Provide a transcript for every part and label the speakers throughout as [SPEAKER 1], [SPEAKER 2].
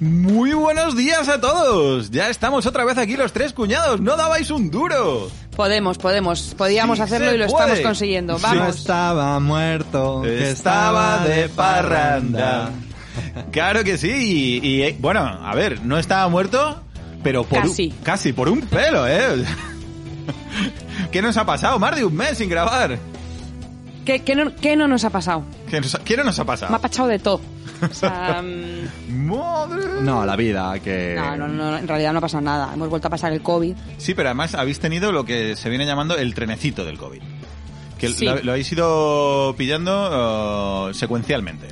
[SPEAKER 1] Muy buenos días a todos. Ya estamos otra vez aquí los tres cuñados. No dabais un duro.
[SPEAKER 2] Podemos, podemos. Podíamos
[SPEAKER 1] Sí,
[SPEAKER 2] hacerlo
[SPEAKER 1] se
[SPEAKER 2] y lo
[SPEAKER 1] puede.
[SPEAKER 2] estamos consiguiendo.
[SPEAKER 3] No
[SPEAKER 2] Vamos.
[SPEAKER 3] estaba muerto, que estaba de parranda.
[SPEAKER 1] Claro que sí. Y, y, eh, bueno, a ver, no estaba muerto, pero por
[SPEAKER 2] Casi.
[SPEAKER 1] Un, casi por un pelo, ¿eh? ¿Qué nos ha pasado? Más de un mes sin grabar.
[SPEAKER 2] ¿Qué, qué no, qué no nos ha pasado?
[SPEAKER 1] ¿Qué nos, ha- qué no nos ha pasado?
[SPEAKER 2] Me ha pasado de todo. O sea, mm,
[SPEAKER 1] Madre.
[SPEAKER 3] No, la vida,
[SPEAKER 1] Eh.
[SPEAKER 3] que...
[SPEAKER 2] no, no, no, en realidad no ha pasado nada. Hemos vuelto a pasar el COVID.
[SPEAKER 1] Sí, pero además habéis tenido lo que se viene llamando el trenecito del COVID. Que
[SPEAKER 2] Sí.
[SPEAKER 1] lo, lo habéis ido pillando eh, secuencialmente.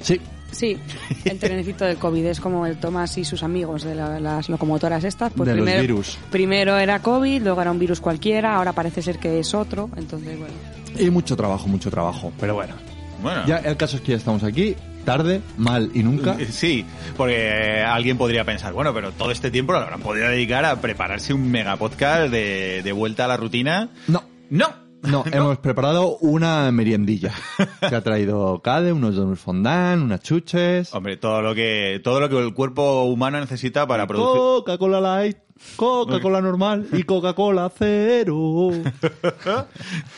[SPEAKER 3] Sí,
[SPEAKER 2] Sí, el trenecito del COVID es como el Tomás y sus amigos de la- las locomotoras estas. Pues
[SPEAKER 3] De los
[SPEAKER 2] primero,
[SPEAKER 3] virus.
[SPEAKER 2] Primero era COVID, luego era un virus cualquiera, ahora parece ser que es otro. Entonces, bueno.
[SPEAKER 3] y mucho trabajo, mucho trabajo. Pero bueno,
[SPEAKER 1] Bueno.
[SPEAKER 3] ya el caso es que ya estamos aquí, tarde, mal y nunca.
[SPEAKER 1] Sí, porque eh, alguien podría pensar, bueno, pero todo este tiempo lo habrán podido dedicar a prepararse un mega podcast de, de vuelta a la rutina.
[SPEAKER 3] No,
[SPEAKER 1] ¡No!
[SPEAKER 3] no, hemos preparado una meriendilla que ha traído Cade, unos donuts fondant, unas chuches...
[SPEAKER 1] Hombre, todo lo que todo lo que el cuerpo humano necesita para producir.
[SPEAKER 3] Coca-Cola Light, Coca-Cola normal y Coca-Cola cero.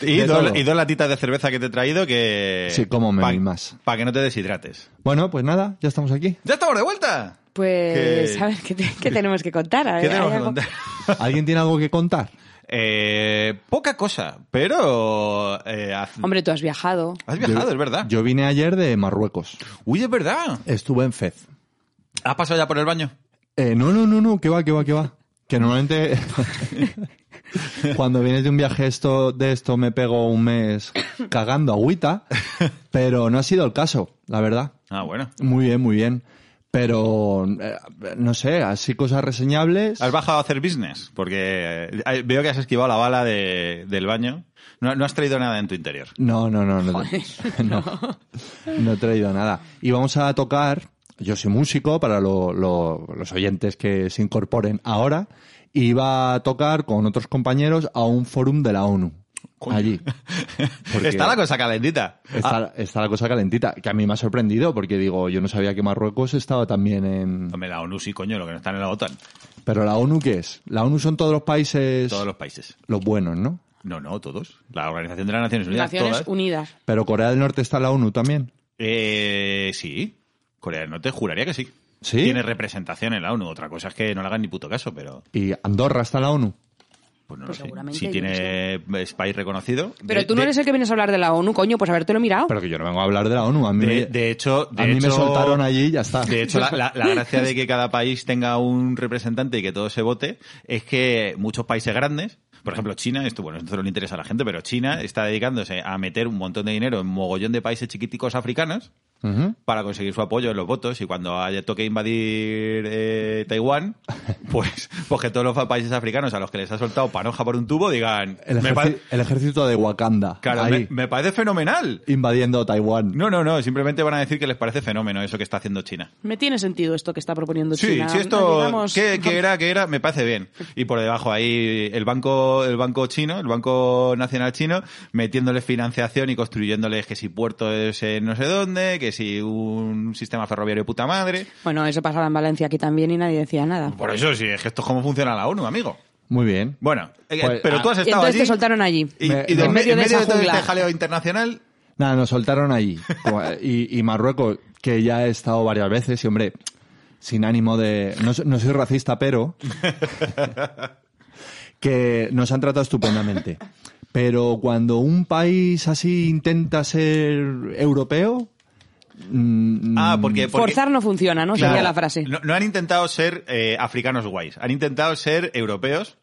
[SPEAKER 1] Y
[SPEAKER 3] de
[SPEAKER 1] dos,
[SPEAKER 3] todo.
[SPEAKER 1] y dos latitas de cerveza que te he traído que.
[SPEAKER 3] Sí, cómo me
[SPEAKER 1] Para
[SPEAKER 3] mimas.
[SPEAKER 1] que no te deshidrates.
[SPEAKER 3] Bueno, pues nada, ya estamos aquí.
[SPEAKER 1] ¡Ya estamos de vuelta!
[SPEAKER 2] Pues,
[SPEAKER 1] ¿Qué-
[SPEAKER 2] a ver, ¿qué, te- qué tenemos que contar? A
[SPEAKER 1] ¿Qué
[SPEAKER 2] ver,
[SPEAKER 1] tenemos
[SPEAKER 2] ¿hay
[SPEAKER 1] que
[SPEAKER 2] algo?
[SPEAKER 1] contar?
[SPEAKER 3] ¿Alguien tiene algo que contar?
[SPEAKER 1] Eh, poca cosa, pero. eh, haz-
[SPEAKER 2] Hombre, tú has viajado.
[SPEAKER 1] has viajado,
[SPEAKER 3] Yo-
[SPEAKER 1] es verdad.
[SPEAKER 3] Yo vine ayer de Marruecos.
[SPEAKER 1] Uy, es verdad.
[SPEAKER 3] Estuve en Fez.
[SPEAKER 1] ¿Has pasado ya por el baño?
[SPEAKER 3] Eh, no, no, no, no, que va, que va, que va. Que normalmente cuando vienes de un viaje esto, de esto me pego un mes cagando agüita, pero no ha sido el caso, la verdad.
[SPEAKER 1] Ah, bueno.
[SPEAKER 3] Muy bien, muy bien. Pero, eh, no sé, así cosas reseñables.
[SPEAKER 1] Has bajado a hacer business, porque eh, veo que has esquivado la bala de- del baño. No, no has traído nada en tu interior.
[SPEAKER 3] No, no, no, no, no. No he traído nada. Y vamos a tocar, yo soy músico para lo- lo- los oyentes que se incorporen ahora, y va a tocar con otros compañeros a un forum de la ONU.
[SPEAKER 1] Coño.
[SPEAKER 3] Allí. Porque
[SPEAKER 1] Está la cosa calentita.
[SPEAKER 3] Está, está la cosa calentita, que a mí me ha sorprendido porque digo, yo no sabía que Marruecos estaba también en...
[SPEAKER 1] Hombre, la ONU sí, coño, lo que no están en la OTAN.
[SPEAKER 3] Pero la ONU, ¿qué es? La ONU son todos los países...
[SPEAKER 1] Todos los países.
[SPEAKER 3] los buenos, ¿no?
[SPEAKER 1] No, no, todos. La Organización de las Naciones Unidas,
[SPEAKER 2] Naciones
[SPEAKER 1] todas.
[SPEAKER 2] Unidas.
[SPEAKER 3] Pero Corea del Norte está en la ONU también.
[SPEAKER 1] Eh, sí. Corea del Norte juraría que sí.
[SPEAKER 3] ¿Sí?
[SPEAKER 1] Tiene representación en la ONU. Otra cosa es que no le hagan ni puto caso, pero...
[SPEAKER 3] Y Andorra está en la ONU.
[SPEAKER 1] Pues no
[SPEAKER 2] Pues
[SPEAKER 1] lo sé.
[SPEAKER 2] seguramente,
[SPEAKER 1] Si
[SPEAKER 2] yo
[SPEAKER 1] tiene... Es país reconocido.
[SPEAKER 2] Pero
[SPEAKER 1] De-
[SPEAKER 2] tú no
[SPEAKER 1] de-
[SPEAKER 2] eres el que vienes a hablar de la ONU, coño, pues habértelo mirado.
[SPEAKER 3] Pero que yo no vengo a hablar de la ONU. A mí,
[SPEAKER 1] De,
[SPEAKER 3] me,
[SPEAKER 1] de hecho, de
[SPEAKER 3] a mí me
[SPEAKER 1] hecho-
[SPEAKER 3] soltaron allí y ya está.
[SPEAKER 1] De hecho, la, la- la gracia de que cada país tenga un representante y que todo se vote es que muchos países grandes, por ejemplo China, esto bueno, esto no le interesa a la gente, pero China está dedicándose a meter un montón de dinero en mogollón de países chiquiticos africanos
[SPEAKER 3] Ujú.
[SPEAKER 1] para conseguir su apoyo en los votos y cuando haya toque invadir eh, Taiwán, pues, pues que todos los países africanos a los que les ha soltado panoja por un tubo digan,
[SPEAKER 3] el,
[SPEAKER 1] me,
[SPEAKER 3] ejerci-
[SPEAKER 1] pare-
[SPEAKER 3] el ejército de Wakanda.
[SPEAKER 1] claro,
[SPEAKER 3] ahí,
[SPEAKER 1] me- me parece fenomenal.
[SPEAKER 3] invadiendo Taiwán.
[SPEAKER 1] No, no, no, simplemente van a decir que les parece fenómeno eso que está haciendo China.
[SPEAKER 2] Me tiene sentido esto que está proponiendo
[SPEAKER 1] Sí,
[SPEAKER 2] China.
[SPEAKER 1] sí, esto
[SPEAKER 2] Digamos-
[SPEAKER 1] ¿qué, qué era, qué era, me parece bien. Y por debajo ahí el banco, el banco chino, el banco nacional chino, metiéndole financiación y construyéndoles que si puertos en no sé dónde, que si un sistema ferroviario de puta madre.
[SPEAKER 2] Bueno, eso pasaba en Valencia aquí también y nadie decía nada.
[SPEAKER 1] Por eso sí, es que esto es cómo funciona la ONU, amigo.
[SPEAKER 3] Muy bien.
[SPEAKER 1] Bueno, eh,
[SPEAKER 3] Pues,
[SPEAKER 1] pero tú
[SPEAKER 3] ah,
[SPEAKER 1] has
[SPEAKER 2] Y
[SPEAKER 1] estado
[SPEAKER 2] entonces te
[SPEAKER 1] allí
[SPEAKER 2] soltaron allí.
[SPEAKER 1] y,
[SPEAKER 3] Me-
[SPEAKER 1] y de-
[SPEAKER 3] en
[SPEAKER 2] medio
[SPEAKER 1] en medio
[SPEAKER 2] de esa
[SPEAKER 1] de todo este
[SPEAKER 2] jungla.
[SPEAKER 1] jaleo internacional,
[SPEAKER 3] Nada, nos soltaron allí. Como- y, y Marruecos, que ya he estado varias veces y, hombre, sin ánimo de... No, so- no soy racista, pero... que nos han tratado estupendamente. Pero cuando un país así intenta ser europeo... mm,
[SPEAKER 1] ah, porque, porque-
[SPEAKER 2] Forzar no funciona, ¿no?
[SPEAKER 1] Claro.
[SPEAKER 2] Sería la frase.
[SPEAKER 1] No, no han intentado ser eh, africanos guays, han intentado ser europeos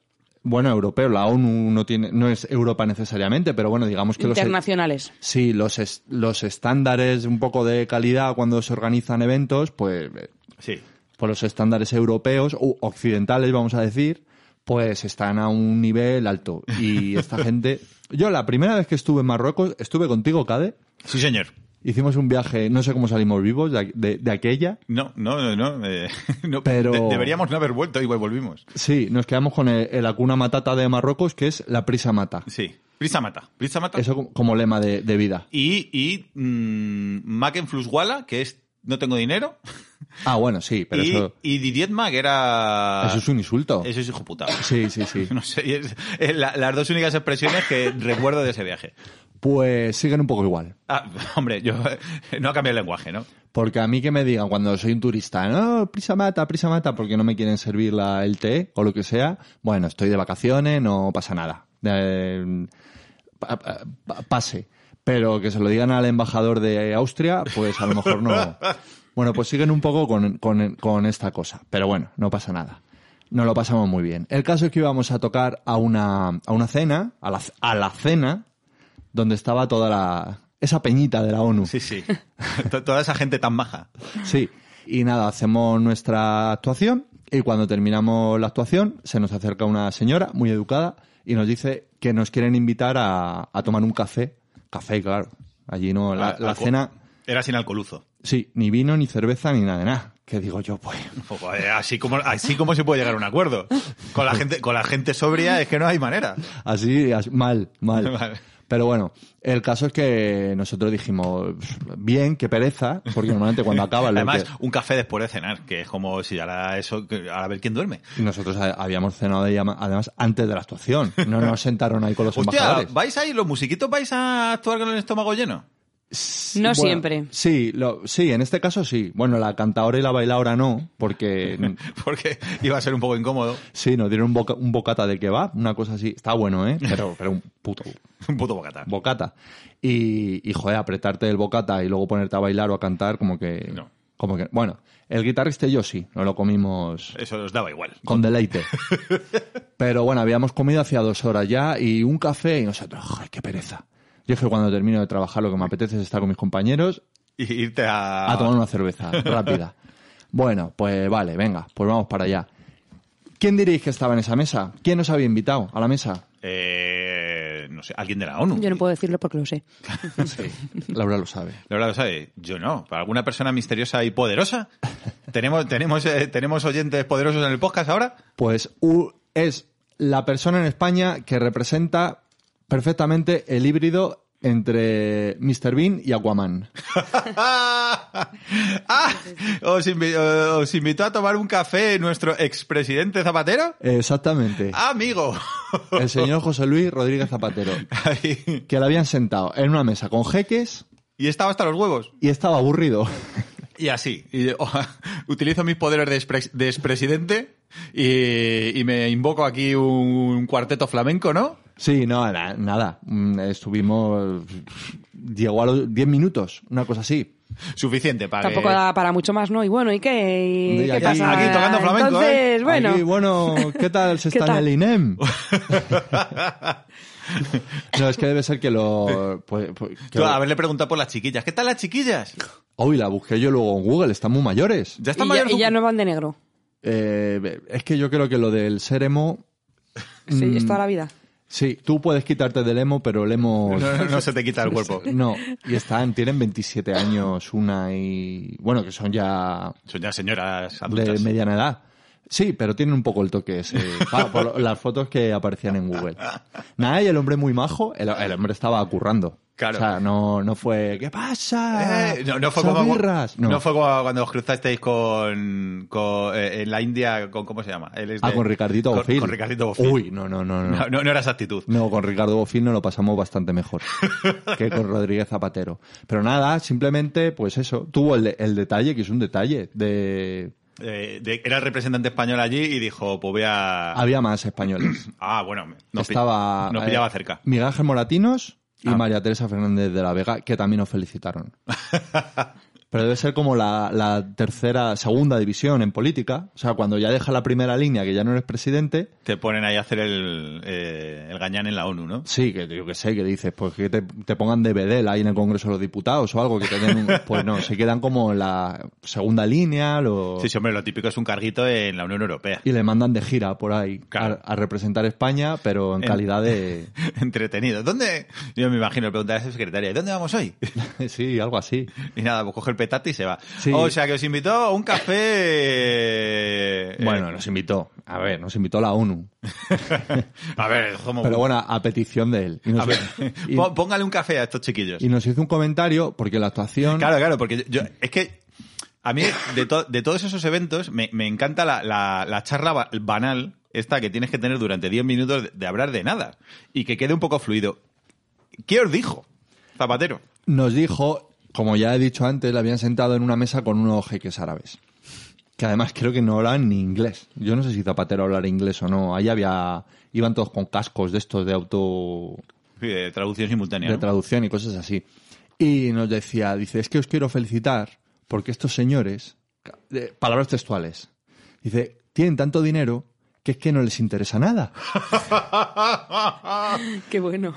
[SPEAKER 3] bueno, europeo, la ONU no tiene, no es Europa necesariamente, pero bueno, digamos que los
[SPEAKER 2] Internacionales.
[SPEAKER 3] sí, los es- los estándares un poco de calidad cuando se organizan eventos, pues eh,
[SPEAKER 1] Sí.
[SPEAKER 3] por los estándares europeos o occidentales, vamos a decir, pues están a un nivel alto. Y esta gente, yo la primera vez que estuve en Marruecos, estuve contigo, Cade,
[SPEAKER 1] Sí, señor.
[SPEAKER 3] hicimos un viaje, no sé cómo salimos vivos de, aqu- de- de aquella.
[SPEAKER 1] No, no, no, no. eh, no,
[SPEAKER 3] Pero-
[SPEAKER 1] de- deberíamos no haber vuelto, igual volvimos.
[SPEAKER 3] Sí, nos quedamos con el, el Hakuna Matata de Marruecos, que es la prisa mata.
[SPEAKER 1] Sí. Prisa mata. Prisa mata.
[SPEAKER 3] Eso como, como lema de, de vida.
[SPEAKER 1] Y, y mm, Macken Fluswala, que es no tengo dinero.
[SPEAKER 3] Ah, bueno, sí, pero
[SPEAKER 1] y,
[SPEAKER 3] eso,
[SPEAKER 1] y Didier Mag era.
[SPEAKER 3] eso es un insulto.
[SPEAKER 1] Eso es hijo puta.
[SPEAKER 3] Sí, sí, sí.
[SPEAKER 1] No sé, y es- es la- las dos únicas expresiones que recuerdo de ese viaje.
[SPEAKER 3] Pues siguen un poco igual.
[SPEAKER 1] Ah, hombre, yo eh, no ha cambiado el lenguaje, ¿no?
[SPEAKER 3] Porque a mí que me digan cuando soy un turista, no, prisa mata, prisa mata, porque no me quieren servir la, el té o lo que sea. Bueno, estoy de vacaciones, no pasa nada. Eh, pa- pa- pa- pase. Pero que se lo digan al embajador de Austria, pues a lo mejor no. Bueno, pues siguen un poco con, con- con esta cosa. Pero bueno, no pasa nada. Nos lo pasamos muy bien. El caso es que íbamos a tocar a una, a una cena, a la, a la cena, donde estaba toda la, esa peñita de la ONU.
[SPEAKER 1] Sí, sí. To- Toda esa gente tan maja.
[SPEAKER 3] Sí. Y nada, hacemos nuestra actuación y cuando terminamos la actuación se nos acerca una señora muy educada y nos dice que nos quieren invitar a, a tomar un café. Café, claro. Allí no, la,
[SPEAKER 1] Ah,
[SPEAKER 3] la
[SPEAKER 1] alco-
[SPEAKER 3] cena,
[SPEAKER 1] Era sin alcoholuzo.
[SPEAKER 3] sí, ni vino, ni cerveza, ni nada de nada. Que digo yo, pues,
[SPEAKER 1] Joder, Así como, así como se puede llegar a un acuerdo. Con la gente, con la gente sobria es que no hay manera.
[SPEAKER 3] así, as- mal, mal.
[SPEAKER 1] Vale.
[SPEAKER 3] Pero bueno, el caso es que nosotros dijimos, bien, qué pereza, porque normalmente cuando acaba... lo
[SPEAKER 1] Además,
[SPEAKER 3] que-
[SPEAKER 1] un café después de cenar, que es como si ahora eso, que- ahora a ver quién duerme.
[SPEAKER 3] Y nosotros a- habíamos cenado ahí, ama- además antes de la actuación. No nos sentaron ahí con los
[SPEAKER 1] Hostia,
[SPEAKER 3] embajadores.
[SPEAKER 1] ¿vais ahí? ¿Los musiquitos vais a actuar con el estómago lleno?
[SPEAKER 2] No
[SPEAKER 3] Bueno,
[SPEAKER 2] siempre.
[SPEAKER 3] Sí, lo- sí, en este caso sí. Bueno, la cantadora y la bailadora no, porque mm,
[SPEAKER 1] Porque iba a ser un poco incómodo.
[SPEAKER 3] sí, nos dieron un, boca- un bocata de kebab, una cosa así. Está bueno, ¿eh? Pero, pero un puto
[SPEAKER 1] Un puto bocata.
[SPEAKER 3] bocata. Y, y, joder, apretarte el bocata y luego ponerte a bailar o a cantar, como que.
[SPEAKER 1] No.
[SPEAKER 3] Como que. Bueno, el guitarrista y yo sí, nos lo comimos
[SPEAKER 1] Eso os daba igual.
[SPEAKER 3] con deleite. Pero bueno, habíamos comido hacía dos horas ya y un café y nosotros, joder, qué pereza. Yo es que cuando termino de trabajar lo que me apetece es estar con mis compañeros
[SPEAKER 1] Y irte a...
[SPEAKER 3] a tomar una cerveza rápida. Bueno, pues vale, venga, pues vamos para allá. ¿Quién diréis que estaba en esa mesa? ¿Quién nos había invitado a la mesa?
[SPEAKER 1] Eh, no sé, alguien de la ONU.
[SPEAKER 2] Yo no puedo decirlo porque lo sé.
[SPEAKER 3] Laura lo sabe.
[SPEAKER 1] La verdad lo sabe. Yo no. Para alguna persona misteriosa y poderosa. ¿Tenemos, tenemos, eh, ¿Tenemos oyentes poderosos en el podcast ahora?
[SPEAKER 3] Pues u- es la persona en España que representa perfectamente el híbrido entre Mr. Bean y Aquaman.
[SPEAKER 1] ¡Ah! ¿Os, invi- eh, os invitó a tomar un café nuestro expresidente Zapatero?
[SPEAKER 3] Exactamente.
[SPEAKER 1] ¡Amigo!
[SPEAKER 3] El señor José Luis Rodríguez Zapatero.
[SPEAKER 1] Ahí.
[SPEAKER 3] Que la habían sentado en una mesa con jeques
[SPEAKER 1] y estaba hasta los huevos.
[SPEAKER 3] y estaba aburrido.
[SPEAKER 1] Y así. Y, oh, utilizo mis poderes de, expres- de expresidente y, y me invoco aquí un cuarteto flamenco, ¿no?
[SPEAKER 3] Sí, no, na- nada. Mm, Estuvimos. Llegó a los 10 minutos, una cosa así.
[SPEAKER 1] Suficiente para
[SPEAKER 2] Tampoco
[SPEAKER 1] que...
[SPEAKER 2] da para mucho más, ¿no? Y bueno, ¿y qué? ¿Y
[SPEAKER 3] Y
[SPEAKER 2] qué
[SPEAKER 3] aquí-
[SPEAKER 2] pasa?
[SPEAKER 1] aquí tocando flamenco, ¿eh?
[SPEAKER 2] Entonces, Pues bueno.
[SPEAKER 3] Aquí, bueno, ¿qué tal se
[SPEAKER 2] ¿Qué
[SPEAKER 3] está en
[SPEAKER 2] tal?
[SPEAKER 3] el E INEM? no, es que debe ser que lo. Pues, pues, que-
[SPEAKER 1] Tú, haberle preguntado por las chiquillas. ¿Qué tal las chiquillas?
[SPEAKER 3] Uy, la busqué yo luego en Google, están muy mayores.
[SPEAKER 1] Ya están
[SPEAKER 2] Y ya,
[SPEAKER 1] mayores.
[SPEAKER 2] y ya no van de negro.
[SPEAKER 3] Eh, es que yo creo que lo del ser emo.
[SPEAKER 2] Sí,
[SPEAKER 3] Mm.
[SPEAKER 2] es toda la vida.
[SPEAKER 3] Sí, tú puedes quitarte del emo, pero el emo.
[SPEAKER 1] No, no, no se te quita el cuerpo.
[SPEAKER 3] No, y están, tienen 27 años, una y. Bueno, que son ya
[SPEAKER 1] Son ya señoras
[SPEAKER 3] de
[SPEAKER 1] adultas.
[SPEAKER 3] mediana edad. Sí, pero tienen un poco el toque ese. Pa- por lo- las fotos que aparecían en Google. Nada, y el hombre muy majo, el, el hombre estaba currando.
[SPEAKER 1] Claro.
[SPEAKER 3] O sea, no, no fue, ¿qué pasa?
[SPEAKER 1] Eh, no, no fue como,
[SPEAKER 3] Sabirras". No.
[SPEAKER 1] no fue como cuando os cruzasteis con, con- eh, en la India con cómo se llama Él es
[SPEAKER 3] Ah,
[SPEAKER 1] de-
[SPEAKER 3] con Ricardito
[SPEAKER 1] con-
[SPEAKER 3] Bofil.
[SPEAKER 1] con Ricardito Bofil.
[SPEAKER 3] Uy, no, no, no, no.
[SPEAKER 1] no, no, no era esa actitud
[SPEAKER 3] No, con Ricardo Bofil no lo pasamos bastante mejor que con Rodríguez Zapatero. Pero nada, simplemente, pues eso, tuvo el, el detalle, que es un detalle, de...
[SPEAKER 1] Eh, de- era el representante español allí y dijo pues voy a
[SPEAKER 3] Había más españoles.
[SPEAKER 1] ah bueno nos, pi-
[SPEAKER 3] Estaba...
[SPEAKER 1] nos pillaba
[SPEAKER 3] eh,
[SPEAKER 1] cerca
[SPEAKER 3] Miguel Ángel Moratinos y
[SPEAKER 1] Ah.
[SPEAKER 3] María Teresa Fernández de la Vega, que también nos felicitaron. pero debe ser como la, la tercera, segunda división en política. O sea, cuando ya deja la primera línea, que ya no eres presidente,
[SPEAKER 1] Te ponen ahí a hacer el, eh, el gañán en la ONU, ¿no?
[SPEAKER 3] Sí, que yo que sé, que dices, pues que te, te pongan de bedel ahí en el Congreso de los Diputados o algo, que te den un- pues no, se quedan como en la segunda línea lo-
[SPEAKER 1] Sí, sí, hombre, lo típico es un carguito en la Unión Europea.
[SPEAKER 3] y le mandan de gira por ahí
[SPEAKER 1] Claro.
[SPEAKER 3] a, a representar España, pero en
[SPEAKER 1] En-
[SPEAKER 3] calidad de...
[SPEAKER 1] Entretenido. ¿Dónde? Yo me imagino, le preguntar a esa secretaria, ¿dónde vamos hoy?
[SPEAKER 3] sí, algo así.
[SPEAKER 1] Y nada, pues coge el petate y se va.
[SPEAKER 3] Sí.
[SPEAKER 1] O sea, que os invitó a un café... eh,
[SPEAKER 3] Bueno, nos invitó, a ver, nos invitó la ONU,
[SPEAKER 1] A ver, como...
[SPEAKER 3] pero bueno, a petición de él. Y nos,
[SPEAKER 1] a ver,
[SPEAKER 3] y-
[SPEAKER 1] pon- póngale un café a estos chiquillos.
[SPEAKER 3] y nos hizo un comentario porque la actuación...
[SPEAKER 1] Claro, claro, porque yo, yo- es que a mí de, to- de todos esos eventos me, me encanta la, la- la charla ba- banal, esta que tienes que tener durante 10 minutos de, de hablar de nada y que quede un poco fluido. ¿Qué os dijo, Zapatero?
[SPEAKER 3] nos dijo, como ya he dicho antes, la habían sentado en una mesa con unos jeques árabes. Que además creo que no hablaban ni inglés. Yo no sé si Zapatero hablar inglés o no. Ahí había. iban todos con cascos de estos de auto.
[SPEAKER 1] Sí, de traducción simultánea.
[SPEAKER 3] de
[SPEAKER 1] ¿no?
[SPEAKER 3] traducción y cosas así. Y nos decía, dice, es que os quiero felicitar porque estos señores. eh, palabras textuales. Dice, tienen tanto dinero que es que no les interesa nada.
[SPEAKER 2] Qué bueno.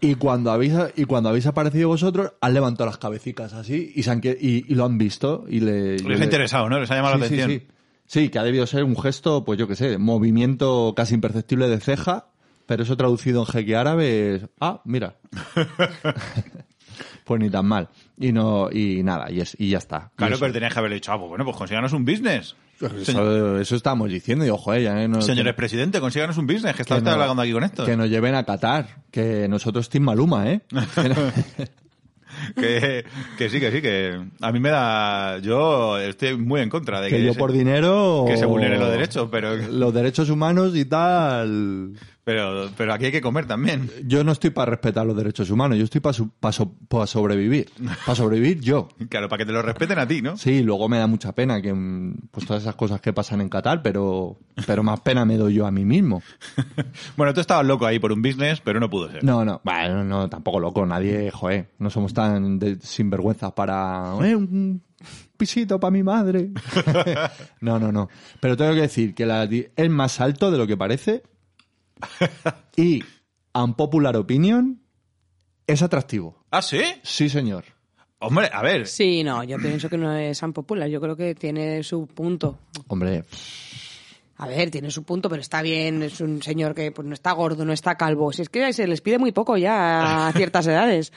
[SPEAKER 3] Y cuando habéis, y cuando habéis aparecido vosotros, han levantado las cabecicas así y, se han que- y, y lo han visto. Y le, yo
[SPEAKER 1] Les
[SPEAKER 3] le-
[SPEAKER 1] ha interesado, ¿no? Les ha llamado la
[SPEAKER 3] Sí, sí,
[SPEAKER 1] atención.
[SPEAKER 3] sí. Sí, que ha debido ser un gesto, pues yo qué sé, movimiento casi imperceptible de ceja, pero eso traducido en jeque árabe es, ah, mira. pues ni tan mal. Y no y nada, y, es, y ya está. Y
[SPEAKER 1] Claro,
[SPEAKER 3] eso, Pues,
[SPEAKER 1] pero tenías que haberle dicho, ah, pues bueno, pues consíganos un business. Señor-
[SPEAKER 3] eso, eso estábamos diciendo, y ojo, eh, ya no-
[SPEAKER 1] señores
[SPEAKER 3] que-
[SPEAKER 1] presidente, consíganos un business, que
[SPEAKER 3] que
[SPEAKER 1] estamos
[SPEAKER 3] no-
[SPEAKER 1] hablando aquí con esto.
[SPEAKER 3] Que nos lleven a Qatar, que nosotros Team Maluma, ¿eh?
[SPEAKER 1] Que, que sí, que sí, que a mí me da... Yo estoy muy en contra de que...
[SPEAKER 3] que yo
[SPEAKER 1] se-
[SPEAKER 3] por dinero...
[SPEAKER 1] que se vulneren los derechos, pero-
[SPEAKER 3] Los derechos humanos y tal...
[SPEAKER 1] pero, pero aquí hay que comer también.
[SPEAKER 3] yo no estoy para respetar los derechos humanos, yo estoy para sobrevivir. Para sobrevivir yo.
[SPEAKER 1] Claro, para que te lo respeten a ti, ¿no?
[SPEAKER 3] Sí, luego me da mucha pena que mm, pues todas esas cosas que pasan en Qatar, pero, pero más pena me doy yo a mí mismo.
[SPEAKER 1] Bueno, tú estabas loco ahí por un business, pero no pudo ser.
[SPEAKER 3] No, no, bueno, no, tampoco loco, nadie, joder, no somos tan de- sinvergüenzas para eh, un pisito para mi madre. no, no, no. Pero tengo que decir que la di- es más alto de lo que parece y, a popular opinion, es atractivo.
[SPEAKER 1] ¿Ah, sí?
[SPEAKER 3] Sí, señor.
[SPEAKER 1] Hombre, a ver.
[SPEAKER 2] Sí, no, yo pienso que no es tan popular. Yo creo que tiene su punto.
[SPEAKER 3] Hombre,
[SPEAKER 2] A ver, tiene su punto, pero está bien. Es un señor que pues, no está gordo, no está calvo. Si es que se les pide muy poco ya a ciertas edades.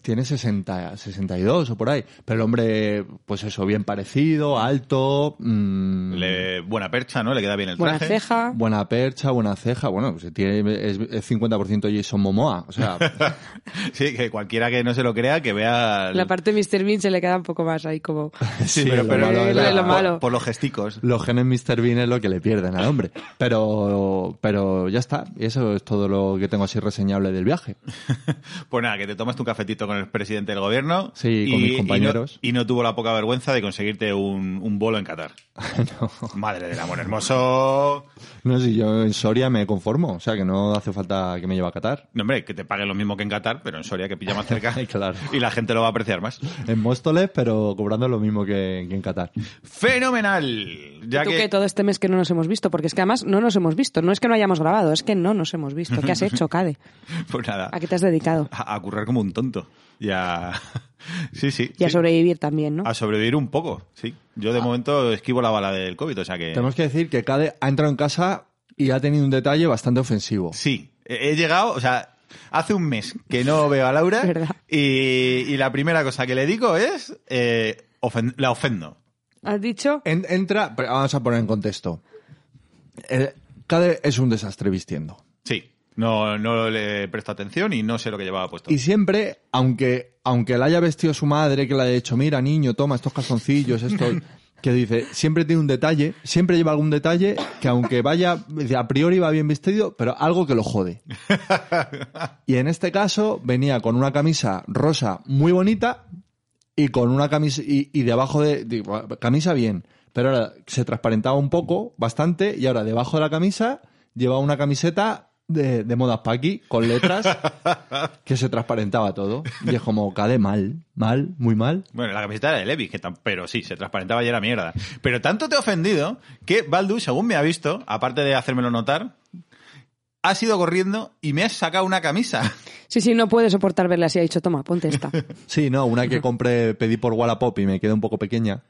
[SPEAKER 3] tiene 60, 62 o por ahí. Pero el hombre, pues eso, bien parecido, alto, mm,
[SPEAKER 1] le- buena percha, ¿no? Le queda bien el
[SPEAKER 2] Buena
[SPEAKER 1] traje.
[SPEAKER 2] ceja.
[SPEAKER 3] buena percha, buena ceja. Bueno, pues tiene, es, es 50% Jason Momoa. O sea,
[SPEAKER 1] Sí, que cualquiera que no se lo crea, que vea... el-
[SPEAKER 2] La parte de Mr. Bean se le queda un poco más ahí como...
[SPEAKER 1] Sí,
[SPEAKER 3] Sí,
[SPEAKER 1] pero,
[SPEAKER 3] lo
[SPEAKER 1] pero-
[SPEAKER 3] malo
[SPEAKER 1] por-
[SPEAKER 3] era-
[SPEAKER 1] por-
[SPEAKER 2] lo malo.
[SPEAKER 1] por los gesticos.
[SPEAKER 3] los genes Mr. Bean es lo que le pierden al hombre. Pero, pero ya está. Y eso es todo lo que tengo así reseñable del viaje.
[SPEAKER 1] Pues nada, que te tomas tu cafetito con el presidente del gobierno.
[SPEAKER 3] Sí, con mis
[SPEAKER 1] no-
[SPEAKER 3] compañeros.
[SPEAKER 1] Y no, tuvo la poca vergüenza de conseguirte un, un bolo en Qatar.
[SPEAKER 3] no,
[SPEAKER 1] Madre del amor hermoso.
[SPEAKER 3] no sé, yo en Soria me conformo. O sea, que no hace falta que me lleve a Qatar.
[SPEAKER 1] No, hombre, que te pague lo mismo que en Qatar, pero en Soria, que pilla más cerca.
[SPEAKER 3] Claro.
[SPEAKER 1] Y la gente lo va a apreciar más.
[SPEAKER 3] En Móstoles, pero cobrando lo mismo que, que en Qatar.
[SPEAKER 1] ¡Fenomenal! Ya
[SPEAKER 2] Tú
[SPEAKER 1] que...
[SPEAKER 2] que todo este mes que no nos hemos visto, porque es que además no nos hemos visto. No es que no hayamos grabado, es que no nos hemos visto. ¿Qué has hecho, Cade?
[SPEAKER 1] Pues nada.
[SPEAKER 2] ¿A qué te has dedicado?
[SPEAKER 1] a, a currar como un tonto y a... sí, sí.
[SPEAKER 2] Y a Ah.
[SPEAKER 1] sí.
[SPEAKER 2] sobrevivir también, ¿no?
[SPEAKER 1] A sobrevivir un poco, sí. Yo de momento esquivo la bala del COVID, o sea que...
[SPEAKER 3] Tenemos que decir que Cade ha entrado en casa y ha tenido un detalle bastante ofensivo.
[SPEAKER 1] Sí, he he llegado, o sea, hace un mes que no veo a Laura
[SPEAKER 2] ¿Verdad?
[SPEAKER 1] y, y la primera cosa que le digo es... eh, ofen- la ofendo.
[SPEAKER 2] ¿Has dicho?
[SPEAKER 3] En- entra, pero vamos a poner en contexto. Eh, Cade es un desastre vistiendo.
[SPEAKER 1] Sí. No, no le presto atención y no sé lo que llevaba puesto.
[SPEAKER 3] Y siempre, aunque, aunque la haya vestido su madre, que le haya dicho, mira, niño, toma estos calzoncillos, esto, que dice, siempre tiene un detalle, siempre lleva algún detalle, que aunque vaya, dice, a priori va bien vestido, pero algo que lo jode. Y en este caso, venía con una camisa rosa muy bonita y con una camisa, y, y debajo de, digo, camisa bien, pero ahora se transparentaba un poco, bastante, y ahora debajo de la camisa lleva una camiseta de, de modas paqui con letras que se transparentaba todo. Y es como, cade mal, mal, muy mal.
[SPEAKER 1] Bueno, la camiseta era de Levi, que tam- pero sí, se transparentaba y era mierda. Pero tanto te he ofendido que Baldu, según me ha visto, aparte de hacérmelo notar, has ido corriendo y me has sacado una camisa.
[SPEAKER 2] Sí, sí, no puede soportar verla así. Ha dicho, toma, ponte esta.
[SPEAKER 3] Sí, no, una que compré, pedí por Wallapop y me quedé un poco pequeña.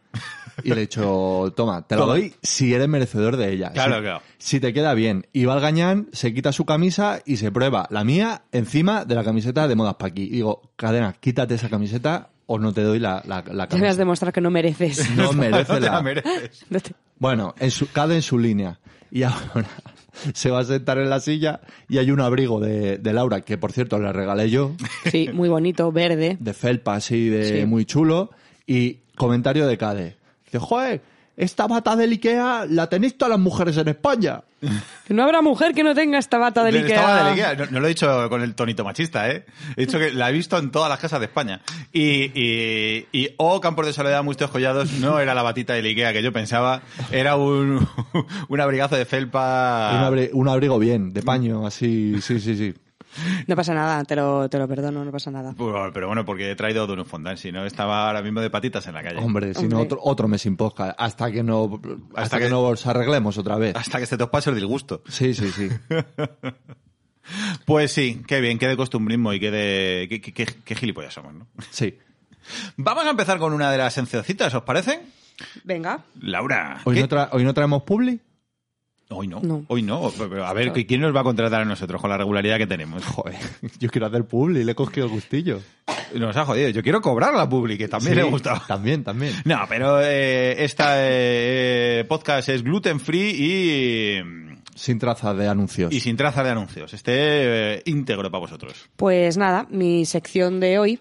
[SPEAKER 3] Y le he dicho, toma, te la
[SPEAKER 1] Toma.
[SPEAKER 3] doy si eres merecedor de ella.
[SPEAKER 1] Claro,
[SPEAKER 3] Si-
[SPEAKER 1] claro.
[SPEAKER 3] Si te queda bien. Y va al gañán, se quita su camisa y se prueba la mía encima de la camiseta de Modas Paqui. Y digo, cadena, quítate esa camiseta o no te doy la, la, la
[SPEAKER 2] Ya me has
[SPEAKER 3] camisa.
[SPEAKER 2] demostrado que no mereces.
[SPEAKER 3] No merece
[SPEAKER 1] No te la
[SPEAKER 3] la...
[SPEAKER 1] mereces.
[SPEAKER 2] No te-
[SPEAKER 3] Bueno, en su, cada en su línea. Y ahora se va a sentar en la silla y hay un abrigo de, de Laura, que por cierto le regalé yo,
[SPEAKER 2] Sí, muy bonito, verde.
[SPEAKER 3] de felpa así, de
[SPEAKER 2] Sí.
[SPEAKER 3] muy chulo, y comentario de Cade. Dice, joder, esta bata del Ikea la tenéis todas las mujeres en España.
[SPEAKER 2] Que no habrá mujer que no tenga esta bata del Ikea.
[SPEAKER 1] Estaba del Ikea. No, no lo he dicho con el tonito machista, ¿eh? He dicho que la he visto en todas las casas de España. Y, y, y, oh, Campos de Soledad, muchos collados, no era la batita del Ikea que yo pensaba, era un, un abrigazo de felpa.
[SPEAKER 3] Un, abri- un abrigo bien, de paño, así, sí, sí, sí.
[SPEAKER 2] No pasa nada, te lo, te lo perdono, no pasa nada.
[SPEAKER 1] Pero, pero bueno, porque he traído Dono Fondant, si no estaba ahora mismo de patitas en la calle.
[SPEAKER 3] Hombre, si
[SPEAKER 2] Hombre.
[SPEAKER 3] no, otro, otro mes sin podcast, hasta que no, hasta, que,
[SPEAKER 1] que- Ah.
[SPEAKER 3] nos arreglemos otra vez.
[SPEAKER 1] Hasta que se te pase el disgusto.
[SPEAKER 3] Sí, sí, sí.
[SPEAKER 1] Pues sí, qué bien, qué de costumbrismo y qué de. qué, qué- qué- qué gilipollas somos, ¿no?
[SPEAKER 3] Sí.
[SPEAKER 1] Vamos a empezar con una de las sencillocitas, ¿os parece?
[SPEAKER 2] Venga.
[SPEAKER 1] Laura.
[SPEAKER 3] Hoy,
[SPEAKER 1] ¿qué-
[SPEAKER 3] no, tra- hoy no traemos publi.
[SPEAKER 1] Hoy no,
[SPEAKER 2] No.
[SPEAKER 1] hoy no. Pero, pero, A ver, ¿quién nos va a contratar a nosotros con la regularidad que tenemos?
[SPEAKER 3] Joder, yo quiero hacer publi, le he cogido el gustillo.
[SPEAKER 1] Nos ha jodido. Yo quiero cobrar la publi, que también
[SPEAKER 3] Sí,
[SPEAKER 1] le gustaba.
[SPEAKER 3] También, también.
[SPEAKER 1] No, pero eh, esta eh, podcast es gluten free y,
[SPEAKER 3] Sin trazas de anuncios.
[SPEAKER 1] y sin traza de anuncios. Este eh, íntegro para vosotros.
[SPEAKER 2] Pues nada, mi sección de hoy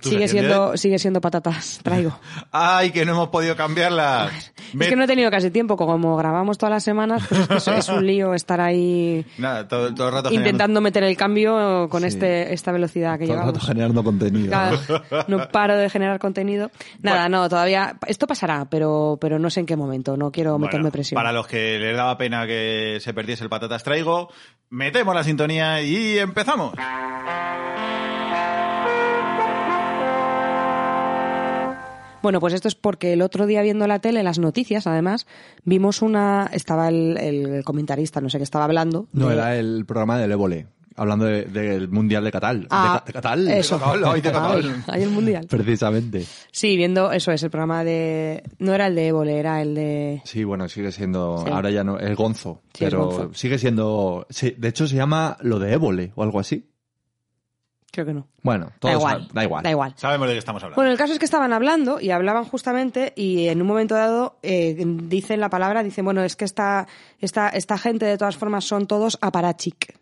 [SPEAKER 1] ¿Tu
[SPEAKER 2] sigue
[SPEAKER 1] sección de
[SPEAKER 2] siendo, sigue siendo patatas, traigo.
[SPEAKER 1] ¡Ay, que no hemos podido cambiarla! Me-
[SPEAKER 2] Es que no he tenido casi tiempo, como grabamos todas las semanas, pues es que es- es un lío estar ahí
[SPEAKER 1] Nada, todo, todo el rato generando-
[SPEAKER 2] intentando meter el cambio con
[SPEAKER 3] Sí.
[SPEAKER 2] este, esta velocidad que
[SPEAKER 3] Todo el rato
[SPEAKER 2] llevamos.
[SPEAKER 3] generando contenido.
[SPEAKER 2] Claro, no paro de generar contenido. Nada, no, todavía esto pasará, pero, pero no sé en qué momento, no quiero
[SPEAKER 1] Bueno,
[SPEAKER 2] meterme presión.
[SPEAKER 1] Para los que les daba pena que se perdiese el patatas traigo, metemos la sintonía y empezamos.
[SPEAKER 2] Bueno, pues esto es porque el otro día viendo la tele, las noticias además, vimos una, estaba el, el comentarista, no sé qué estaba hablando.
[SPEAKER 3] No,
[SPEAKER 2] de-
[SPEAKER 3] era el programa del Évole, hablando de- del Mundial de Catal.
[SPEAKER 2] Ah,
[SPEAKER 3] de, Ca- de Catal.
[SPEAKER 2] Eso. Ah.
[SPEAKER 1] De Coca-Cola, hoy de
[SPEAKER 2] Ay,
[SPEAKER 1] Coca-Cola.
[SPEAKER 2] hay Ah, el mundial.
[SPEAKER 3] Precisamente.
[SPEAKER 2] Sí, viendo, eso es, el programa de... No era el de Évole, era el de...
[SPEAKER 3] Sí, bueno, sigue siendo.
[SPEAKER 2] Sí.
[SPEAKER 3] Ahora ya no. Es Gonzo.
[SPEAKER 2] Sí, es
[SPEAKER 3] pero
[SPEAKER 2] Gonzo.
[SPEAKER 3] sigue siendo. sí, de hecho, se llama lo de Évole o algo así.
[SPEAKER 2] Creo que no.
[SPEAKER 3] Bueno, todos
[SPEAKER 2] da igual.
[SPEAKER 3] saben- da igual.
[SPEAKER 2] Da igual.
[SPEAKER 1] Sabemos de qué estamos hablando.
[SPEAKER 2] Bueno, el caso es que estaban hablando y hablaban justamente y en un momento dado eh, dicen la palabra, dicen, bueno, es que esta, esta, esta gente de todas formas son todos aparachic.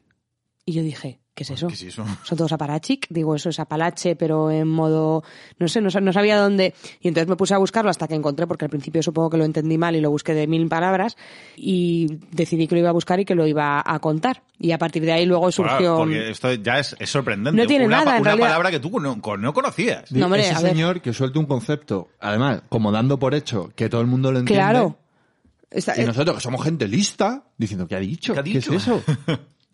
[SPEAKER 2] Y yo dije, ¿qué es eso?
[SPEAKER 1] ¿Qué es eso?
[SPEAKER 2] Son todos aparachic, digo, eso es apalache, pero en modo, no sé, no, sa- no sabía dónde. Y entonces me puse a buscarlo hasta que encontré, porque al principio supongo que lo entendí mal y lo busqué de mil palabras, y decidí que lo iba a buscar y que lo iba a contar. Y a partir de ahí luego surgió...
[SPEAKER 1] Bueno, porque esto ya es, es sorprendente.
[SPEAKER 2] No tiene
[SPEAKER 1] una, pa-
[SPEAKER 2] nada, en
[SPEAKER 1] Una
[SPEAKER 2] realidad.
[SPEAKER 1] palabra que tú no, con- no conocías.
[SPEAKER 3] Di-
[SPEAKER 2] No, hombre,
[SPEAKER 3] ese
[SPEAKER 2] a ver.
[SPEAKER 3] señor que suelta un concepto, además, como dando por hecho que todo el mundo lo entiende.
[SPEAKER 2] Claro. Está-
[SPEAKER 3] Y nosotros, que somos gente lista, diciendo, ¿qué ha dicho?
[SPEAKER 1] ¿Qué ha dicho?
[SPEAKER 3] es eso?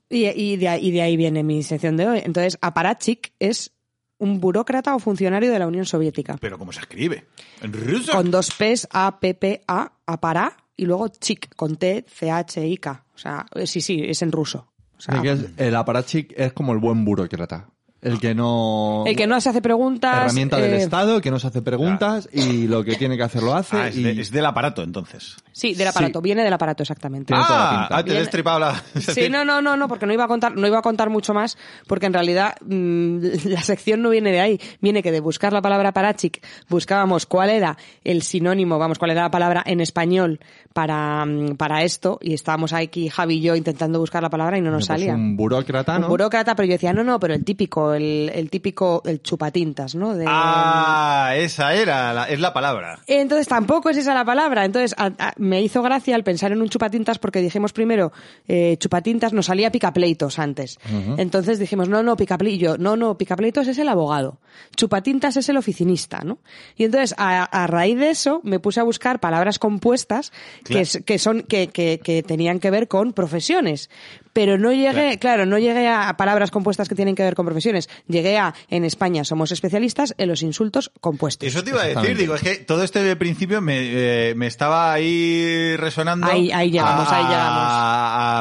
[SPEAKER 2] Y, y de, ahí- y de ahí viene mi sección de hoy. Entonces, aparatchik es un burócrata o funcionario de la Unión Soviética.
[SPEAKER 1] Pero ¿cómo se escribe? ¿En ruso?
[SPEAKER 2] Con dos P's, A, P, P, A, apará, y luego chik, con T, C, H, I, K. O sea, eh, sí, sí, es en ruso. O sea, mm.
[SPEAKER 3] De que es- el aparatchik es como el buen burócrata. El que no...
[SPEAKER 2] el que no se hace preguntas...
[SPEAKER 3] herramienta del
[SPEAKER 2] eh,
[SPEAKER 3] Estado, que no se hace preguntas y lo que tiene que hacer lo hace.
[SPEAKER 1] Ah, es,
[SPEAKER 3] y...
[SPEAKER 1] de- es del aparato, entonces.
[SPEAKER 2] Sí, del aparato.
[SPEAKER 3] Sí.
[SPEAKER 2] Viene del aparato, exactamente.
[SPEAKER 3] Tiene toda la
[SPEAKER 1] Ah,
[SPEAKER 3] pinta.
[SPEAKER 1] ah, te he
[SPEAKER 2] Bien.
[SPEAKER 1] destripado la...
[SPEAKER 2] Sí, no, no, no, no, porque no iba a contar, no iba a contar mucho más, porque en realidad mm, la sección no viene de ahí, viene que de buscar la palabra parachik buscábamos cuál era el sinónimo, vamos, cuál era la palabra en español para, mm, para esto, y estábamos aquí Javi y yo intentando buscar la palabra y no nos
[SPEAKER 3] Pues
[SPEAKER 2] salía.
[SPEAKER 3] Un burócrata, ¿no?
[SPEAKER 2] Un burócrata, pero yo decía, no, no, pero el típico, ejemplo, el, el típico, el chupatintas, ¿no? De-
[SPEAKER 1] Ah, esa era, la- es la palabra.
[SPEAKER 2] Entonces tampoco es esa la palabra. Entonces a- a- me hizo gracia al pensar en un chupatintas porque dijimos primero eh, chupatintas, nos salía picapleitos antes. Entonces dijimos, no, no, picaplillo, no, no, picapleitos es el abogado. Chupatintas es el oficinista, ¿no? Y entonces a, a raíz de eso me puse a buscar palabras compuestas que,
[SPEAKER 1] Claro.
[SPEAKER 2] es- que son, que, que- que tenían que ver con profesiones. Pero no llegué, claro. no llegué a palabras compuestas que tienen que ver con profesiones. Llegué a, en España somos especialistas en los insultos compuestos.
[SPEAKER 1] Eso te iba a decir,
[SPEAKER 3] Exactamente.
[SPEAKER 1] digo, es que todo este de principio me, eh, me estaba ahí resonando.
[SPEAKER 2] Ahí- ahí llegamos,
[SPEAKER 1] a-
[SPEAKER 2] ahí llegamos.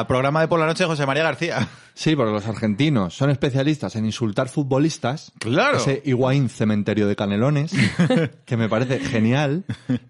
[SPEAKER 1] A, a programa de por la noche de José María García.
[SPEAKER 3] Sí, porque los argentinos son especialistas en insultar futbolistas.
[SPEAKER 1] Claro.
[SPEAKER 3] Ese Higuaín cementerio de canelones, que me parece genial.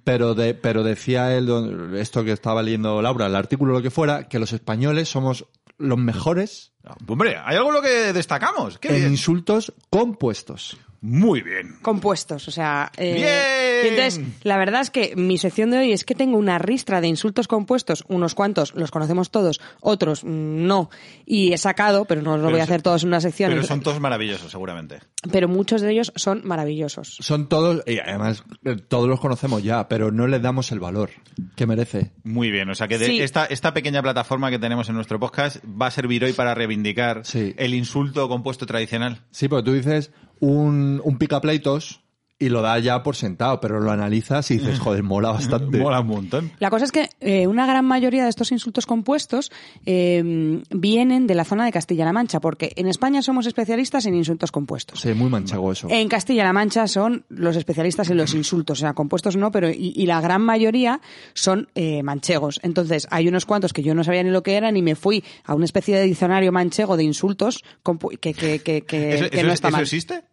[SPEAKER 3] Pero, de, pero decía él, don- esto que estaba leyendo Laura, el artículo lo que fuera, que los españoles somos los mejores
[SPEAKER 1] Hombre, hay algo en lo que destacamos. Qué
[SPEAKER 3] en
[SPEAKER 1] bien.
[SPEAKER 3] insultos compuestos.
[SPEAKER 1] Muy bien.
[SPEAKER 2] compuestos, o sea... eh,
[SPEAKER 1] ¡Bien!
[SPEAKER 2] Y entonces, la verdad es que mi sección de hoy es que tengo una ristra de insultos compuestos, unos cuantos los conocemos todos, otros mm, no, y he sacado, pero no os lo
[SPEAKER 1] Pero
[SPEAKER 2] voy a
[SPEAKER 1] se-
[SPEAKER 2] hacer todos en una sección,
[SPEAKER 1] Pero
[SPEAKER 2] en-
[SPEAKER 1] son todos maravillosos, seguramente.
[SPEAKER 2] pero muchos de ellos son maravillosos.
[SPEAKER 3] Son todos, y además eh, todos los conocemos ya, pero no les damos el valor que merece.
[SPEAKER 1] Muy bien, o sea que de
[SPEAKER 2] Sí.
[SPEAKER 1] esta, esta pequeña plataforma que tenemos en nuestro podcast va a servir hoy para reivindicar
[SPEAKER 3] Sí.
[SPEAKER 1] el insulto compuesto tradicional.
[SPEAKER 3] Sí, porque tú dices un, un picapleitos y lo das ya por sentado, pero lo analizas y dices, joder, mola bastante.
[SPEAKER 1] Mola un montón.
[SPEAKER 2] La cosa es que eh, una gran mayoría de estos insultos compuestos eh, vienen de la zona de Castilla-La Mancha, porque en España somos especialistas en insultos compuestos.
[SPEAKER 3] Sí, muy manchego eso.
[SPEAKER 2] En Castilla-La Mancha son los especialistas en los insultos, o sea, compuestos no, pero y, y la gran mayoría son eh, manchegos. Entonces, hay unos cuantos que yo no sabía ni lo que eran y me fui a una especie de diccionario manchego de insultos compu- que, que, que, que-
[SPEAKER 1] ¿Eso,
[SPEAKER 2] Eh, que
[SPEAKER 1] eso-
[SPEAKER 2] no está
[SPEAKER 1] eso
[SPEAKER 2] mal.
[SPEAKER 1] existe?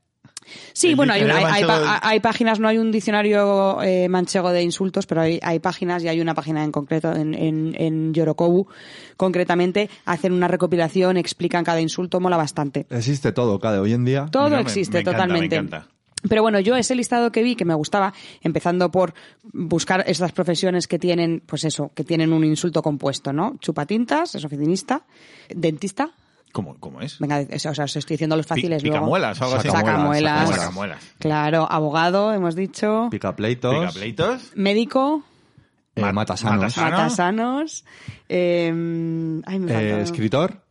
[SPEAKER 2] Sí,
[SPEAKER 1] el
[SPEAKER 2] bueno, hay, una- hay,
[SPEAKER 1] diccionario
[SPEAKER 2] hay
[SPEAKER 1] manchego
[SPEAKER 2] pa-
[SPEAKER 1] de-
[SPEAKER 2] hay páginas, no hay un diccionario eh, manchego de insultos, pero hay, hay páginas y hay una página en concreto en, en, en Yorokobu, concretamente, hacen una recopilación, explican cada insulto, mola bastante.
[SPEAKER 3] Existe todo, cada hoy en día.
[SPEAKER 2] Todo
[SPEAKER 1] Mira, me-
[SPEAKER 2] existe
[SPEAKER 1] me encanta,
[SPEAKER 2] totalmente.
[SPEAKER 1] me encanta.
[SPEAKER 2] Pero bueno, yo ese listado que vi que me gustaba, empezando por buscar esas profesiones que tienen, pues eso, que tienen un insulto compuesto, ¿no? Chupatintas, es oficinista, dentista,
[SPEAKER 1] ¿Cómo, cómo es?
[SPEAKER 2] venga, o sea, os estoy diciendo los fáciles
[SPEAKER 1] Pi-
[SPEAKER 2] luego.
[SPEAKER 1] picamuelas o algo así.
[SPEAKER 2] Sacamuelas.
[SPEAKER 3] Sacamuelas.
[SPEAKER 1] Sacamuelas.
[SPEAKER 2] Claro, abogado, hemos dicho,
[SPEAKER 3] Picapleitos,
[SPEAKER 1] ¿Picapleitos?
[SPEAKER 2] médico,
[SPEAKER 3] eh,
[SPEAKER 1] Ma-
[SPEAKER 3] matasanos,
[SPEAKER 1] matasanos. ¿Sano?
[SPEAKER 2] matasanos, eh, ay, me
[SPEAKER 3] eh,
[SPEAKER 2] falta-
[SPEAKER 3] escritor,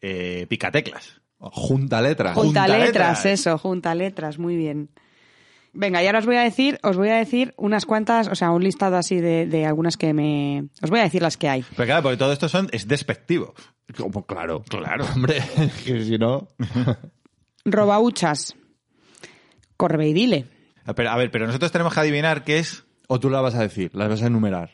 [SPEAKER 1] Eh, picateclas.
[SPEAKER 3] junta letras.
[SPEAKER 1] Jun-
[SPEAKER 2] Junta
[SPEAKER 1] Junta
[SPEAKER 2] letras,
[SPEAKER 1] letras.
[SPEAKER 2] eso, junta letras, muy bien. Venga, y ahora os voy a decir, os voy a decir unas cuantas, o sea, un listado así de, de algunas que me. Os voy a decir las que hay.
[SPEAKER 1] Pero claro, porque todo esto son, es despectivo.
[SPEAKER 3] Como, claro.
[SPEAKER 1] Claro.
[SPEAKER 3] Hombre, que si no...
[SPEAKER 2] Robauchas, corbeidile.
[SPEAKER 1] A ver, a ver, pero nosotros tenemos que adivinar qué es.
[SPEAKER 3] O tú la vas a decir, las vas a enumerar.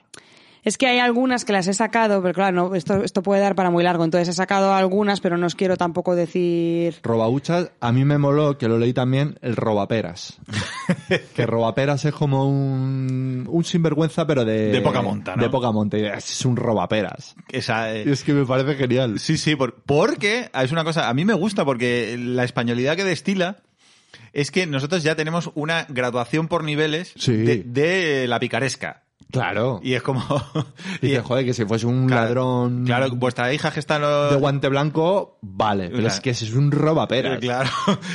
[SPEAKER 2] Es que hay algunas que las he sacado, pero claro, no, esto, esto puede dar para muy largo. Entonces he sacado algunas, pero no os quiero tampoco decir.
[SPEAKER 3] Robauchas, a mí me moló, que lo leí también, el robaperas. que robaperas es como un, un sinvergüenza, pero de...
[SPEAKER 1] De poca monta, ¿no?
[SPEAKER 3] De poca monta. Y Es un robaperas.
[SPEAKER 1] Esa, eh,
[SPEAKER 3] Y es que me parece genial.
[SPEAKER 1] Sí, sí, por- porque es una cosa, a mí me gusta porque la españolidad que destila es que nosotros ya tenemos una graduación por niveles
[SPEAKER 3] Sí.
[SPEAKER 1] de, de la picaresca.
[SPEAKER 3] Claro. Y,
[SPEAKER 1] Y es como... y-
[SPEAKER 3] dices, joder, que si fuese un
[SPEAKER 1] claro,
[SPEAKER 3] ladrón...
[SPEAKER 1] Claro, vuestra hija que está... en los-
[SPEAKER 3] de guante blanco, vale. Pero
[SPEAKER 1] Una-
[SPEAKER 3] es que ese es un robaperas.
[SPEAKER 1] Eh, Claro,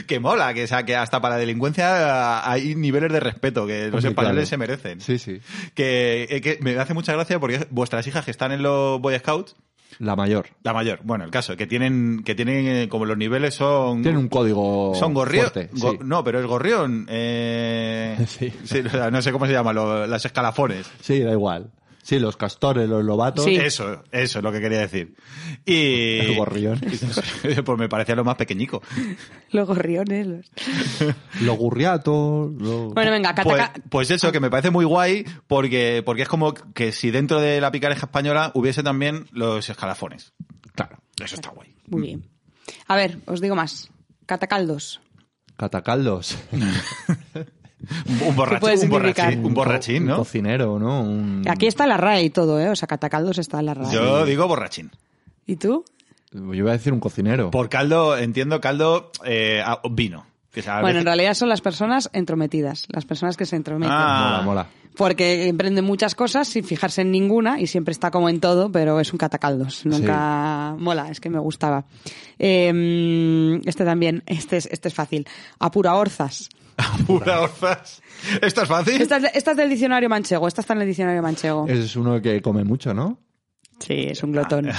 [SPEAKER 1] que mola, que, o sea, que hasta para la delincuencia hay niveles de respeto que los
[SPEAKER 3] Hombre,
[SPEAKER 1] españoles
[SPEAKER 3] claro.
[SPEAKER 1] se merecen.
[SPEAKER 3] Sí, sí.
[SPEAKER 1] Que, eh, que me hace mucha gracia porque vuestras hijas que están en los Boy Scouts,
[SPEAKER 3] La mayor.
[SPEAKER 1] la mayor, bueno, el caso, que tienen, que tienen eh, como los niveles son...
[SPEAKER 3] Tiene un código
[SPEAKER 1] Son gorrión.
[SPEAKER 3] fuerte,
[SPEAKER 1] go-
[SPEAKER 3] sí.
[SPEAKER 1] No, pero es gorrión. eh,
[SPEAKER 3] Sí.
[SPEAKER 1] o sea, no sé cómo se llama, lo- las escalafones.
[SPEAKER 3] Sí, da igual. Sí, los castores, los lobatos.
[SPEAKER 2] Sí.
[SPEAKER 1] Eso, eso es lo que quería decir. Y.
[SPEAKER 3] El gorrión.
[SPEAKER 1] pues me parecía lo más pequeñico.
[SPEAKER 2] Los gorriones. los-
[SPEAKER 3] Los gurriatos. los-
[SPEAKER 2] Bueno, venga,
[SPEAKER 1] Pues,
[SPEAKER 2] cataca.
[SPEAKER 1] pues eso, que me parece muy guay, porque, porque es como que si dentro de la picareja española hubiese también los escalafones.
[SPEAKER 3] Claro.
[SPEAKER 1] Eso está guay.
[SPEAKER 2] Muy bien. A ver, os digo más. Catacaldos.
[SPEAKER 3] Catacaldos.
[SPEAKER 1] Un
[SPEAKER 2] puede
[SPEAKER 1] borrachín, un
[SPEAKER 2] significar?
[SPEAKER 1] borrachín, un borrachín,
[SPEAKER 3] Un
[SPEAKER 1] ¿no?
[SPEAKER 3] cocinero, ¿no? Un-
[SPEAKER 2] Aquí está la RAE y todo, ¿eh? O sea, catacaldos está en la RAE.
[SPEAKER 1] Mm. Yo digo borrachín.
[SPEAKER 2] ¿Y tú?
[SPEAKER 3] Yo iba a decir un cocinero.
[SPEAKER 1] Por caldo, entiendo caldo, eh, a- vino. Que sabes-
[SPEAKER 2] Bueno, en realidad son las personas entrometidas, las personas que se entrometen.
[SPEAKER 1] Ah.
[SPEAKER 3] Mola, mola.
[SPEAKER 2] Porque emprende muchas cosas sin fijarse en ninguna y siempre está como en todo, pero es un catacaldos. Nunca mola, es que me gustaba. Eh, este también, este es, este es fácil. Apura orzas.
[SPEAKER 1] Pura orzas. ¿Esto es fácil?
[SPEAKER 2] Esta es, de- esta es del diccionario manchego, esta está en el diccionario manchego.
[SPEAKER 3] Es uno que come mucho, ¿no?
[SPEAKER 2] Sí, es un glotón.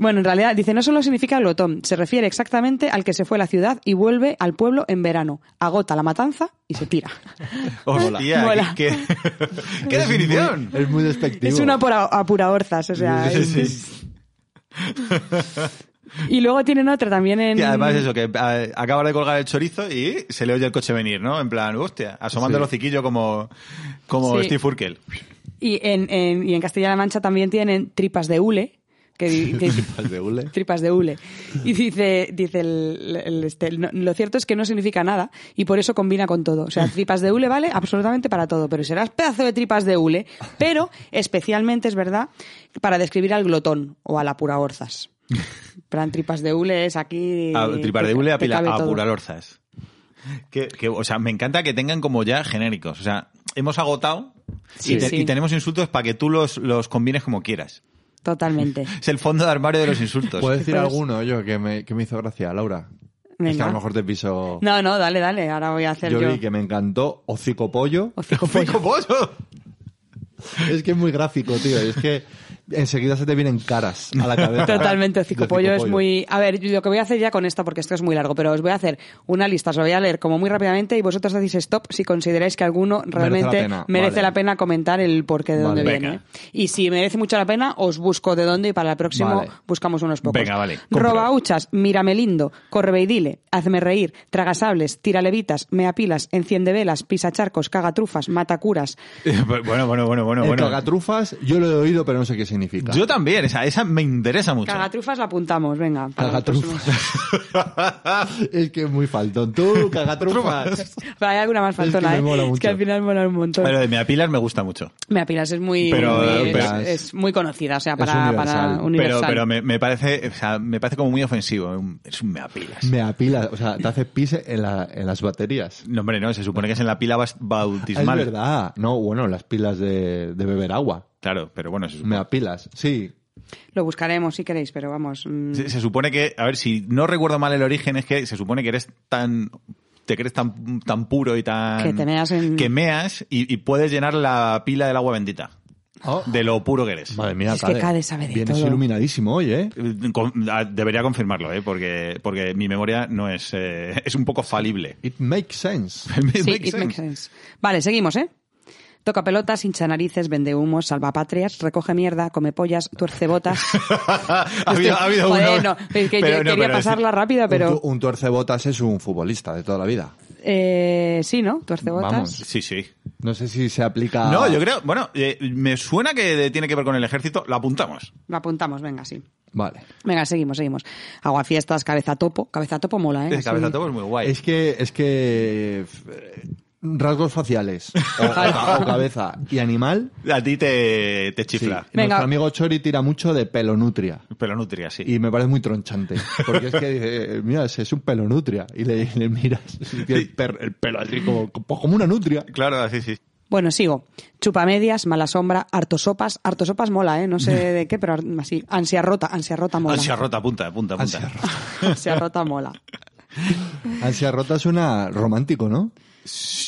[SPEAKER 2] Bueno, en realidad dice, no solo significa glotón, se refiere exactamente al que se fue a la ciudad y vuelve al pueblo en verano, agota la matanza y se pira.
[SPEAKER 1] Hostia,
[SPEAKER 2] Mola.
[SPEAKER 1] qué, qué- qué definición.
[SPEAKER 3] Es muy despectivo.
[SPEAKER 2] Es una ¿eh? apura, apuraorzas, o sea...
[SPEAKER 1] Sí, sí,
[SPEAKER 2] es-
[SPEAKER 1] sí.
[SPEAKER 2] Y luego tienen otra también en...
[SPEAKER 1] Y además eso, que a- acaba de colgar el chorizo y se le oye el coche venir, ¿no? En plan, hostia, asomando
[SPEAKER 3] Sí.
[SPEAKER 1] el hociquillo como, como
[SPEAKER 2] Sí.
[SPEAKER 1] Steve Furkel.
[SPEAKER 2] Y en, en- y en Castilla-La Mancha también tienen tripas de hule. Que, di- que-
[SPEAKER 3] Tripas de hule.
[SPEAKER 2] tripas de hule. Y dice, dice el, el- este, no- lo cierto es que no significa nada y por eso combina con todo. O sea, tripas de hule vale absolutamente para todo, pero serás pedazo de tripas de hule, pero especialmente es verdad para describir al glotón o a la pura orzas. Plan tripas de hule es aquí.
[SPEAKER 1] A, tripar Ah, de hule a,
[SPEAKER 2] te
[SPEAKER 1] pila,
[SPEAKER 2] cabe
[SPEAKER 1] a
[SPEAKER 2] todo.
[SPEAKER 1] apurar orzas. Que, que, o sea, me encanta que tengan como ya genéricos. O sea, hemos agotado
[SPEAKER 2] Sí,
[SPEAKER 1] y, te-
[SPEAKER 2] sí.
[SPEAKER 1] y tenemos insultos para que tú los, los combines como quieras.
[SPEAKER 2] Totalmente.
[SPEAKER 1] Es el fondo de armario de los insultos.
[SPEAKER 3] ¿Puedo decir
[SPEAKER 2] puedes-
[SPEAKER 3] alguno yo que me, que me hizo gracia, Laura? Es que
[SPEAKER 2] Pues- Venga.
[SPEAKER 3] a lo mejor te piso.
[SPEAKER 2] No, no, dale, dale. Ahora voy a hacer
[SPEAKER 3] yo
[SPEAKER 2] yo.
[SPEAKER 3] vi que me encantó hocico pollo.
[SPEAKER 2] Hocico pollo.
[SPEAKER 1] ¡Fico pollo!
[SPEAKER 3] Es que es muy gráfico, tío. Es que enseguida se te vienen caras a la cabeza.
[SPEAKER 2] Totalmente, hocico
[SPEAKER 3] De
[SPEAKER 2] pollo es muy... A ver, lo que voy a hacer ya con esta, porque esto es muy largo, pero os voy a hacer una lista, os lo voy a leer como muy rápidamente y vosotros decís stop si consideráis que alguno realmente merece la
[SPEAKER 3] pena,
[SPEAKER 2] pena,
[SPEAKER 3] vale.
[SPEAKER 2] comentar el porqué de dónde
[SPEAKER 3] Vale.
[SPEAKER 2] viene.
[SPEAKER 1] Venga.
[SPEAKER 2] Y si merece mucho la pena, os busco de dónde y para el próximo
[SPEAKER 3] Vale.
[SPEAKER 2] buscamos unos pocos.
[SPEAKER 1] Venga, vale, compro.
[SPEAKER 2] Robauchas, Miramelindo, Correveidile, Hazme Reír, Tragasables, Tiralevitas, Meapilas, Enciende Velas, Pisacharcos, Cagatrufas, Matacuras,
[SPEAKER 1] bueno, bueno, bueno, bueno.
[SPEAKER 3] El
[SPEAKER 1] bueno.
[SPEAKER 3] cagatrufas, yo lo he oído, pero no sé qué significa.
[SPEAKER 1] Yo también, esa, esa me interesa mucho.
[SPEAKER 2] Cagatrufas la apuntamos, venga. para el próximo.
[SPEAKER 3] Cagatrufas. es que es muy faltón. Tú, cagatrufas.
[SPEAKER 2] Pero hay alguna más
[SPEAKER 3] Es que
[SPEAKER 2] faltona,
[SPEAKER 3] me
[SPEAKER 2] ¿eh?
[SPEAKER 3] mola
[SPEAKER 2] Es que
[SPEAKER 3] mucho.
[SPEAKER 2] al final mola un montón.
[SPEAKER 1] Pero de mi apilas me gusta mucho.
[SPEAKER 2] Me apilas es muy,
[SPEAKER 1] Pero,
[SPEAKER 2] muy-
[SPEAKER 1] pero-
[SPEAKER 2] es, es muy conocida, o sea,
[SPEAKER 3] Es
[SPEAKER 2] para
[SPEAKER 3] universal.
[SPEAKER 2] para
[SPEAKER 3] Pero-
[SPEAKER 2] universal.
[SPEAKER 1] Pero, pero me, me parece, o sea, me parece como muy ofensivo. Un- Es un me apilas.
[SPEAKER 3] Me apilas, o sea, te hace pise en, la- en las baterías.
[SPEAKER 1] No, hombre, no, se supone que es en la pila bas-
[SPEAKER 3] Es
[SPEAKER 1] bautismal.
[SPEAKER 3] verdad. No, bueno, las pilas de, de beber agua.
[SPEAKER 1] Claro, pero bueno, se supone.
[SPEAKER 3] Me apilas, sí.
[SPEAKER 2] Lo buscaremos si queréis, pero vamos. mm,
[SPEAKER 1] Se, se supone que, a ver, si no recuerdo mal el origen, es que se supone que eres tan. Te crees tan, tan puro y tan.
[SPEAKER 2] Que te meas en-
[SPEAKER 1] que meas y, y puedes llenar la pila del agua bendita.
[SPEAKER 3] Oh,
[SPEAKER 1] De lo puro que eres.
[SPEAKER 3] Madre mía,
[SPEAKER 2] Es que Cade sabe de
[SPEAKER 3] Vienes
[SPEAKER 2] todo.
[SPEAKER 3] iluminadísimo hoy, ¿eh?
[SPEAKER 1] Eh, con- ah, Debería confirmarlo, ¿eh? Porque, porque mi memoria no es. eh, es un poco falible.
[SPEAKER 3] It makes sense.
[SPEAKER 1] It
[SPEAKER 2] sí,
[SPEAKER 1] makes
[SPEAKER 2] it
[SPEAKER 1] sense.
[SPEAKER 2] makes sense. Vale, seguimos, ¿eh? Toca pelotas, hincha narices, vende humos, salva patrias, recoge mierda, come pollas, tuerce botas.
[SPEAKER 1] ha habido, ha habido
[SPEAKER 2] Joder,
[SPEAKER 1] uno.
[SPEAKER 2] no, es que yo
[SPEAKER 1] Pero no, pero
[SPEAKER 2] quería
[SPEAKER 1] es-
[SPEAKER 2] pasarla rápida,
[SPEAKER 3] Un,
[SPEAKER 2] pero
[SPEAKER 3] tu- un tuercebotas es un futbolista de toda la vida.
[SPEAKER 2] eh, sí, ¿no? Tuerce botas.
[SPEAKER 3] Vamos.
[SPEAKER 1] Sí, sí.
[SPEAKER 3] No sé si se aplica.
[SPEAKER 1] No, yo creo. Bueno, eh, me suena que tiene que ver con el ejército. Lo apuntamos.
[SPEAKER 2] Lo apuntamos, venga, sí.
[SPEAKER 3] Vale.
[SPEAKER 2] Venga, seguimos, seguimos. Aguafiestas, cabeza topo. Cabeza topo mola, ¿eh?
[SPEAKER 1] El
[SPEAKER 2] Así-
[SPEAKER 1] cabeza todo es muy guay.
[SPEAKER 3] Es que. Es que. eh, Rasgos faciales. O, o cabeza. Y animal.
[SPEAKER 1] A ti te, te
[SPEAKER 3] sí.
[SPEAKER 1] chifla.
[SPEAKER 2] Venga.
[SPEAKER 3] Nuestro amigo Chori tira mucho de pelonutria.
[SPEAKER 1] Pero nutria, sí.
[SPEAKER 3] Y me parece muy tronchante. Porque es que dice, eh, mira, ese es un pelonutria. Y le, le miras. y tiene el, per- el pelo así como, como como una nutria.
[SPEAKER 1] Claro, sí, sí.
[SPEAKER 2] Bueno, sigo. Chupamedias, mala sombra, hartosopas. Hartosopas mola, ¿eh? No sé de qué, pero har- así. Ansia rota, ansia rota mola.
[SPEAKER 1] Ansia rota, punta, punta, punta.
[SPEAKER 3] Ansia rota.
[SPEAKER 2] Ansia rota mola.
[SPEAKER 3] Ansia rota suena romántico, ¿no?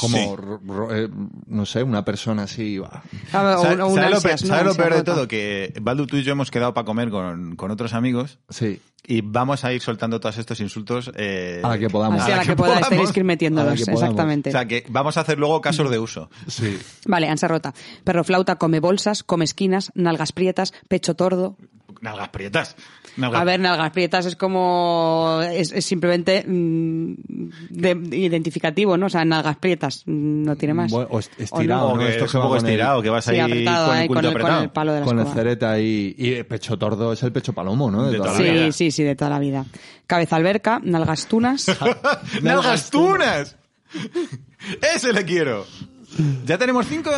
[SPEAKER 3] Como,
[SPEAKER 1] Sí.
[SPEAKER 3] ro- ro- eh, no sé, una persona así. bah.
[SPEAKER 2] Ah, o
[SPEAKER 1] ¿Sabes
[SPEAKER 2] un- un
[SPEAKER 1] sabes lo
[SPEAKER 2] ansias,
[SPEAKER 1] pe-
[SPEAKER 2] ¿no?
[SPEAKER 1] sabes lo
[SPEAKER 2] Ansia
[SPEAKER 1] peor de
[SPEAKER 2] rota.
[SPEAKER 1] todo? Que Baldu, tú y yo hemos quedado para comer con, con otros amigos
[SPEAKER 3] Sí.
[SPEAKER 1] y vamos a ir soltando todos estos insultos. eh,
[SPEAKER 3] A la que podamos.
[SPEAKER 2] Así
[SPEAKER 1] A
[SPEAKER 2] a
[SPEAKER 1] la
[SPEAKER 2] la
[SPEAKER 1] que
[SPEAKER 2] que podáis
[SPEAKER 1] podamos.
[SPEAKER 2] tenéis que ir
[SPEAKER 3] A la
[SPEAKER 2] metiéndolos,
[SPEAKER 3] que podamos.
[SPEAKER 2] exactamente.
[SPEAKER 1] O sea, que vamos a hacer luego casos de uso.
[SPEAKER 3] Sí.
[SPEAKER 2] Vale, ansia rota. Perro flauta, come bolsas, come esquinas, nalgas prietas, pecho tordo.
[SPEAKER 1] Nalgas prietas. Nalgas-
[SPEAKER 2] A ver, nalgas prietas es como. Es, es simplemente mm, de- identificativo, ¿no? O sea, nalgas prietas, mm, no tiene más.
[SPEAKER 3] Bueno, o est- estirado,
[SPEAKER 1] o
[SPEAKER 3] ¿no?
[SPEAKER 1] que
[SPEAKER 3] Esto
[SPEAKER 1] es
[SPEAKER 3] que
[SPEAKER 1] un
[SPEAKER 3] va
[SPEAKER 1] poco
[SPEAKER 3] con el-
[SPEAKER 1] estirado, que vas
[SPEAKER 2] Sí,
[SPEAKER 1] ahí
[SPEAKER 2] apretado,
[SPEAKER 1] con el
[SPEAKER 2] ahí
[SPEAKER 1] culto
[SPEAKER 2] con el- con
[SPEAKER 1] apretado.
[SPEAKER 2] el palo de la
[SPEAKER 3] Con el
[SPEAKER 2] escoba.
[SPEAKER 3] cereta y, y el pecho tordo es el pecho palomo, ¿no?
[SPEAKER 1] De toda la vida.
[SPEAKER 2] Sí, sí, sí, de toda la vida. Cabeza alberca, nalgas tunas.
[SPEAKER 1] ¡Nalgas tunas! ¡Ese le quiero! ¿Ya tenemos cinco?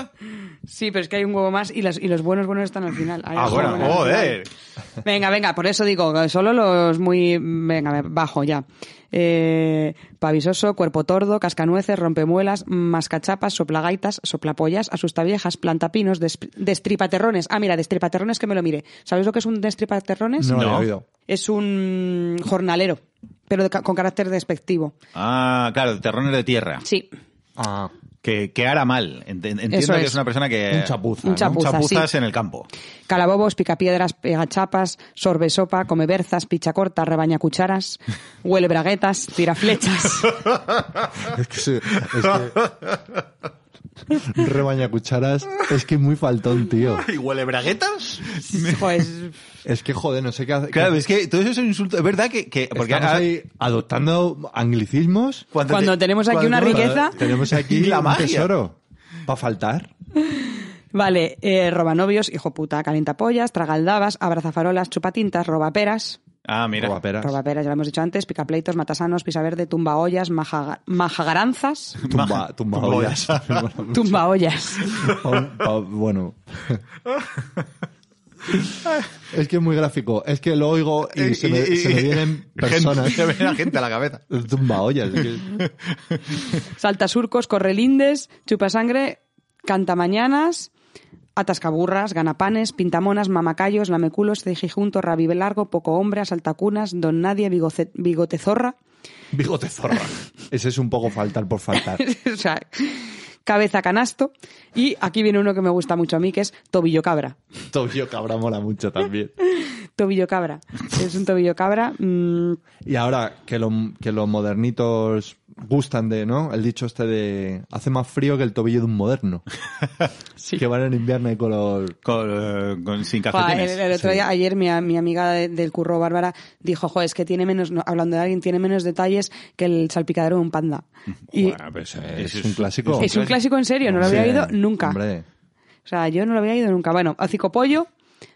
[SPEAKER 2] Sí, pero es que hay un huevo más y, las- y los buenos buenos están al final. Hay
[SPEAKER 1] Ah,
[SPEAKER 2] los
[SPEAKER 1] bueno,
[SPEAKER 2] buenos al
[SPEAKER 1] joder.
[SPEAKER 2] final. Venga, venga, por eso digo, solo los muy... Venga, a ver, bajo ya. eh, pavisoso, cuerpo tordo, cascanueces, rompemuelas, mascachapas, soplagaitas, soplapollas, asustaviejas, plantapinos, des- destripaterrones. Ah, mira, destripaterrones que me lo mire. ¿Sabéis lo que es un destripaterrones?
[SPEAKER 3] No, lo
[SPEAKER 1] No.
[SPEAKER 3] había oído.
[SPEAKER 2] Es un jornalero, pero de ca- con carácter despectivo.
[SPEAKER 1] Ah, claro, terrones de tierra.
[SPEAKER 2] Sí.
[SPEAKER 3] Ah,
[SPEAKER 1] Que, que hará mal. Ent- Entiendo
[SPEAKER 2] Eso
[SPEAKER 1] que
[SPEAKER 2] es.
[SPEAKER 1] es una persona que...
[SPEAKER 3] Un chapuza,
[SPEAKER 2] Un
[SPEAKER 1] ¿no?
[SPEAKER 2] chapuza,
[SPEAKER 1] chapuzas
[SPEAKER 2] sí.
[SPEAKER 1] en el campo.
[SPEAKER 2] Calabobos, picapiedras, pegachapas, sorbesopa, comeberzas, pichacorta, rebañacucharas, huele braguetas, tiraflechas.
[SPEAKER 3] es que, sí, es que... Rebaña cucharas, es que es muy faltón, tío.
[SPEAKER 1] ¿Y huele braguetas?
[SPEAKER 2] Joder, es-
[SPEAKER 3] Es que joder, no sé qué hace.
[SPEAKER 1] Claro, es que todo eso es un insulto. Es verdad que... que- porque
[SPEAKER 3] Estamos
[SPEAKER 1] ahora-
[SPEAKER 3] ahí adoptando anglicismos.
[SPEAKER 2] Cuando tenemos aquí una
[SPEAKER 1] tenemos-
[SPEAKER 2] riqueza.
[SPEAKER 3] Tenemos aquí
[SPEAKER 1] Y la
[SPEAKER 3] un
[SPEAKER 1] magia.
[SPEAKER 3] tesoro. ¿Va a faltar?
[SPEAKER 2] Vale, eh, robanovios, hijo puta, calientapollas, tragaldabas, abrazafarolas, chupatintas, robaperas.
[SPEAKER 1] Ah, mira.
[SPEAKER 3] Guaperas.
[SPEAKER 2] Robaperas, ya lo hemos dicho antes, picapleitos, matasanos, pisaverde, tumbaollas, majaga- majagaranzas,
[SPEAKER 3] Tumba, tumba
[SPEAKER 1] Tumba
[SPEAKER 3] ollas.
[SPEAKER 2] tumbaollas.
[SPEAKER 3] Pa- pa- bueno. es que es muy gráfico. Es que lo oigo y,
[SPEAKER 1] Eh,
[SPEAKER 3] se, me, se me vienen personas.
[SPEAKER 1] Gente, se me viene la gente a la cabeza.
[SPEAKER 3] Tumba ollas. es que-
[SPEAKER 2] Saltasurcos, correlindes, chupasangre, cantamañanas, atascaburras, ganapanes, pintamonas, mamacayos, lamecuyos, cejijunto, rabibelargo, poco hombre, asaltacunas, don nadie, bigoce- bigotezorra,
[SPEAKER 3] Bigote zorra. Ese es un poco faltar por faltar.
[SPEAKER 2] o sea, cabeza canasto. Y aquí viene uno que me gusta mucho a mí, que es tobillo cabra.
[SPEAKER 3] Tobillo cabra mola mucho también.
[SPEAKER 2] Tobillo cabra. Es un tobillo cabra. mm,
[SPEAKER 3] Y ahora que, lo- que los modernitos gustan de, ¿no? El dicho este de hace más frío que el tobillo de un moderno. Que van en invierno y color.
[SPEAKER 1] Con, eh, con- sin
[SPEAKER 2] Joder,
[SPEAKER 1] calcetines.
[SPEAKER 3] eh,
[SPEAKER 2] el, el otro día, ayer, mi, a- mi amiga de- del curro, Bárbara, dijo, jo, es que tiene menos, no, hablando de alguien, tiene menos detalles que el salpicadero de un panda. Y,
[SPEAKER 1] Bueno, pues, eh,
[SPEAKER 3] Es,
[SPEAKER 1] eso
[SPEAKER 3] un clásico.
[SPEAKER 2] es un clásico en serio, no lo había
[SPEAKER 3] Sí,
[SPEAKER 2] oído nunca.
[SPEAKER 3] Hombre,
[SPEAKER 2] O sea, yo no lo había oído nunca. Bueno, hocico pollo,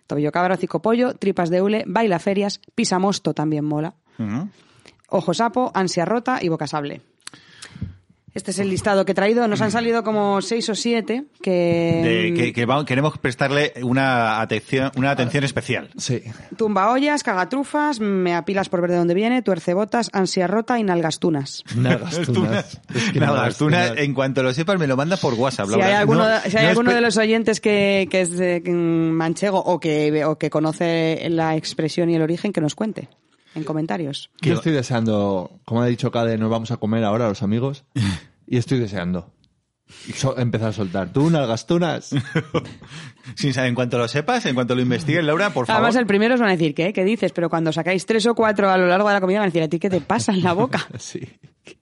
[SPEAKER 2] tobillo cabra, hocico pollo, tripas de hule, baila ferias, pisamosto también mola,
[SPEAKER 1] Ujú.
[SPEAKER 2] ojo sapo, ansia rota y boca sable. Este es el listado que he traído. Nos han salido como seis o siete que... Eh, mm,
[SPEAKER 1] De- que, que vamos- queremos prestarle una atención, una atención especial.
[SPEAKER 3] sí.
[SPEAKER 2] Tumba ollas, cagatrufas, me apilas por ver de dónde viene, tuercebotas, ansia rota y nalgastunas.
[SPEAKER 3] Nalgas tunas. Es que
[SPEAKER 1] Nada,
[SPEAKER 3] nalgas
[SPEAKER 1] tú una-
[SPEAKER 3] tunas.
[SPEAKER 1] en cuanto lo sepas, me lo mandas por WhatsApp.
[SPEAKER 2] Si
[SPEAKER 1] Laura.
[SPEAKER 2] hay alguno,
[SPEAKER 1] No-
[SPEAKER 2] si hay
[SPEAKER 1] no
[SPEAKER 2] alguno
[SPEAKER 1] espe-
[SPEAKER 2] de los oyentes que, que es eh, que, mm, manchego o que, o que conoce la expresión y el origen, que nos cuente en comentarios.
[SPEAKER 3] Yo estoy deseando, como ha dicho Cade, nos vamos a comer ahora los amigos. Y estoy deseando so- empezar a soltar. Tú, nalgas tunas.
[SPEAKER 1] sin saber- en cuanto lo sepas, en cuanto lo investigues, Laura, por favor.
[SPEAKER 2] Además, el primero os van a decir, ¿qué? ¿Qué dices? Pero cuando sacáis tres o cuatro a lo largo de la comida, van a decir, ¿a ti qué te pasa en la boca?
[SPEAKER 3] Sí.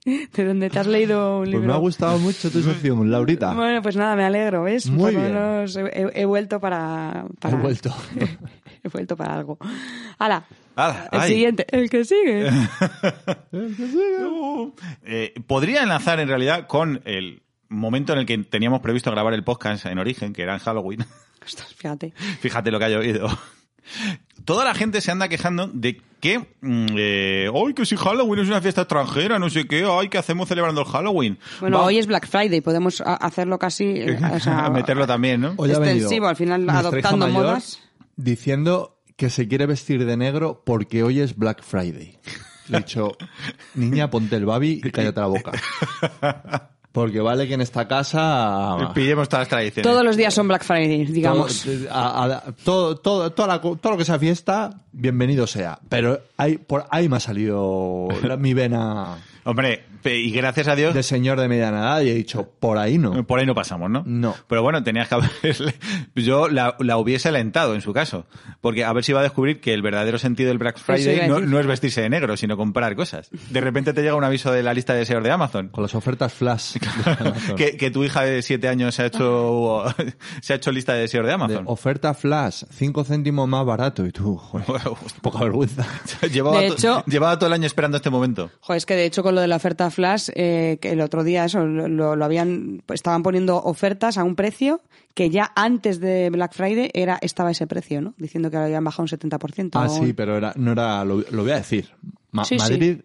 [SPEAKER 2] ¿De dónde te has leído un
[SPEAKER 3] Pues
[SPEAKER 2] libro?
[SPEAKER 3] me ha gustado mucho tu sección, Laurita.
[SPEAKER 2] Bueno, pues nada, me alegro, ¿ves? Por
[SPEAKER 3] Muy
[SPEAKER 2] lo
[SPEAKER 3] bien.
[SPEAKER 2] menos he, he- he vuelto para...
[SPEAKER 3] Has
[SPEAKER 2] para
[SPEAKER 3] vuelto.
[SPEAKER 2] he vuelto para algo. ¡Hala!
[SPEAKER 1] Hala,
[SPEAKER 2] el
[SPEAKER 1] ay.
[SPEAKER 2] siguiente, el que sigue.
[SPEAKER 1] No. Eh, podría enlazar en realidad con el momento en el que teníamos previsto grabar el podcast en origen, que era en Halloween.
[SPEAKER 2] Ostras, fíjate.
[SPEAKER 1] Fíjate lo que ha llovido. Toda la gente se anda quejando de que. mm, eh, ¡Ay, que si Halloween es una fiesta extranjera, no sé qué! ¡Ay, qué hacemos celebrando el Halloween!
[SPEAKER 2] Bueno,
[SPEAKER 1] Va-
[SPEAKER 2] hoy es Black Friday, podemos a- hacerlo casi... eh, o sea,
[SPEAKER 1] a meterlo también, ¿no?
[SPEAKER 3] Hoy ha venido
[SPEAKER 2] Extensivo, al final,
[SPEAKER 3] nuestra hija
[SPEAKER 2] adoptando
[SPEAKER 3] mayor
[SPEAKER 2] modas.
[SPEAKER 3] Diciendo que se quiere vestir de negro porque hoy es Black Friday. Le he dicho, niña, ponte el babi y cállate la boca. Porque vale que en esta casa...
[SPEAKER 1] Pillemos todas las tradiciones.
[SPEAKER 2] Todos los días son Black Friday, digamos.
[SPEAKER 3] Todo, a- a- todo, todo- toda la co- todo lo que sea fiesta, bienvenido sea. Pero hay, por ahí me ha salido la- mi vena
[SPEAKER 1] Hombre, pe- y gracias a Dios.
[SPEAKER 3] de señor de mediana edad y he dicho, por ahí no.
[SPEAKER 1] Por ahí no pasamos, ¿no?
[SPEAKER 3] No.
[SPEAKER 1] Pero bueno, tenías que haberle... Yo la, la hubiese alentado en su caso. Porque a ver si va a descubrir que el verdadero sentido del Black
[SPEAKER 2] Eso iba
[SPEAKER 1] Friday
[SPEAKER 2] a
[SPEAKER 1] no,
[SPEAKER 2] decir.
[SPEAKER 1] no es vestirse de negro, sino comprar cosas. De repente te llega un aviso de la lista de deseos de Amazon.
[SPEAKER 3] Con las ofertas flash. de Amazon.
[SPEAKER 1] que, que tu hija de 7 años se ha hecho se ha hecho lista de deseos de
[SPEAKER 3] De
[SPEAKER 1] Amazon.
[SPEAKER 3] oferta flash, 5 céntimos más barato. Y tú, joder, poca vergüenza.
[SPEAKER 1] llevaba,
[SPEAKER 2] De
[SPEAKER 1] to-
[SPEAKER 2] hecho-
[SPEAKER 1] llevaba todo el año esperando este momento.
[SPEAKER 2] Joder, es que de hecho con lo de la oferta flash, eh, que el otro día eso lo, lo habían, estaban poniendo ofertas a un precio que ya antes de Black Friday era estaba ese precio, ¿no? Diciendo que lo habían bajado un 70%.
[SPEAKER 3] Ah,
[SPEAKER 2] o
[SPEAKER 3] sí,
[SPEAKER 2] un-
[SPEAKER 3] pero era, no era, lo, lo voy a decir. Ma-
[SPEAKER 2] Sí, sí.
[SPEAKER 3] Madrid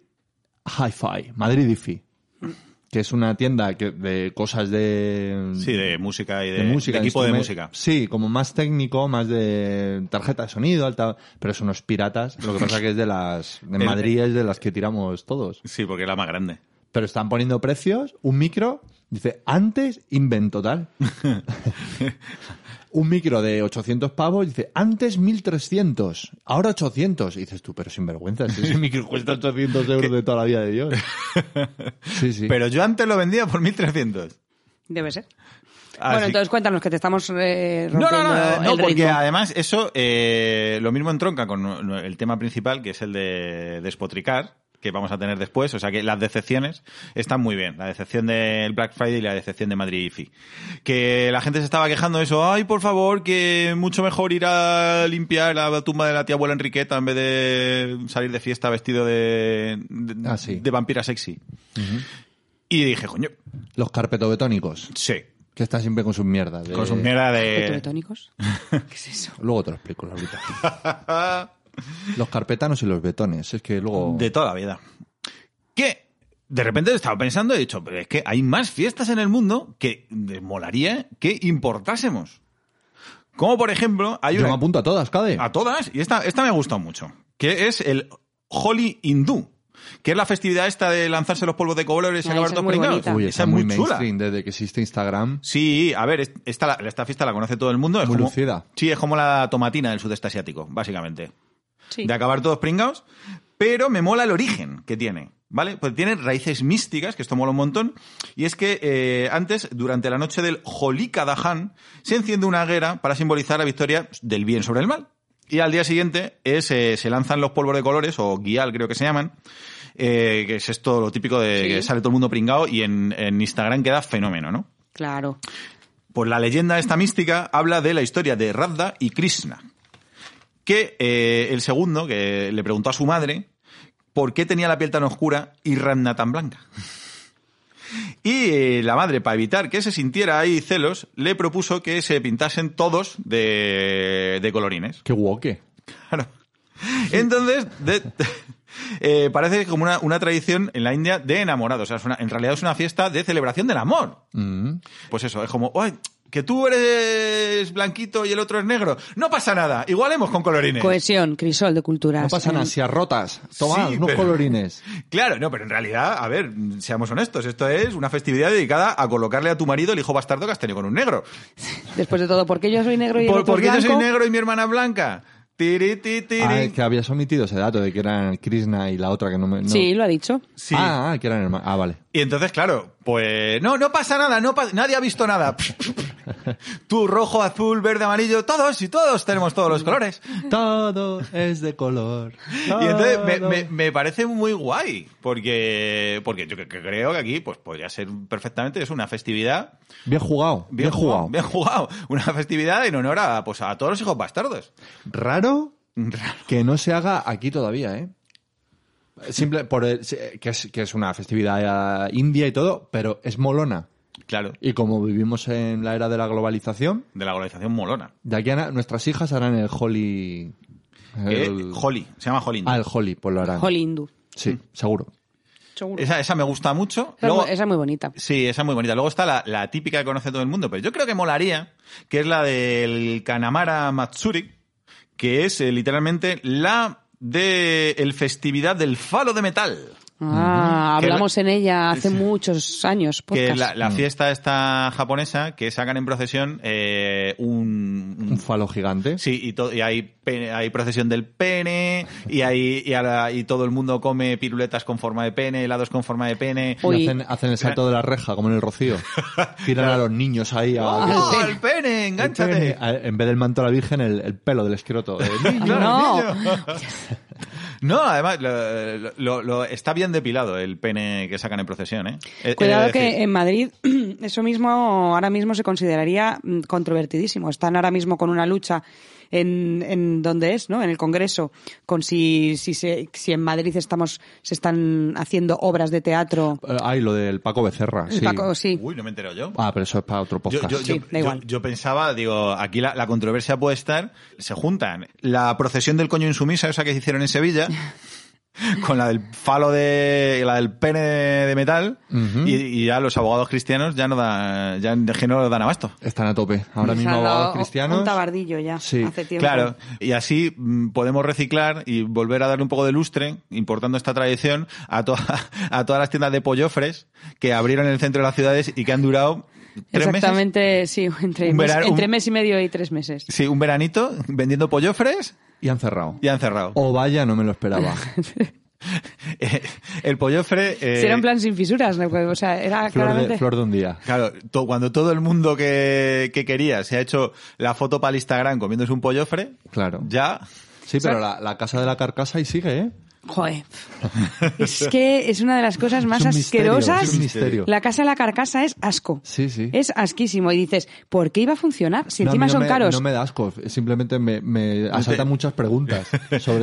[SPEAKER 3] Hi-Fi, Madrid hi que es una tienda que- de cosas de...
[SPEAKER 1] Sí, de música y de,
[SPEAKER 3] Mm. de música.
[SPEAKER 1] de equipo de
[SPEAKER 3] instrumen-
[SPEAKER 1] música.
[SPEAKER 3] Sí, como más técnico, más de tarjeta de sonido, alta, pero son unos piratas. Lo que pasa que es de las... De
[SPEAKER 1] El-
[SPEAKER 3] Madrid es de las que tiramos todos.
[SPEAKER 1] Sí, porque es la más grande.
[SPEAKER 3] Pero están poniendo precios, un micro, dice, antes invento tal. un micro de 800 pavos, dice, antes 1300, ahora 800. Y dices tú, pero sinvergüenza, si ese micro cuesta 800 euros de toda la vida de Dios. Sí, sí.
[SPEAKER 1] Pero yo antes lo vendía por 1300.
[SPEAKER 2] Debe ser.
[SPEAKER 1] Así-
[SPEAKER 2] bueno, entonces cuéntanos que te estamos eh,
[SPEAKER 1] Ah, No,
[SPEAKER 2] rompiendo
[SPEAKER 1] no, no, no,
[SPEAKER 2] el
[SPEAKER 1] porque
[SPEAKER 2] ritmo.
[SPEAKER 1] además eso eh, lo mismo entronca con no, el tema principal, que es el de despotricar, que vamos a tener después. O sea que las decepciones están muy bien. La decepción del Black Friday y la decepción de Madrid IFI. Que la gente se estaba quejando de eso. Ay, por favor, que mucho mejor ir a limpiar la tumba de la tía abuela Enriqueta en vez de salir de fiesta vestido de, de,
[SPEAKER 3] Ah, sí.
[SPEAKER 1] de vampira sexy. Y dije, coño,
[SPEAKER 3] Los carpetobetónicos,
[SPEAKER 1] sí.
[SPEAKER 3] que están siempre con sus mierdas. de-
[SPEAKER 1] Con su mierda
[SPEAKER 2] Eh,
[SPEAKER 1] de...
[SPEAKER 2] ¿Petrobetónicos? ¿Qué es eso?
[SPEAKER 3] Luego te lo explico ahorita. Los carpetanos y los betones, es que luego...
[SPEAKER 1] De toda la vida. Que de repente estaba pensando y he dicho, pero es que hay más fiestas en el mundo que me molaría que importásemos. Como por ejemplo, hay
[SPEAKER 3] Yo me
[SPEAKER 1] una
[SPEAKER 3] apunto a todas, Cade.
[SPEAKER 1] a todas, y esta, esta me ha gustado mucho, que es el Holy Hindú, que es la festividad esta de lanzarse los polvos de colores y
[SPEAKER 2] Ah,
[SPEAKER 1] acabar
[SPEAKER 2] esa es
[SPEAKER 1] todos
[SPEAKER 2] muy
[SPEAKER 1] pringados.
[SPEAKER 2] bonita.
[SPEAKER 3] Uy,
[SPEAKER 1] Esa
[SPEAKER 3] está
[SPEAKER 1] es
[SPEAKER 3] muy,
[SPEAKER 1] muy chula.
[SPEAKER 3] mainstream desde que existe Instagram.
[SPEAKER 1] Sí, a ver, es- esta, la- esta fiesta la conoce todo el mundo. Es
[SPEAKER 3] Muy
[SPEAKER 1] como,
[SPEAKER 3] lucida.
[SPEAKER 1] Sí, es como la tomatina del sudeste asiático, básicamente.
[SPEAKER 2] Sí.
[SPEAKER 1] de acabar todos pringados, pero me mola el origen que tiene. ¿Vale? Pues tiene raíces místicas, que esto mola un montón. Y es que eh, antes, durante la noche del Holika Dahan, se enciende una hoguera para simbolizar la victoria del bien sobre el mal. Y al día siguiente es, eh, se lanzan los polvos de colores, o guial creo que se llaman, eh, que es esto lo típico de
[SPEAKER 2] Sí.
[SPEAKER 1] que sale todo el mundo pringado y en, en Instagram queda fenómeno, ¿no?
[SPEAKER 2] Claro.
[SPEAKER 1] Pues la leyenda esta mística habla de la historia de Radha y Krishna. Que eh, el segundo, que le preguntó a su madre por qué tenía la piel tan oscura y Radha tan blanca. Y eh, la madre, para evitar que se sintiera ahí celos, le propuso que se pintasen todos de, de colorines.
[SPEAKER 3] Qué woke.
[SPEAKER 1] Entonces, de- eh, parece como una, una tradición en la India de enamorados. O sea, es una- en realidad es una fiesta de celebración del amor.
[SPEAKER 3] Mm.
[SPEAKER 1] Pues eso, es como, ¡ay! Que tú eres blanquito y el otro es negro. No pasa nada, igualemos con colorines.
[SPEAKER 2] Cohesión, crisol de culturas.
[SPEAKER 3] No pasan
[SPEAKER 2] Eh,
[SPEAKER 3] ansias rotas. Tomad
[SPEAKER 1] Sí,
[SPEAKER 3] unos
[SPEAKER 1] pero-
[SPEAKER 3] colorines.
[SPEAKER 1] Claro, no, pero en realidad, a ver, seamos honestos, esto es una festividad dedicada a colocarle a tu marido el hijo bastardo que has tenido con un negro.
[SPEAKER 2] Después de todo, ¿por qué yo soy negro y el
[SPEAKER 1] ¿Por,
[SPEAKER 2] otro
[SPEAKER 1] por
[SPEAKER 2] es
[SPEAKER 1] qué yo soy
[SPEAKER 2] blanco?
[SPEAKER 1] negro y mi hermana es blanca? Tiri, ti, tiri.
[SPEAKER 3] Ah, es que habías omitido ese dato de que eran Krishna y la otra que no me. no-
[SPEAKER 2] Sí, lo ha dicho.
[SPEAKER 1] Sí.
[SPEAKER 3] Ah, ah, que eran hermanos. Ah, vale.
[SPEAKER 1] Y entonces, claro, pues no, no pasa nada, no pa- nadie ha visto nada. Tú rojo, azul, verde, amarillo, todos y todos tenemos todos los colores.
[SPEAKER 3] Todo es de color.
[SPEAKER 1] Y entonces me,
[SPEAKER 3] Todo.
[SPEAKER 1] me- me parece muy guay, porque, porque yo que- que creo que aquí pues podría ser perfectamente es una festividad
[SPEAKER 3] Bien jugado. Bien, jugado.
[SPEAKER 1] bien jugado, una festividad en honor a, pues, a todos los hijos bastardos.
[SPEAKER 3] Mm, Raro que no se haga aquí todavía, ¿eh? Simple, por el- que, es, que es una festividad eh, india y todo, pero es molona.
[SPEAKER 1] Claro,
[SPEAKER 3] Y como vivimos en la era de la globalización,
[SPEAKER 1] de la globalización molona.
[SPEAKER 3] de aquí a na- nuestras hijas harán el holy.
[SPEAKER 1] Que-
[SPEAKER 3] el-
[SPEAKER 1] Holly, se llama Holly.
[SPEAKER 3] Ah, el Holly, pues lo harán.
[SPEAKER 2] Holy hindú.
[SPEAKER 3] Sí, seguro.
[SPEAKER 2] Seguro.
[SPEAKER 1] Esa, esa me gusta mucho.
[SPEAKER 2] Esa,
[SPEAKER 1] Luego-
[SPEAKER 2] es muy, esa es muy bonita.
[SPEAKER 1] Sí, esa es muy bonita. Luego está la, la típica que conoce todo el mundo, pero yo creo que molaría, que es la del Kanamara Matsuri, que es eh, literalmente la de el festividad del falo de metal.
[SPEAKER 2] Ah,
[SPEAKER 1] Que
[SPEAKER 2] hablamos en ella hace
[SPEAKER 1] Sí.
[SPEAKER 2] muchos años.
[SPEAKER 1] Que
[SPEAKER 2] podcast.
[SPEAKER 1] la, la fiesta esta japonesa, que sacan en procesión eh, un, un-
[SPEAKER 3] Un falo gigante.
[SPEAKER 1] Sí, y, to- y hay, pene- hay procesión del pene, y, hay, y, ahora- y todo el mundo come piruletas con forma de pene, helados con forma de pene.
[SPEAKER 3] Y
[SPEAKER 2] Uy.
[SPEAKER 3] hacen, hacen el salto de la reja, como en el rocío. Tiran a los niños ahí a.
[SPEAKER 1] ¡Oh,
[SPEAKER 2] pene.
[SPEAKER 1] el pene! ¡Engánchate!
[SPEAKER 3] A- eh, En vez del manto a la virgen, el, el pelo del escroto. Eh,
[SPEAKER 2] Ah,
[SPEAKER 3] niño.
[SPEAKER 2] no.
[SPEAKER 1] No, además, lo, lo- lo- está bien depilado el pene que sacan en procesión, ¿eh? He- he de
[SPEAKER 2] Cuidado
[SPEAKER 1] decir.
[SPEAKER 2] que en Madrid eso mismo ahora mismo se consideraría mm, controvertidísimo. Están ahora mismo con una lucha en, en donde es, ¿no? En el Congreso, con si, si, se- si en Madrid estamos, se están haciendo obras de teatro.
[SPEAKER 3] Eh, Ay, lo del Paco Becerra. Sí.
[SPEAKER 2] Paco, sí.
[SPEAKER 1] Uy, no me entero yo.
[SPEAKER 3] Ah, pero eso es para otro
[SPEAKER 1] Yo,
[SPEAKER 3] podcast.
[SPEAKER 1] yo-
[SPEAKER 2] Sí,
[SPEAKER 1] yo-
[SPEAKER 2] da
[SPEAKER 1] yo-
[SPEAKER 2] igual.
[SPEAKER 1] yo pensaba, digo, aquí la, la controversia puede estar, se juntan la procesión del coño insumisa, esa que hicieron en Sevilla, con la del falo de la del pene de metal
[SPEAKER 3] Ujú.
[SPEAKER 1] y, y ya los abogados cristianos ya no dan ya en- que no dan abasto
[SPEAKER 3] Están a tope. Ahora
[SPEAKER 2] Nos
[SPEAKER 3] mismo
[SPEAKER 2] han dado
[SPEAKER 3] abogados
[SPEAKER 2] un-
[SPEAKER 3] cristianos.
[SPEAKER 2] Un tabardillo ya,
[SPEAKER 3] Sí,
[SPEAKER 2] hace tiempo.
[SPEAKER 1] Claro, y así mm, podemos reciclar y volver a darle un poco de lustre, importando esta tradición, a, to- a todas las tiendas de pollofres que abrieron en el centro de las ciudades y que han durado tres meses.
[SPEAKER 2] Exactamente, sí, entre,
[SPEAKER 1] Un
[SPEAKER 2] mes,
[SPEAKER 1] verano-
[SPEAKER 2] entre
[SPEAKER 1] un-
[SPEAKER 2] mes y medio y tres meses.
[SPEAKER 1] Sí, un veranito vendiendo pollofres
[SPEAKER 3] Y han cerrado.
[SPEAKER 1] y han cerrado.
[SPEAKER 2] Oh.
[SPEAKER 3] O vaya, no me lo esperaba.
[SPEAKER 1] Eh, el pollofre... eh,
[SPEAKER 2] Si era un plan sin fisuras, ¿no? Pues, o sea, era
[SPEAKER 3] flor,
[SPEAKER 2] claramente...
[SPEAKER 3] de, flor de un día.
[SPEAKER 1] Claro, to- cuando todo el mundo que, que quería se ha hecho la foto para el Instagram comiéndose un pollofre,
[SPEAKER 3] Claro.
[SPEAKER 1] ya...
[SPEAKER 3] Sí, pero la, la casa de la carcasa y sigue, ¿eh?
[SPEAKER 2] Joder. Es que es una de las cosas más
[SPEAKER 3] es un misterio,
[SPEAKER 2] asquerosas.
[SPEAKER 3] es un misterio.
[SPEAKER 2] La casa de la carcasa es asco.
[SPEAKER 3] Sí, sí.
[SPEAKER 2] Es asquísimo. Y dices, ¿por qué iba a funcionar? Si
[SPEAKER 3] No, a mí
[SPEAKER 2] encima
[SPEAKER 3] no
[SPEAKER 2] son
[SPEAKER 3] me-
[SPEAKER 2] caros.
[SPEAKER 3] No me da asco, simplemente me, me asaltan
[SPEAKER 1] te-
[SPEAKER 3] muchas preguntas sobre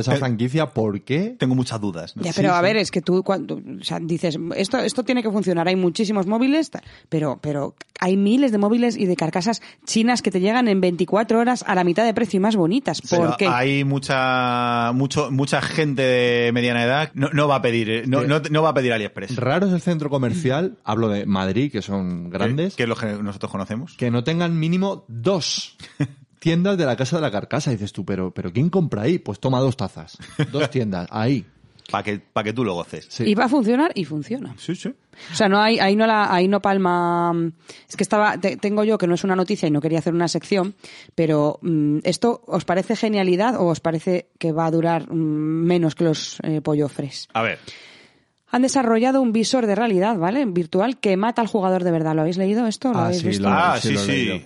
[SPEAKER 3] esa franquicia. ¿Por qué?
[SPEAKER 1] Tengo muchas dudas. ¿no?
[SPEAKER 2] Ya,
[SPEAKER 3] Sí,
[SPEAKER 2] pero a
[SPEAKER 3] sí.
[SPEAKER 2] ver, es que tú cuando o sea, dices, esto, esto tiene que funcionar, hay muchísimos móviles, ta- pero, pero hay miles de móviles y de carcasas chinas que te llegan en 24 horas a la mitad de precio y más bonitas.
[SPEAKER 1] Pero
[SPEAKER 2] ¿Por qué?
[SPEAKER 1] Hay mucha, mucho, mucha gente de mediana edad no, no va a pedir, eh, no, no, no va a pedir AliExpress. Eh,
[SPEAKER 3] Raro es el centro comercial, hablo de Madrid, que son grandes,
[SPEAKER 1] Que, que es lo que nosotros conocemos.
[SPEAKER 3] que no tengan mínimo dos tiendas de la casa de la carcasa. Y dices tú, pero, pero ¿quién compra ahí? Pues toma dos tazas, dos tiendas, ahí.
[SPEAKER 1] Para que, pa' que tú lo goces.
[SPEAKER 3] Sí.
[SPEAKER 2] Y va a funcionar y funciona.
[SPEAKER 1] Sí, sí.
[SPEAKER 2] O sea, no hay, ahí no la, ahí no palma. mm, Es que estaba, te- tengo yo que no es una noticia y no quería hacer una sección, pero mm, esto os parece genialidad o os parece que va a durar mm, menos que los eh, pollofres.
[SPEAKER 1] A ver,
[SPEAKER 2] Han desarrollado un visor de realidad, ¿vale? Virtual que mata al jugador de verdad. ¿Lo habéis leído esto? ¿Lo
[SPEAKER 3] Ah,
[SPEAKER 2] habéis
[SPEAKER 3] sí,
[SPEAKER 2] visto?
[SPEAKER 3] lo-
[SPEAKER 1] ah,
[SPEAKER 3] sí
[SPEAKER 1] sí,
[SPEAKER 3] lo he
[SPEAKER 1] sí.
[SPEAKER 3] leído.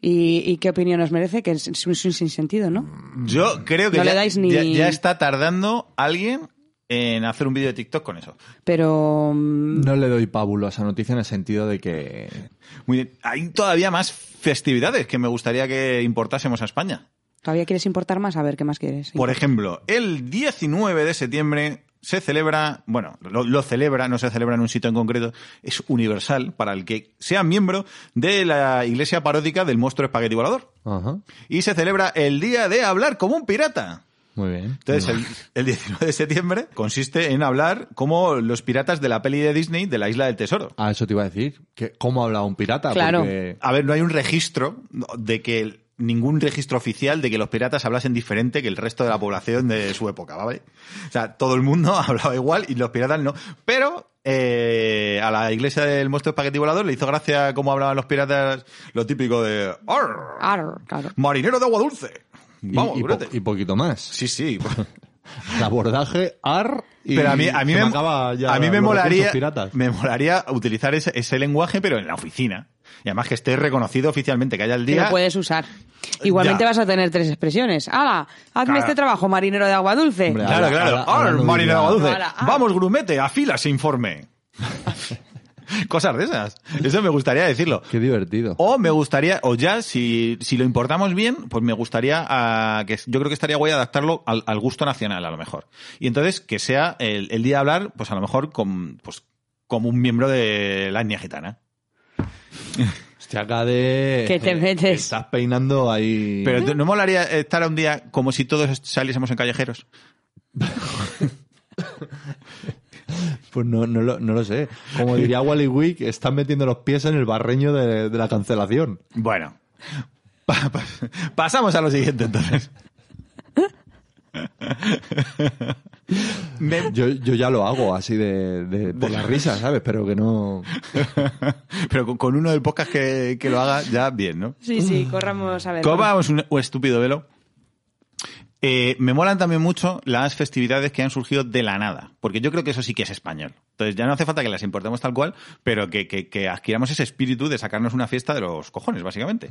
[SPEAKER 2] ¿Y, y qué opinión os merece? Que es, es un sinsentido, ¿no?
[SPEAKER 3] Mm.
[SPEAKER 1] Yo creo que
[SPEAKER 2] No le
[SPEAKER 1] ya,
[SPEAKER 2] dais ni-
[SPEAKER 1] ya- ya está tardando alguien en hacer un vídeo de TikTok con eso.
[SPEAKER 2] Pero. mm,
[SPEAKER 3] No le doy pábulo a esa noticia en el sentido de que...
[SPEAKER 1] Muy bien. Hay todavía más festividades que me gustaría que importásemos a España.
[SPEAKER 2] ¿Todavía quieres importar más? A ver, ¿qué más quieres?
[SPEAKER 1] Por ejemplo, el 19 de septiembre se celebra, bueno, lo, lo celebra, no se celebra en un sitio en concreto, es universal para el que sea miembro de la iglesia paródica del monstruo espagueti volador.
[SPEAKER 3] Ajá,
[SPEAKER 1] Y se celebra el día de hablar como un pirata.
[SPEAKER 3] muy bien.
[SPEAKER 1] Entonces, el, el 19 de septiembre consiste en hablar como los piratas de la peli de Disney de la Isla del Tesoro.
[SPEAKER 3] Ah, eso te iba a decir. Que, ¿Cómo habla un pirata?
[SPEAKER 2] Claro.
[SPEAKER 3] Porque-
[SPEAKER 1] A ver, no hay un registro de que ningún registro oficial de que los piratas hablasen diferente que el resto de la población de su época, ¿vale? O sea, todo el mundo hablaba igual y los piratas no. Pero eh, a la iglesia del monstruo espagueti volador le hizo gracia cómo hablaban los piratas, lo típico de "Arr,
[SPEAKER 2] Ar, claro.
[SPEAKER 1] marinero de agua dulce.
[SPEAKER 3] y-
[SPEAKER 1] Vamos,
[SPEAKER 3] y, po-
[SPEAKER 1] brete".
[SPEAKER 3] y poquito más.
[SPEAKER 1] Sí, sí.
[SPEAKER 3] El abordaje, ar... Y
[SPEAKER 1] Pero a mí, a mí
[SPEAKER 3] se
[SPEAKER 1] me,
[SPEAKER 3] acaba ya
[SPEAKER 1] a mí me
[SPEAKER 3] los recursos
[SPEAKER 1] molaría,
[SPEAKER 3] piratas.
[SPEAKER 1] me molaría utilizar ese, ese lenguaje, pero en la oficina. Y además que esté reconocido oficialmente, que haya el
[SPEAKER 2] Que
[SPEAKER 1] día.
[SPEAKER 2] lo puedes usar. Igualmente
[SPEAKER 1] Ya.
[SPEAKER 2] vas a tener tres expresiones. ¡Hala! Hazme
[SPEAKER 1] Claro.
[SPEAKER 2] este trabajo, marinero de agua dulce.
[SPEAKER 3] Hombre,
[SPEAKER 1] Claro,
[SPEAKER 3] Ahora-
[SPEAKER 1] claro.
[SPEAKER 3] ahora- ahora
[SPEAKER 1] Arr,
[SPEAKER 3] no
[SPEAKER 1] Marina
[SPEAKER 3] diría-
[SPEAKER 1] Baduce.
[SPEAKER 2] Ahora, ah.
[SPEAKER 1] Vamos, grumete, afila ese informe. Cosas de esas. Eso me gustaría decirlo.
[SPEAKER 3] Qué divertido.
[SPEAKER 1] O me gustaría, o ya, si, si lo importamos bien, pues me gustaría ah, que yo creo que estaría guay adaptarlo al, al gusto nacional, a lo mejor. Y entonces que sea el, el día de hablar, pues a lo mejor con, pues, como un miembro de la etnia gitana.
[SPEAKER 3] Hostia, acá de...
[SPEAKER 2] Que te
[SPEAKER 3] eh,
[SPEAKER 2] metes.
[SPEAKER 3] Estás peinando ahí...
[SPEAKER 1] Pero ¿tú- no molaría estar un día como si todos est- saliésemos en callejeros.
[SPEAKER 3] Pues no, no, lo, no lo sé. Como diría Wally Wick, están metiendo los pies en el barreño de, de la cancelación.
[SPEAKER 1] Bueno. Pa- pa- pasamos a lo siguiente entonces. Me-
[SPEAKER 3] Yo, yo ya lo hago así de, de- por la risa, ¿sabes? Pero que no...
[SPEAKER 1] Pero con, con uno del podcast que, que lo haga, ya bien, ¿no?
[SPEAKER 2] Sí, sí, corramos a ver.
[SPEAKER 1] Cobamos un, un estúpido velo. Eh, me molan también mucho las festividades que han surgido de la nada, porque yo creo que eso sí que es español. Entonces ya no hace falta que las importemos tal cual, pero que, que- que adquiramos ese espíritu de sacarnos una fiesta de los cojones, básicamente.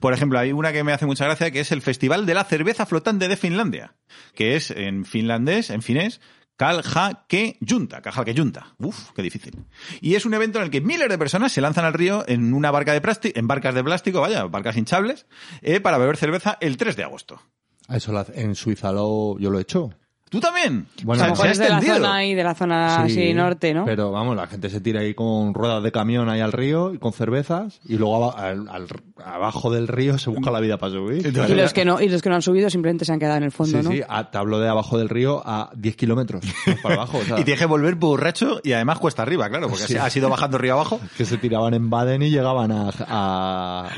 [SPEAKER 1] Por ejemplo, hay una que me hace mucha gracia, que es el Festival de la Cerveza Flotante de Finlandia, que es en finlandés, en finés, Kalhake Junta, Kalhake Junta. Uf, qué difícil. Y es un evento en el que miles de personas se lanzan al río en una barca de plástico, en barcas de plástico, vaya, barcas hinchables, eh, para beber cerveza el 3 de agosto.
[SPEAKER 3] Eso lo hace- en Suiza lo, yo lo he hecho.
[SPEAKER 1] ¿Tú ¿Tú también?
[SPEAKER 3] Bueno,
[SPEAKER 1] O sea,
[SPEAKER 2] a lo
[SPEAKER 3] se
[SPEAKER 2] mejor
[SPEAKER 1] ha
[SPEAKER 2] es Pues de la
[SPEAKER 1] extendido.
[SPEAKER 2] zona ahí, de la zona así norte, ¿no?
[SPEAKER 3] Pero vamos, la gente se tira ahí con ruedas de camión ahí al río y con cervezas y luego aba- al- al- abajo del río se busca la vida para subir.
[SPEAKER 1] Entonces,
[SPEAKER 2] y los que no, y los que no han subido simplemente se han quedado en el
[SPEAKER 3] Sí,
[SPEAKER 2] fondo, ¿no?
[SPEAKER 3] sí, a, te hablo de abajo del río a 10 kilómetros más para abajo. o sea,
[SPEAKER 1] Y tienes que volver borracho y además cuesta arriba, claro, porque
[SPEAKER 3] Sí.
[SPEAKER 1] ha sido bajando río abajo.
[SPEAKER 3] que se tiraban en Baden y llegaban a... a-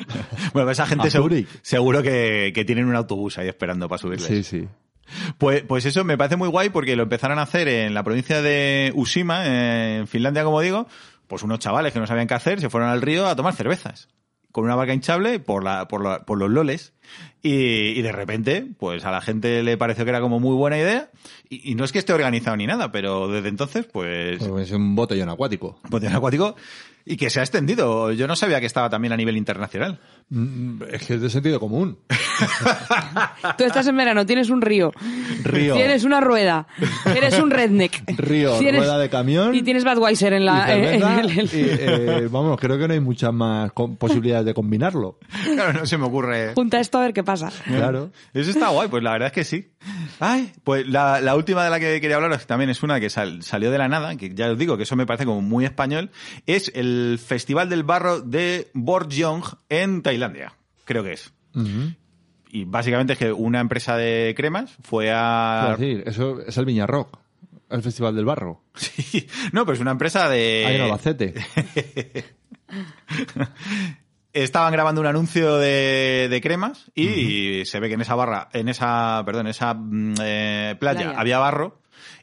[SPEAKER 1] Bueno, esa gente
[SPEAKER 3] A
[SPEAKER 1] segu- seguro,
[SPEAKER 3] Zurich.
[SPEAKER 1] que, que tienen un autobús ahí esperando para subirles.
[SPEAKER 3] Sí, sí.
[SPEAKER 1] Pues, pues eso me parece muy guay porque lo empezaron a hacer en la provincia de Ushima, en Finlandia, como digo. Pues unos chavales que no sabían qué hacer se fueron al río a tomar cervezas con una barca hinchable por, la, por, la- por los loles. Y, y de repente, pues a la gente le pareció que era como muy buena idea. Y, y no es que esté organizado ni nada, pero desde entonces, pues.
[SPEAKER 3] Pues es un botellón acuático.
[SPEAKER 1] Botellón acuático. Y que se ha extendido. Yo no sabía que estaba también a nivel internacional.
[SPEAKER 3] Mm, Es que es de sentido común.
[SPEAKER 2] Tú estás en verano, tienes un río,
[SPEAKER 3] Río.
[SPEAKER 2] tienes una rueda, eres un redneck,
[SPEAKER 3] Río,
[SPEAKER 2] tienes-
[SPEAKER 3] rueda de camión.
[SPEAKER 2] y tienes Budweiser en la.
[SPEAKER 3] y cerveza,
[SPEAKER 2] en el-
[SPEAKER 3] y, eh, vamos, creo que no hay muchas más com- posibilidades de combinarlo.
[SPEAKER 1] Claro, no se me ocurre.
[SPEAKER 2] Junta esto a ver qué pasa.
[SPEAKER 3] Claro.
[SPEAKER 1] Eso está guay, pues la verdad es que sí. Ay, pues la, la última de la que quería hablaros, que también es una que sal- salió de la nada, que ya os digo que eso me parece como muy español, es el Festival del Barro de Borjong en Tailandia, creo que es.
[SPEAKER 3] Ujú.
[SPEAKER 1] Y básicamente es que una empresa de cremas fue a...
[SPEAKER 3] Es decir, eso es el Viñarrock, el Festival del Barro.
[SPEAKER 1] Sí. No, pero es una empresa de...
[SPEAKER 3] Ahí en Albacete.
[SPEAKER 1] estaban grabando un anuncio de, de cremas y se ve que en esa barra, en esa, perdón, en esa mm, eh, playa,
[SPEAKER 2] Playa.
[SPEAKER 1] había barro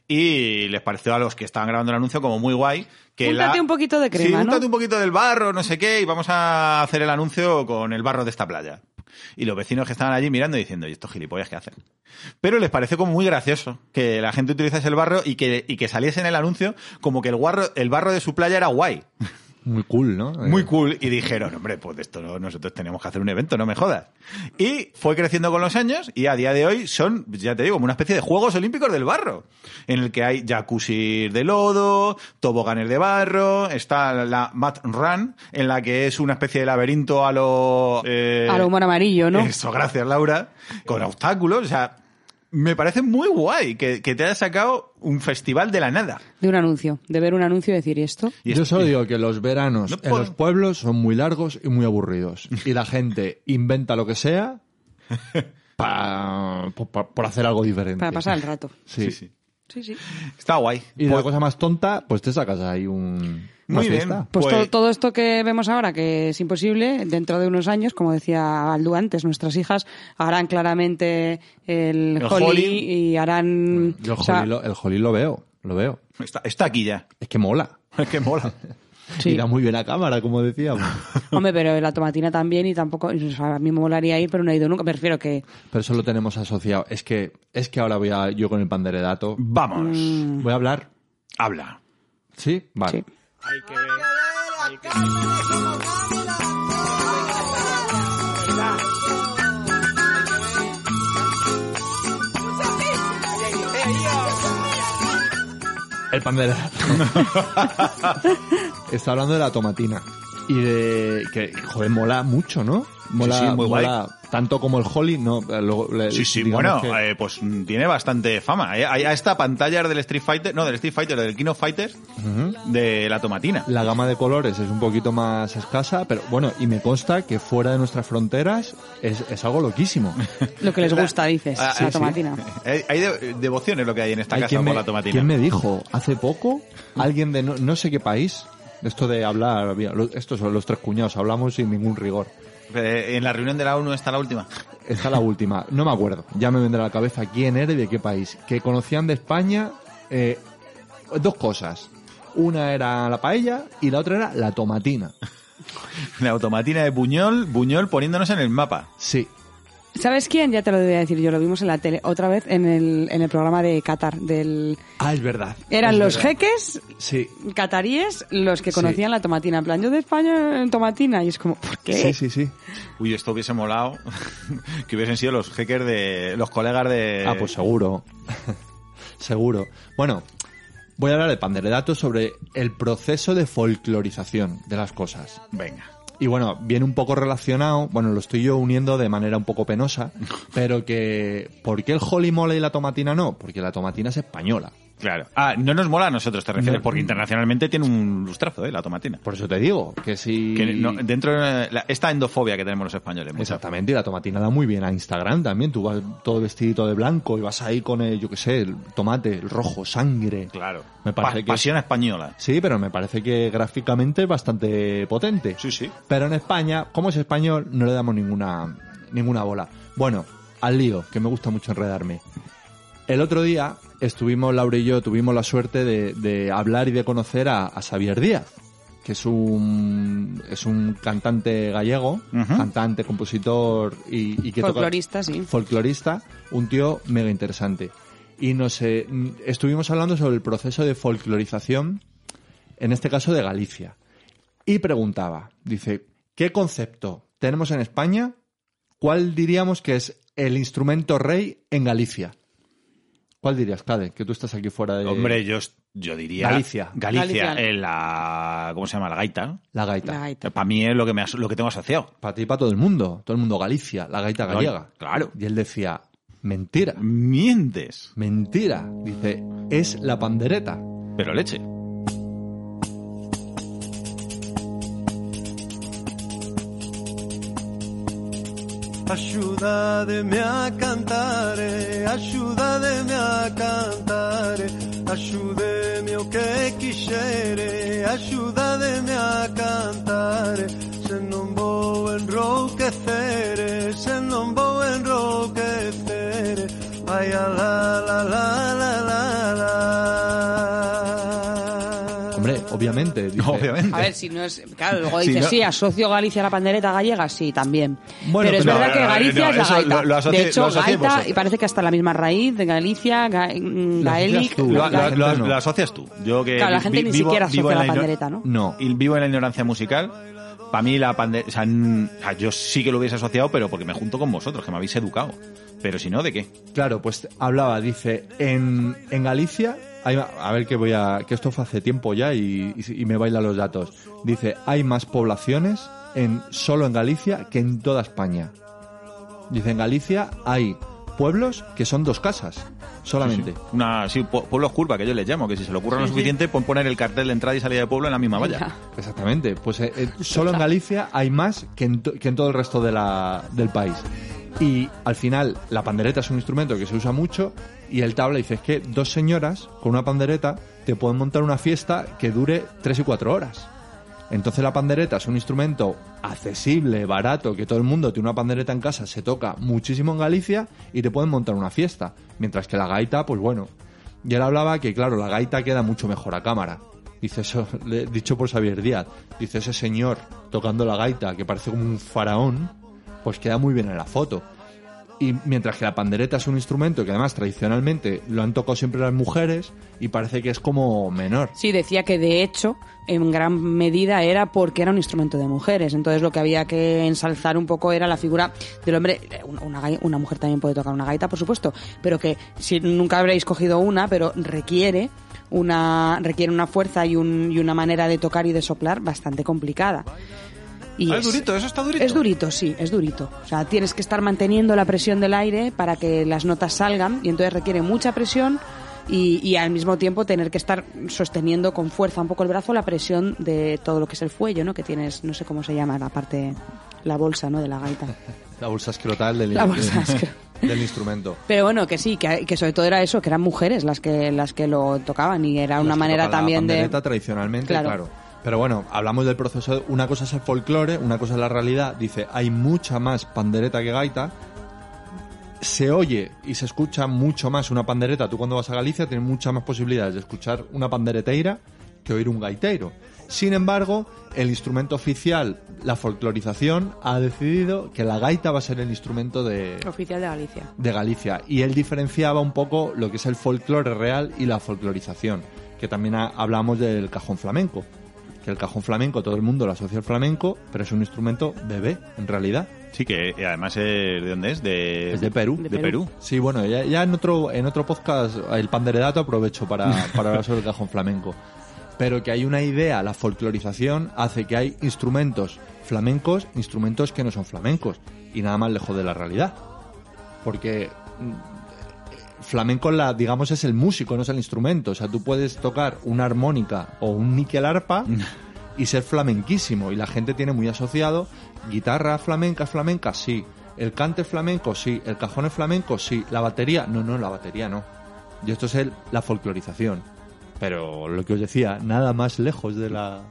[SPEAKER 1] y les pareció a los que estaban grabando el anuncio como muy guay que
[SPEAKER 2] Úntate
[SPEAKER 1] la-
[SPEAKER 2] un poquito de crema,
[SPEAKER 1] sí,
[SPEAKER 2] ¿no?
[SPEAKER 1] úntate un poquito del barro, no sé qué, y vamos a hacer el anuncio con el barro de esta playa. Y los vecinos que estaban allí mirando y diciendo, ¿y estos gilipollas qué hacen? Pero les pareció como muy gracioso que la gente utilizase el barro y que, y que saliese en el anuncio como que el, guarro- el barro de su playa era guay.
[SPEAKER 3] Muy cool, ¿no?
[SPEAKER 1] Muy
[SPEAKER 3] Eh,
[SPEAKER 1] cool. Y dijeron, hombre, pues de esto no- nosotros tenemos que hacer un evento, no me jodas. Y fue creciendo con los años y a día de hoy son, ya te digo, como una especie de Juegos Olímpicos del Barro, en el que hay jacuzzi de lodo, toboganes de barro, está la Mat Run, en la que es una especie de laberinto a lo... eh,
[SPEAKER 2] A lo humano amarillo, ¿no?
[SPEAKER 1] Eso, gracias Laura, con obstáculos, o sea... Me parece muy guay que, que te hayas sacado un festival de la nada.
[SPEAKER 2] De un anuncio, de ver un anuncio y decir, ¿y esto?
[SPEAKER 1] Y
[SPEAKER 3] Yo
[SPEAKER 1] es-
[SPEAKER 3] solo digo que los veranos
[SPEAKER 1] No
[SPEAKER 3] en
[SPEAKER 1] puedo.
[SPEAKER 3] los pueblos son muy largos y muy aburridos. Y la gente inventa lo que sea pa- po- pa- por hacer algo diferente.
[SPEAKER 2] Para pasar el rato.
[SPEAKER 3] Sí.
[SPEAKER 1] sí.
[SPEAKER 2] Sí, sí.
[SPEAKER 1] Está guay.
[SPEAKER 3] Y de
[SPEAKER 1] Pues-
[SPEAKER 3] la cosa más tonta, pues te sacas ahí un... una
[SPEAKER 1] Muy bien.
[SPEAKER 3] fiesta.
[SPEAKER 2] Pues,
[SPEAKER 1] Pues-
[SPEAKER 2] to- todo esto que vemos ahora, que es imposible, dentro de unos años, como decía Aldu antes, nuestras hijas harán claramente el,
[SPEAKER 1] El
[SPEAKER 2] holly
[SPEAKER 1] holly.
[SPEAKER 2] y harán...
[SPEAKER 3] Yo el,
[SPEAKER 2] o sea,
[SPEAKER 3] jolí lo, el jolí lo veo, lo veo.
[SPEAKER 1] está- está aquí ya.
[SPEAKER 3] Es que mola.
[SPEAKER 1] Es que mola.
[SPEAKER 2] sí.
[SPEAKER 3] Irá muy bien la cámara, como decíamos.
[SPEAKER 2] Hombre, pero la tomatina también y tampoco... o sea, a mí me molaría ir, pero no he ido nunca. Me refiero que...
[SPEAKER 3] Pero eso lo tenemos asociado. Es que, es que ahora voy a, yo con el panderedato.
[SPEAKER 1] Vamos.
[SPEAKER 3] Voy a hablar.
[SPEAKER 1] Habla.
[SPEAKER 3] ¿Sí? Vale.
[SPEAKER 2] Sí.
[SPEAKER 3] El panderedato. Está hablando de la tomatina. Y de que, joder, mola mucho, ¿no? Mola,
[SPEAKER 1] Sí, sí, muy guay.
[SPEAKER 3] mola tanto como el Holly, ¿no? Eh, luego le-
[SPEAKER 1] Sí, sí, bueno,
[SPEAKER 3] digamos que-
[SPEAKER 1] eh, pues mm, tiene bastante fama. Eh, Hay a esta pantalla del Street Fighter, no, del Street Fighter, del King of Fighters, de la tomatina.
[SPEAKER 3] la gama de colores es un poquito más escasa, pero bueno, y me consta que fuera de nuestras fronteras es, es algo loquísimo.
[SPEAKER 2] Lo que les gusta, dices,
[SPEAKER 1] Ah,
[SPEAKER 2] la
[SPEAKER 1] sí,
[SPEAKER 2] tomatina.
[SPEAKER 1] Eh, Hay de- devociones lo que hay en esta
[SPEAKER 3] Ay,
[SPEAKER 1] casa
[SPEAKER 3] ¿quién
[SPEAKER 1] con
[SPEAKER 3] me,
[SPEAKER 1] la tomatina.
[SPEAKER 3] quién me dijo hace poco? Alguien de no, no sé qué país, esto de hablar, mira, lo- estos son los tres cuñados, hablamos sin ningún rigor.
[SPEAKER 1] Eh, en la reunión de la ONU está la última.
[SPEAKER 3] Está la última, no me acuerdo, ya me vendrá a la cabeza quién era y de qué país. Que conocían de España eh, dos cosas. Una era la paella y la otra era la tomatina.
[SPEAKER 1] La tomatina de Buñol, Buñol poniéndonos en el mapa.
[SPEAKER 3] Sí,
[SPEAKER 2] ¿Sabes quién? Ya te lo debía decir yo, lo vimos en la tele otra vez en el, en el programa de Qatar. Del...
[SPEAKER 3] ah, es verdad.
[SPEAKER 2] Eran
[SPEAKER 3] Es
[SPEAKER 2] los
[SPEAKER 3] verdad.
[SPEAKER 2] jeques
[SPEAKER 3] Sí,
[SPEAKER 2] cataríes los que
[SPEAKER 3] Sí.
[SPEAKER 2] conocían la tomatina. En plan, yo de España en tomatina. Y es como, ¿por qué?
[SPEAKER 3] sí, sí, sí.
[SPEAKER 1] Uy, esto hubiese molado que hubiesen sido los hackers de los colegas de.
[SPEAKER 3] Ah, pues seguro. seguro. Bueno, voy a hablar de panderedato sobre el proceso de folclorización de las cosas.
[SPEAKER 1] Venga.
[SPEAKER 3] Y bueno, viene un poco relacionado, bueno, lo estoy yo uniendo de manera un poco penosa, pero que ¿por qué el holy mole y la tomatina no? Porque la tomatina es española.
[SPEAKER 1] Claro. Ah, no nos mola a nosotros, te refieres,
[SPEAKER 3] No.
[SPEAKER 1] porque internacionalmente tiene un lustrazo, ¿eh? La tomatina.
[SPEAKER 3] Por eso te digo, que si...
[SPEAKER 1] Que no- dentro de la- esta endofobia que tenemos los españoles. mucha.
[SPEAKER 3] Exactamente, y la tomatina da muy bien a Instagram también. Tú vas todo vestidito de blanco y vas ahí con el, yo qué sé, el tomate, el rojo, sangre.
[SPEAKER 1] Claro.
[SPEAKER 3] Me parece
[SPEAKER 1] Pa-
[SPEAKER 3] que-
[SPEAKER 1] Pasión española.
[SPEAKER 3] Sí, pero me parece que gráficamente es bastante potente.
[SPEAKER 1] Sí, sí.
[SPEAKER 3] Pero en España, como es español, no le damos ninguna, ninguna bola. Bueno, al lío, que me gusta mucho enredarme. El otro día estuvimos, Laura y yo, tuvimos la suerte de, de hablar y de conocer a, a Xavier Díaz, que es un, es un cantante gallego,
[SPEAKER 1] Ujú.
[SPEAKER 3] cantante, compositor y, y que toca-
[SPEAKER 2] Folclorista, sí.
[SPEAKER 3] folclorista, un tío mega interesante. Y nos eh, mm, estuvimos hablando sobre el proceso de folclorización, en este caso de Galicia. Y preguntaba, dice, ¿qué concepto tenemos en España? ¿Cuál diríamos que es el instrumento rey en Galicia? ¿Cuál dirías, Cade? Que tú estás aquí fuera de
[SPEAKER 1] Hombre, yo, yo diría...
[SPEAKER 3] Galicia.
[SPEAKER 1] Eh, Galicia,
[SPEAKER 2] Galicia.
[SPEAKER 1] eh, la... ¿Cómo se llama? La gaita. ¿no?
[SPEAKER 3] la gaita.
[SPEAKER 2] La gaita.
[SPEAKER 1] Para mí es lo que, me, as- lo que tengo asociado.
[SPEAKER 3] Para ti, para todo el mundo. Todo el mundo Galicia, la gaita gallega.
[SPEAKER 1] Claro.
[SPEAKER 3] Y él decía, mentira,
[SPEAKER 1] Mientes.
[SPEAKER 3] mentira. Dice, es la pandereta.
[SPEAKER 1] Pero leche.
[SPEAKER 4] Axudademe a cantar, eh, axudademe a cantar, eh, axudeme o que quixere, axudademe a cantar, eh, se non vou enrouquecer, eh, se non vou enrouquecer, eh, ai a la la la la la la.
[SPEAKER 3] Hombre, obviamente. dice.
[SPEAKER 1] Obviamente.
[SPEAKER 2] A ver, si no es. Claro, luego
[SPEAKER 1] Si
[SPEAKER 2] dices,
[SPEAKER 1] no-
[SPEAKER 2] sí, asocio Galicia a la pandereta gallega, sí, también.
[SPEAKER 3] Bueno,
[SPEAKER 2] pero es
[SPEAKER 3] pero-
[SPEAKER 2] verdad
[SPEAKER 1] No,
[SPEAKER 2] que
[SPEAKER 1] no, no,
[SPEAKER 2] Galicia
[SPEAKER 1] no,
[SPEAKER 2] es la
[SPEAKER 1] eso
[SPEAKER 2] gaita.
[SPEAKER 1] lo- lo asoci-
[SPEAKER 2] de hecho,
[SPEAKER 1] lo asociáis
[SPEAKER 2] gaita,
[SPEAKER 1] vosotros.
[SPEAKER 2] y parece que hasta la misma raíz de Galicia, ga- mm,
[SPEAKER 3] Lo asocias
[SPEAKER 2] gaelic.
[SPEAKER 3] tú,
[SPEAKER 1] Lo,
[SPEAKER 3] La
[SPEAKER 1] lo-
[SPEAKER 3] gente
[SPEAKER 1] lo-
[SPEAKER 3] no.
[SPEAKER 1] lo asocias tú. Yo que
[SPEAKER 2] Claro, la
[SPEAKER 1] vi-
[SPEAKER 2] gente ni
[SPEAKER 1] vivo-
[SPEAKER 2] siquiera
[SPEAKER 1] vivo
[SPEAKER 2] asocia
[SPEAKER 1] en
[SPEAKER 2] la
[SPEAKER 1] igno-
[SPEAKER 2] pandereta, ¿no?
[SPEAKER 3] No.
[SPEAKER 1] y vivo en la ignorancia musical. Para mí la pandereta... O sea, n- o sea, yo sí que lo hubiese asociado, pero porque me junto con vosotros, que me habéis educado. Pero si no, ¿de qué?
[SPEAKER 3] Claro, pues hablaba, dice, en, en Galicia, hay, ma- a ver que voy a, que esto fue hace tiempo ya y, y- y me baila los datos. Dice, hay más poblaciones en, solo en Galicia que en toda España. Dice, en Galicia hay pueblos que son dos casas, solamente.
[SPEAKER 1] Este, Una, sí, pue- pueblos curva, que yo les llamo, que si se le ocurre lo suficiente, pueden poner el cartel de entrada y salida de pueblo en la misma valla.
[SPEAKER 3] Exactamente, pues eh, eh, solo en Galicia hay más que en, to- que en todo el resto de la- del país. Y al final la pandereta es un instrumento que se usa mucho y el tabla dice es que dos señoras con una pandereta te pueden montar una fiesta que dure tres y cuatro horas. Entonces la pandereta es un instrumento accesible, barato, que todo el mundo tiene una pandereta en casa, se toca muchísimo en Galicia y te pueden montar una fiesta. Mientras que la gaita, pues bueno. Y él hablaba que, claro, la gaita queda mucho mejor a cámara. Dice eso, le- dicho por Xavier Díaz. Dice ese señor tocando la gaita, que parece como un faraón, pues queda muy bien en la foto. Y mientras que la pandereta es un instrumento que además tradicionalmente lo han tocado siempre las mujeres y parece que es como menor.
[SPEAKER 2] Sí, decía que de hecho, en gran medida era porque era un instrumento de mujeres. Entonces lo que había que ensalzar un poco era la figura del hombre. Eh, Una, una gai- una mujer también puede tocar una gaita, por supuesto, pero que si nunca habréis cogido una, pero requiere una requiere una fuerza y, un- y una manera de tocar y de soplar bastante complicada. Y
[SPEAKER 1] Ah, es durito, eso está durito.
[SPEAKER 2] Es durito, sí, es durito. O sea, tienes que estar manteniendo la presión del aire para que las notas salgan y entonces requiere mucha presión y, y al mismo tiempo tener que estar sosteniendo con fuerza un poco el brazo la presión de todo lo que es el fuello, ¿no? Que tienes, no sé cómo se llama la parte, la bolsa, ¿no? De la gaita.
[SPEAKER 3] La bolsa escrotal del,
[SPEAKER 2] La bolsa escro-
[SPEAKER 3] del instrumento.
[SPEAKER 2] Pero bueno, que sí, que, que sobre todo era eso, que eran mujeres las que las que lo tocaban y era una
[SPEAKER 3] Las que
[SPEAKER 2] manera
[SPEAKER 3] toca la
[SPEAKER 2] también de...
[SPEAKER 3] pandereta tradicionalmente, claro.
[SPEAKER 2] Claro.
[SPEAKER 3] Pero bueno, hablamos del proceso. de- Una cosa es el folclore, una cosa es la realidad. Dice, hay mucha más pandereta que gaita. Se oye y se escucha mucho más una pandereta. Tú cuando vas a Galicia tienes muchas más posibilidades de escuchar una pandereteira que oír un gaitero. Sin embargo, el instrumento oficial, la folclorización, ha decidido que la gaita va a ser el instrumento de,
[SPEAKER 2] Oficial de Galicia.
[SPEAKER 3] de Galicia y él diferenciaba un poco lo que es el folclore real y la folclorización, que también ha- hablamos del cajón flamenco, que el cajón flamenco todo el mundo lo asocia al flamenco, pero es un instrumento bebé en realidad.
[SPEAKER 1] Sí, que eh, además, eh, ¿de dónde es? De,
[SPEAKER 3] Es de Perú.
[SPEAKER 1] De
[SPEAKER 2] De Perú.
[SPEAKER 1] Perú.
[SPEAKER 3] Sí, bueno, ya, ya en otro en otro podcast el panderedato aprovecho para, para hablar sobre el cajón flamenco, pero que hay una idea, la folclorización hace que hay instrumentos flamencos instrumentos que no son flamencos y nada más lejos de la realidad. Porque mm, flamenco, la, digamos, es el músico, no es el instrumento. O sea, tú puedes tocar una armónica o un níquel arpa y ser flamenquísimo. Y la gente tiene muy asociado guitarra flamenca, flamenca, sí. El cante flamenco, sí. El cajón es flamenco, sí. La batería, no, no, la batería no. Y esto es el- la folclorización. Pero lo que os decía, nada más lejos de la...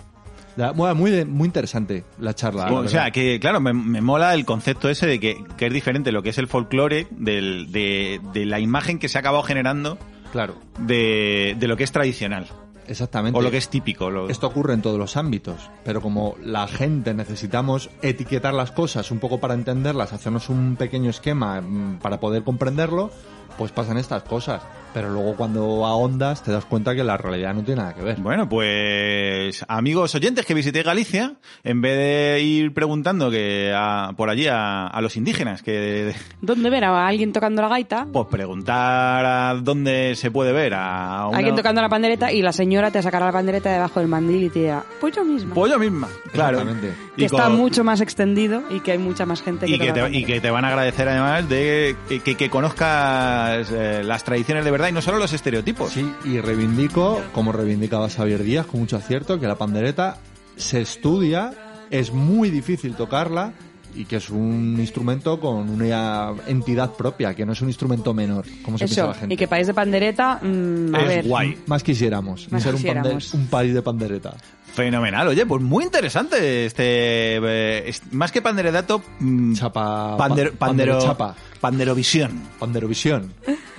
[SPEAKER 3] de la- bueno, muy, de- muy interesante la charla. la
[SPEAKER 1] o sea,
[SPEAKER 3] Ah, verdad.
[SPEAKER 1] que claro, me, me mola el concepto ese de que, que es diferente lo que es el folclore del- de, de la imagen que se ha acabado generando
[SPEAKER 3] claro,
[SPEAKER 1] de, de lo que es tradicional
[SPEAKER 3] exactamente.
[SPEAKER 1] o lo que es típico. lo-
[SPEAKER 3] Esto ocurre en todos los ámbitos, pero como la gente necesitamos etiquetar las cosas un poco para entenderlas, hacernos un pequeño esquema mm, para poder comprenderlo, pues pasan estas cosas. Pero luego cuando ahondas te das cuenta que la realidad no tiene nada que ver.
[SPEAKER 1] Bueno, pues amigos oyentes que visité Galicia, en vez de ir preguntando que a- por allí a, a los indígenas, que
[SPEAKER 2] ¿Dónde ver a alguien tocando la gaita?
[SPEAKER 1] pues preguntar a dónde se puede ver a una-
[SPEAKER 2] Alguien tocando la pandereta y la señora te sacará la pandereta debajo del mandil y te dirá, pues yo misma.
[SPEAKER 1] Pues yo misma, claro.
[SPEAKER 3] Exactamente.
[SPEAKER 1] Y
[SPEAKER 2] que está
[SPEAKER 1] con-
[SPEAKER 2] mucho más extendido y que hay mucha más gente que,
[SPEAKER 1] y que,
[SPEAKER 2] toca
[SPEAKER 1] te,
[SPEAKER 2] pandereta.
[SPEAKER 1] y que te van a agradecer además de que, que- que conozcas eh, las tradiciones de verdad y no solo los estereotipos.
[SPEAKER 3] Sí, y reivindico, como reivindicaba Xavier Díaz con mucho acierto, que la pandereta se estudia, es muy difícil tocarla y que es un instrumento con una entidad propia, que no es un instrumento menor, como se piensa
[SPEAKER 2] Eso,
[SPEAKER 3] la gente.
[SPEAKER 2] y que país de pandereta, mm, a
[SPEAKER 1] Es
[SPEAKER 2] ver.
[SPEAKER 1] guay.
[SPEAKER 3] Más quisiéramos
[SPEAKER 2] Más
[SPEAKER 3] ser un
[SPEAKER 2] quisiéramos.
[SPEAKER 3] pander- Un, país de pandereta.
[SPEAKER 1] Fenomenal, oye, pues muy interesante este, eh, es- más que panderedato, mm,
[SPEAKER 3] Chapa.
[SPEAKER 1] pander-
[SPEAKER 3] pa-
[SPEAKER 1] pandero,
[SPEAKER 3] Chapa.
[SPEAKER 1] panderovisión.
[SPEAKER 3] Panderovisión.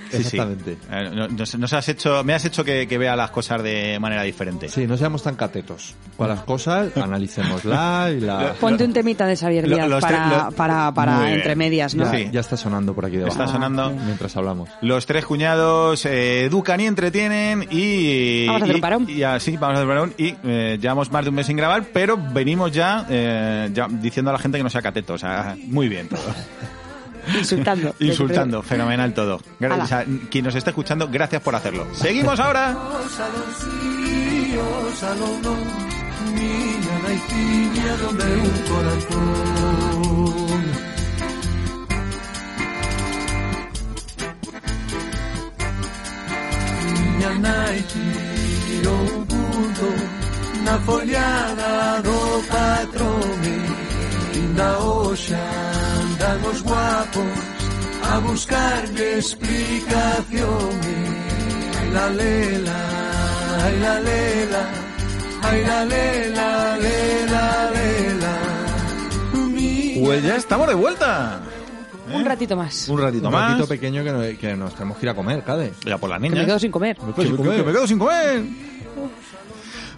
[SPEAKER 1] Sí, sí.
[SPEAKER 3] Exactamente.
[SPEAKER 1] Eh, no- nos, nos has hecho, me has hecho que, que vea las cosas de manera diferente.
[SPEAKER 3] Sí, no seamos tan catetos. Con las cosas, analicémosla y la.
[SPEAKER 2] Ponte un temita de Xavier
[SPEAKER 1] Lo-
[SPEAKER 2] Díaz
[SPEAKER 1] los
[SPEAKER 2] para,
[SPEAKER 1] tres- lo-
[SPEAKER 2] para, para
[SPEAKER 1] Muy bien.
[SPEAKER 2] entre medias, ¿no?
[SPEAKER 3] Ya,
[SPEAKER 1] pues, Sí.
[SPEAKER 3] ya está sonando por aquí debajo.
[SPEAKER 1] Está sonando.
[SPEAKER 3] Mientras hablamos.
[SPEAKER 1] Los tres cuñados eh, educan y entretienen y...
[SPEAKER 2] Vamos a hacer un
[SPEAKER 1] y-
[SPEAKER 2] parón.
[SPEAKER 1] y así, vamos a hacer un parón y eh, llevamos más de un mes sin grabar, pero venimos ya, eh, ya diciendo a la gente que no sea cateto, o sea, muy bien todo.
[SPEAKER 2] Insultando.
[SPEAKER 1] Insultando, fenomenal todo. Gra-
[SPEAKER 2] Ala.
[SPEAKER 1] o sea, quien nos está escuchando, gracias por hacerlo. Seguimos ahora.
[SPEAKER 4] Saloncillo, salonón, miña naitiña donde un corazón Miña naitiña un punto na foliada do patrome Inda hoxe andan os guapos a buscarlle explicaciones Ay la lela, ay la lela, ay la lela, lela, lela. Mi-
[SPEAKER 1] Pues ya estamos de vuelta.
[SPEAKER 2] Un ratito más.
[SPEAKER 1] Un ratito
[SPEAKER 3] Un
[SPEAKER 1] más.
[SPEAKER 3] ratito pequeño que nos, que nos tenemos que ir a comer, Cade.
[SPEAKER 1] Ya por la
[SPEAKER 2] Que me
[SPEAKER 1] niña.
[SPEAKER 2] quedo sin comer.
[SPEAKER 3] Me
[SPEAKER 1] Pues,
[SPEAKER 3] quedo sin comer.
[SPEAKER 1] que me quedo sin comer.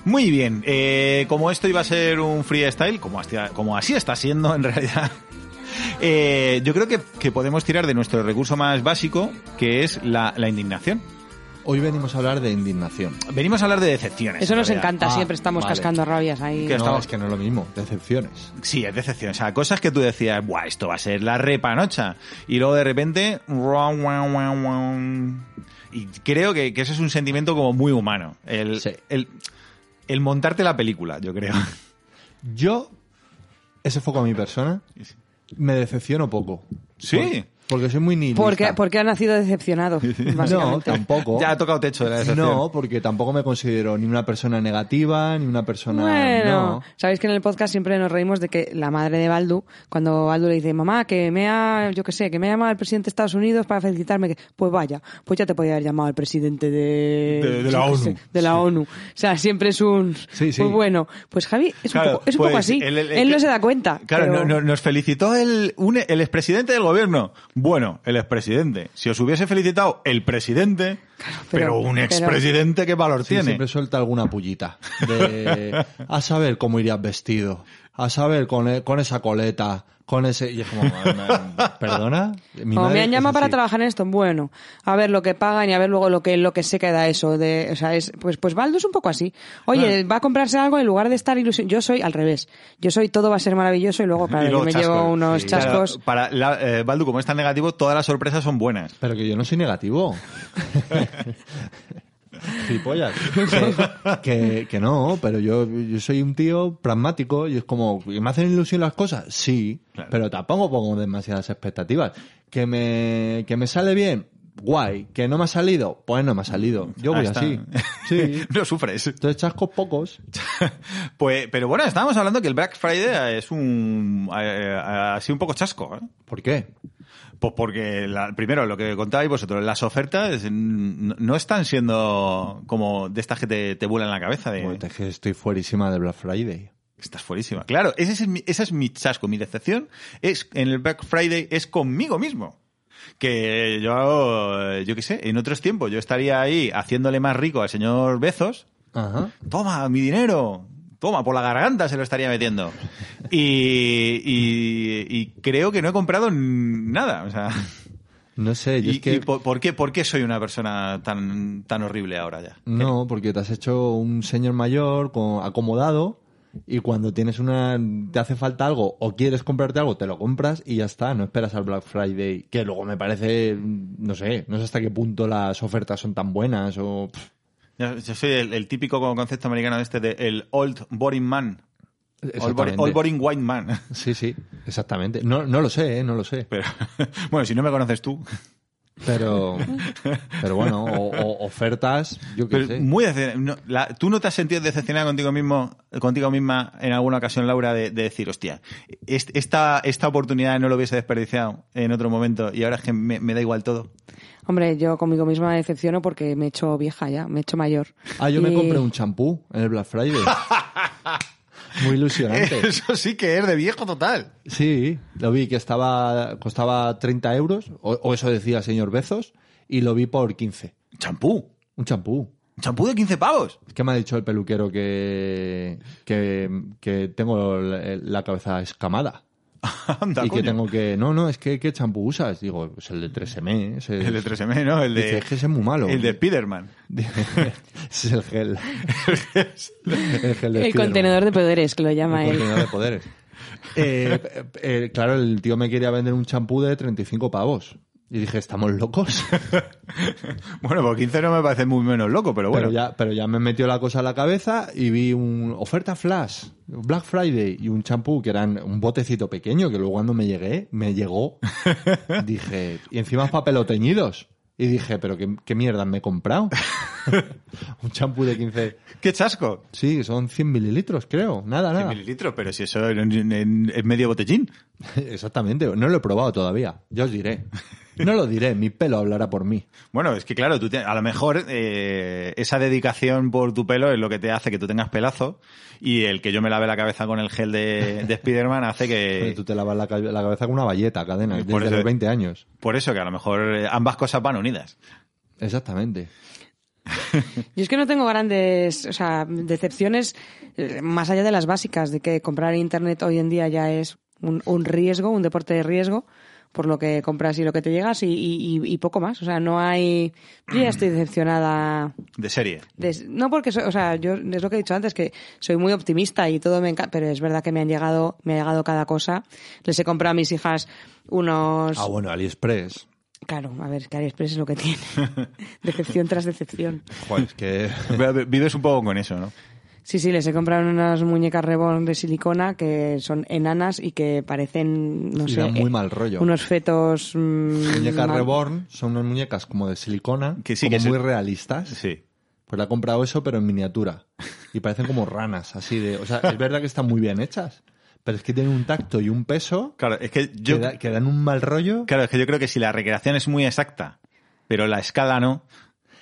[SPEAKER 1] Muy bien, eh, como esto iba a ser un freestyle, como, hasta- como así está siendo en realidad, eh, yo creo que, que podemos tirar de nuestro recurso más básico, que es la, la indignación.
[SPEAKER 3] Hoy venimos a hablar de indignación.
[SPEAKER 1] Venimos a hablar de decepciones.
[SPEAKER 2] Eso
[SPEAKER 1] en
[SPEAKER 2] nos
[SPEAKER 1] realidad.
[SPEAKER 2] encanta,
[SPEAKER 3] Ah,
[SPEAKER 2] siempre estamos
[SPEAKER 3] vale.
[SPEAKER 2] cascando rabias ahí.
[SPEAKER 1] Que
[SPEAKER 3] no,
[SPEAKER 1] estamos-
[SPEAKER 3] es que no es lo mismo. Decepciones.
[SPEAKER 1] Sí, es decepción. O sea, cosas que tú decías, Buah, esto va a ser la repanocha. Y luego de repente. ruan, ruan, ruan, ruan. Y creo que, que ese es un sentimiento como muy humano. El,
[SPEAKER 3] Sí.
[SPEAKER 1] el, el montarte la película, yo creo.
[SPEAKER 3] Yo, ese foco a mi persona, me decepciono poco.
[SPEAKER 1] Sí.
[SPEAKER 3] Por- porque soy muy nihilista.
[SPEAKER 2] Porque, porque ha nacido decepcionado,
[SPEAKER 3] No,
[SPEAKER 2] básicamente.
[SPEAKER 3] tampoco.
[SPEAKER 1] ya ha tocado techo de la decepción.
[SPEAKER 3] No, porque tampoco me considero ni una persona negativa, ni una persona...
[SPEAKER 2] Bueno,
[SPEAKER 3] no.
[SPEAKER 2] sabéis que en el podcast siempre nos reímos de que la madre de Baldu, cuando Baldu le dice, mamá, que me ha, yo qué sé, que me ha llamado el presidente de Estados Unidos para felicitarme, que, pues vaya, pues ya te podía haber llamado el presidente de,
[SPEAKER 1] De- de la
[SPEAKER 2] yo qué
[SPEAKER 1] ONU.
[SPEAKER 2] de la ONU. O sea, siempre es un,
[SPEAKER 3] Sí, sí.
[SPEAKER 2] pues bueno, pues Javi es un
[SPEAKER 1] Claro,
[SPEAKER 2] poco, es un
[SPEAKER 1] pues,
[SPEAKER 2] poco así, él,
[SPEAKER 1] el- el-
[SPEAKER 2] no se da cuenta.
[SPEAKER 1] Claro,
[SPEAKER 2] pero-
[SPEAKER 1] no- no- nos felicitó el, un- el expresidente del gobierno. Bueno, el expresidente. Si os hubiese felicitado el presidente, pero,
[SPEAKER 2] pero-
[SPEAKER 1] un
[SPEAKER 2] pero-
[SPEAKER 1] expresidente, ¿qué valor
[SPEAKER 3] Sí,
[SPEAKER 1] tiene?
[SPEAKER 3] siempre suelta alguna pullita. De, a saber cómo irías vestido. A saber con, con esa coleta. Con ese... Y es como... ¿Perdona? Mi
[SPEAKER 2] Como
[SPEAKER 3] madre
[SPEAKER 2] me han
[SPEAKER 3] es
[SPEAKER 2] llamado para
[SPEAKER 3] así.
[SPEAKER 2] trabajar en esto, bueno, a ver lo que pagan y a ver luego lo que lo que se queda eso de, o sea, es pues pues Baldo es un poco así. Oye, va a comprarse algo en lugar de estar ilusión. Yo soy al revés. Yo soy todo va a ser maravilloso y luego claro,
[SPEAKER 1] Y
[SPEAKER 2] yo
[SPEAKER 1] luego
[SPEAKER 2] me
[SPEAKER 1] chascos.
[SPEAKER 2] llevo unos
[SPEAKER 1] Sí.
[SPEAKER 2] chascos.
[SPEAKER 1] Claro, para la- eh, Baldu, como es tan negativo, todas las sorpresas son buenas.
[SPEAKER 3] Pero que yo no soy negativo. gilipollas. Que, que, que no, pero yo, yo soy un tío pragmático y es como, ¿me hacen ilusión las cosas? Sí,
[SPEAKER 1] Claro.
[SPEAKER 3] pero tampoco pongo demasiadas expectativas. ¿Que me, que me sale bien? Guay. ¿Que no me ha salido? Pues no me ha salido. Yo voy
[SPEAKER 1] Ah, está.
[SPEAKER 3] así. Sí.
[SPEAKER 1] no sufres.
[SPEAKER 3] Entonces chascos pocos.
[SPEAKER 1] Pues, pero bueno, estábamos hablando que el Black Friday es un. eh, ha sido un poco chasco, ¿eh?
[SPEAKER 3] ¿Por qué?
[SPEAKER 1] Pues porque, la- primero, lo que contabais vosotros, las ofertas mm, no, no están siendo como de estas que te, te vuelan la cabeza. De,
[SPEAKER 3] Porque Pues es que estoy fuerísima de Black Friday.
[SPEAKER 1] Estás fuerísima. Claro, ese es mi, esa es mi chasco, mi decepción. Es, en el Black Friday es conmigo mismo. Que yo, yo qué sé, en otros tiempos yo estaría ahí haciéndole más rico al señor Bezos.
[SPEAKER 3] Ajá.
[SPEAKER 1] Toma, mi dinero. Toma, por la garganta se lo estaría metiendo. Y, y- y creo que no he comprado n- nada. O sea,
[SPEAKER 3] No sé, yo
[SPEAKER 1] y,
[SPEAKER 3] es que...
[SPEAKER 1] y por, por qué, ¿Por qué soy una persona tan, tan horrible ahora ya?
[SPEAKER 3] No, porque te has hecho un señor mayor con, acomodado y cuando tienes una te hace falta algo o quieres comprarte algo, te lo compras y ya está, no esperas al Black Friday, que luego me parece no sé, no sé hasta qué punto las ofertas son tan buenas o pff,
[SPEAKER 1] Yo, yo soy el, el típico concepto americano este de el old boring man. Old boring,
[SPEAKER 3] exactamente.
[SPEAKER 1] old boring white man.
[SPEAKER 3] Sí, sí, exactamente. No, no lo sé, ¿eh? no lo sé.
[SPEAKER 1] Pero, bueno, si no me conoces tú.
[SPEAKER 3] Pero, pero bueno, o, o- ofertas, yo qué
[SPEAKER 1] Pero
[SPEAKER 3] sé.
[SPEAKER 1] muy decep- no, la- ¿Tú no te has sentido decepcionada contigo mismo, contigo misma en alguna ocasión, Laura, de, de decir, hostia, est- esta, esta oportunidad no lo hubiese desperdiciado en otro momento y ahora es que me, me da igual todo?
[SPEAKER 2] Hombre, yo conmigo misma me decepciono porque me he hecho vieja ya, me he hecho mayor.
[SPEAKER 3] Ah, yo me
[SPEAKER 2] Y-
[SPEAKER 3] compré un champú en el Black Friday. Muy ilusionante.
[SPEAKER 1] Eso sí que es de viejo total.
[SPEAKER 3] Sí, lo vi que estaba costaba 30 euros, o, o eso decía el señor Bezos, y lo vi por 15.
[SPEAKER 1] Champú.
[SPEAKER 3] Un champú.
[SPEAKER 1] Champú de 15 pavos.
[SPEAKER 3] Es que me ha dicho el peluquero que, que, que tengo la, la cabeza escamada.
[SPEAKER 1] Anda,
[SPEAKER 3] y que
[SPEAKER 1] coño.
[SPEAKER 3] tengo que... No, no, es que ¿qué champú usas? Digo, pues el de 3M. ese es-
[SPEAKER 1] El de 3M, ¿no? El de,
[SPEAKER 3] Dice, es que ese es muy malo.
[SPEAKER 1] el de Spiderman.
[SPEAKER 3] es el gel. el gel de
[SPEAKER 2] El
[SPEAKER 3] Spiderman.
[SPEAKER 2] contenedor de poderes, que lo llama
[SPEAKER 3] El
[SPEAKER 2] él.
[SPEAKER 3] contenedor de poderes. Eh, eh, eh, claro, el tío me quería vender un champú de 35 pavos. Y dije, ¿estamos locos?
[SPEAKER 1] Bueno, por 15 no me parece muy menos loco, pero bueno.
[SPEAKER 3] Pero, ya, pero ya me metió la cosa a la cabeza y vi un oferta flash, Black Friday y un champú que eran un botecito pequeño que luego cuando me llegué, me llegó. dije, y encima papel teñidos. Y dije, pero qué, qué mierda me he comprado. un champú de 15.
[SPEAKER 1] ¡Qué chasco!
[SPEAKER 3] Sí, son 100 mililitros, creo. Nada,
[SPEAKER 1] 100
[SPEAKER 3] nada.
[SPEAKER 1] mililitros, pero si eso en, en- en- en medio botellín.
[SPEAKER 3] Exactamente. No lo he probado todavía. Ya os diré. No lo diré. Mi pelo hablará por mí.
[SPEAKER 1] Bueno, es que claro, tú te- a lo mejor eh, esa dedicación por tu pelo es lo que te hace que tú tengas pelazo y el que yo me lave la cabeza con el gel de, de Spiderman hace
[SPEAKER 3] Oye,
[SPEAKER 1] que...
[SPEAKER 3] Tú te lavas la, ca- la cabeza con una valleta, cadena, desde
[SPEAKER 1] Eh. Por eso-
[SPEAKER 3] los 20 años.
[SPEAKER 1] Por eso que a lo mejor eh, ambas cosas van unidas.
[SPEAKER 3] Exactamente.
[SPEAKER 2] Yo es que no tengo grandes, o sea, decepciones eh, más allá de las básicas, de que comprar en internet hoy en día ya es un, un riesgo, un deporte de riesgo, por lo que compras y lo que te llegas y, y- y- y poco más. O sea, no hay. Yo ya estoy decepcionada.
[SPEAKER 1] De serie.
[SPEAKER 2] de- no porque, soy- o sea, yo es lo que he dicho antes, que soy muy optimista y todo me encanta, pero es verdad que me han llegado, me ha llegado cada cosa. Les he comprado a mis hijas unos.
[SPEAKER 3] Ah, bueno, AliExpress.
[SPEAKER 2] Claro, a ver, que AliExpress es lo que tiene. decepción tras decepción.
[SPEAKER 3] Joder, es que...
[SPEAKER 1] Vives un poco con eso, ¿no?
[SPEAKER 2] Sí, sí, les he comprado unas muñecas Reborn de silicona que son enanas y que parecen, no
[SPEAKER 3] Y
[SPEAKER 2] sé,
[SPEAKER 3] dan muy
[SPEAKER 2] eh,
[SPEAKER 3] mal rollo.
[SPEAKER 2] unos fetos... mm,
[SPEAKER 3] Muñecas
[SPEAKER 2] mal-
[SPEAKER 3] Reborn son unas muñecas como de silicona,
[SPEAKER 1] Que sí,
[SPEAKER 3] como
[SPEAKER 1] que se-
[SPEAKER 3] muy realistas.
[SPEAKER 1] Sí.
[SPEAKER 3] Pues la he comprado eso, pero en miniatura. Y parecen como ranas, así de... O sea, es verdad que están muy bien hechas, pero es que tienen un tacto y un peso
[SPEAKER 1] Claro, es que
[SPEAKER 3] que,
[SPEAKER 1] yo...
[SPEAKER 3] da- que dan un mal rollo.
[SPEAKER 1] Claro, es que yo creo que si la recreación es muy exacta, pero la escala no,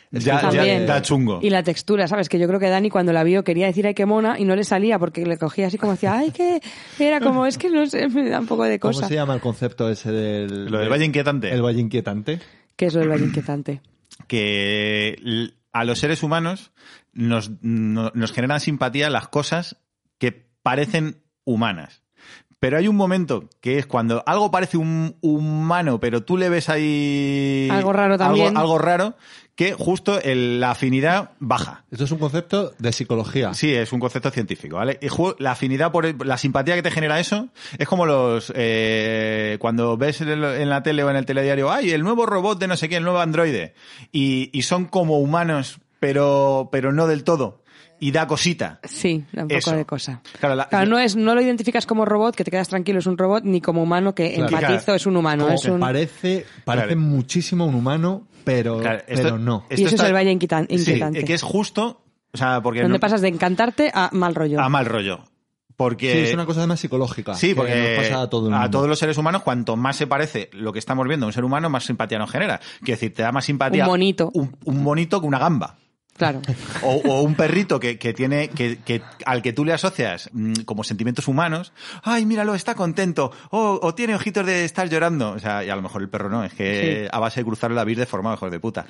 [SPEAKER 3] Es
[SPEAKER 1] ya,
[SPEAKER 3] que
[SPEAKER 1] ya
[SPEAKER 2] también.
[SPEAKER 1] da chungo.
[SPEAKER 2] Y la textura, ¿sabes? Que yo creo que Dani cuando la vio quería decir ¡ay, qué mona! y no le salía porque le cogía así como decía ¡ay, qué! Era como, es que no sé, me da un poco de
[SPEAKER 3] ¿Cómo
[SPEAKER 2] cosa.
[SPEAKER 3] se llama el concepto ese del...
[SPEAKER 1] Lo del valle inquietante.
[SPEAKER 3] El valle inquietante.
[SPEAKER 2] Que es lo del valle inquietante.
[SPEAKER 1] que l- a los seres humanos nos, no- nos generan simpatía las cosas que parecen humanas. Pero hay un momento que es cuando algo parece un humano, pero tú le ves ahí
[SPEAKER 2] Algo raro también.
[SPEAKER 1] algo, algo raro, que justo el- la afinidad baja.
[SPEAKER 3] Esto es un concepto de
[SPEAKER 2] Ah.
[SPEAKER 3] psicología.
[SPEAKER 1] Sí, es un concepto científico, ¿vale? Y ju- la afinidad por el- la simpatía que te genera eso es como los eh, cuando ves en el- en la tele o en el telediario, ay, el nuevo robot de no sé qué, el nuevo androide, y, y son como humanos pero, pero no del todo. Y da cosita.
[SPEAKER 2] Sí, da un poco
[SPEAKER 1] Eso.
[SPEAKER 2] de cosa.
[SPEAKER 1] Claro, la-
[SPEAKER 2] no, es, no lo identificas como robot, que te quedas tranquilo, es un robot, ni como humano, que
[SPEAKER 3] Claro.
[SPEAKER 2] empatizo,
[SPEAKER 1] Claro.
[SPEAKER 2] es un humano.
[SPEAKER 3] Como
[SPEAKER 2] Es un...
[SPEAKER 3] Parece, parece
[SPEAKER 1] Claro.
[SPEAKER 3] muchísimo un humano, pero,
[SPEAKER 1] Claro, esto-
[SPEAKER 3] pero no.
[SPEAKER 2] Y eso es el valle inquieta-
[SPEAKER 1] Sí,
[SPEAKER 2] inquietante.
[SPEAKER 1] eh, que es justo, o sea, porque
[SPEAKER 2] Donde
[SPEAKER 1] no-
[SPEAKER 2] pasas de encantarte a mal rollo.
[SPEAKER 1] a mal rollo. Porque
[SPEAKER 3] Sí, es una cosa más psicológica.
[SPEAKER 1] Sí,
[SPEAKER 3] que
[SPEAKER 1] porque
[SPEAKER 3] nos pasa a todo el mundo.
[SPEAKER 1] todos los seres humanos, cuanto más se parece lo que estamos viendo a un ser humano, más simpatía nos genera. Quiero decir, te da más simpatía.
[SPEAKER 2] Un monito.
[SPEAKER 1] Un, un monito que una gamba.
[SPEAKER 2] Claro.
[SPEAKER 1] O, o un perrito que, que tiene, que, que- al que tú le asocias mm, como sentimientos humanos. Ay, míralo, está contento. O, o tiene ojitos de estar llorando. O sea, y a lo mejor el perro no, es que a base de cruzar la vid deformado, hijos de puta.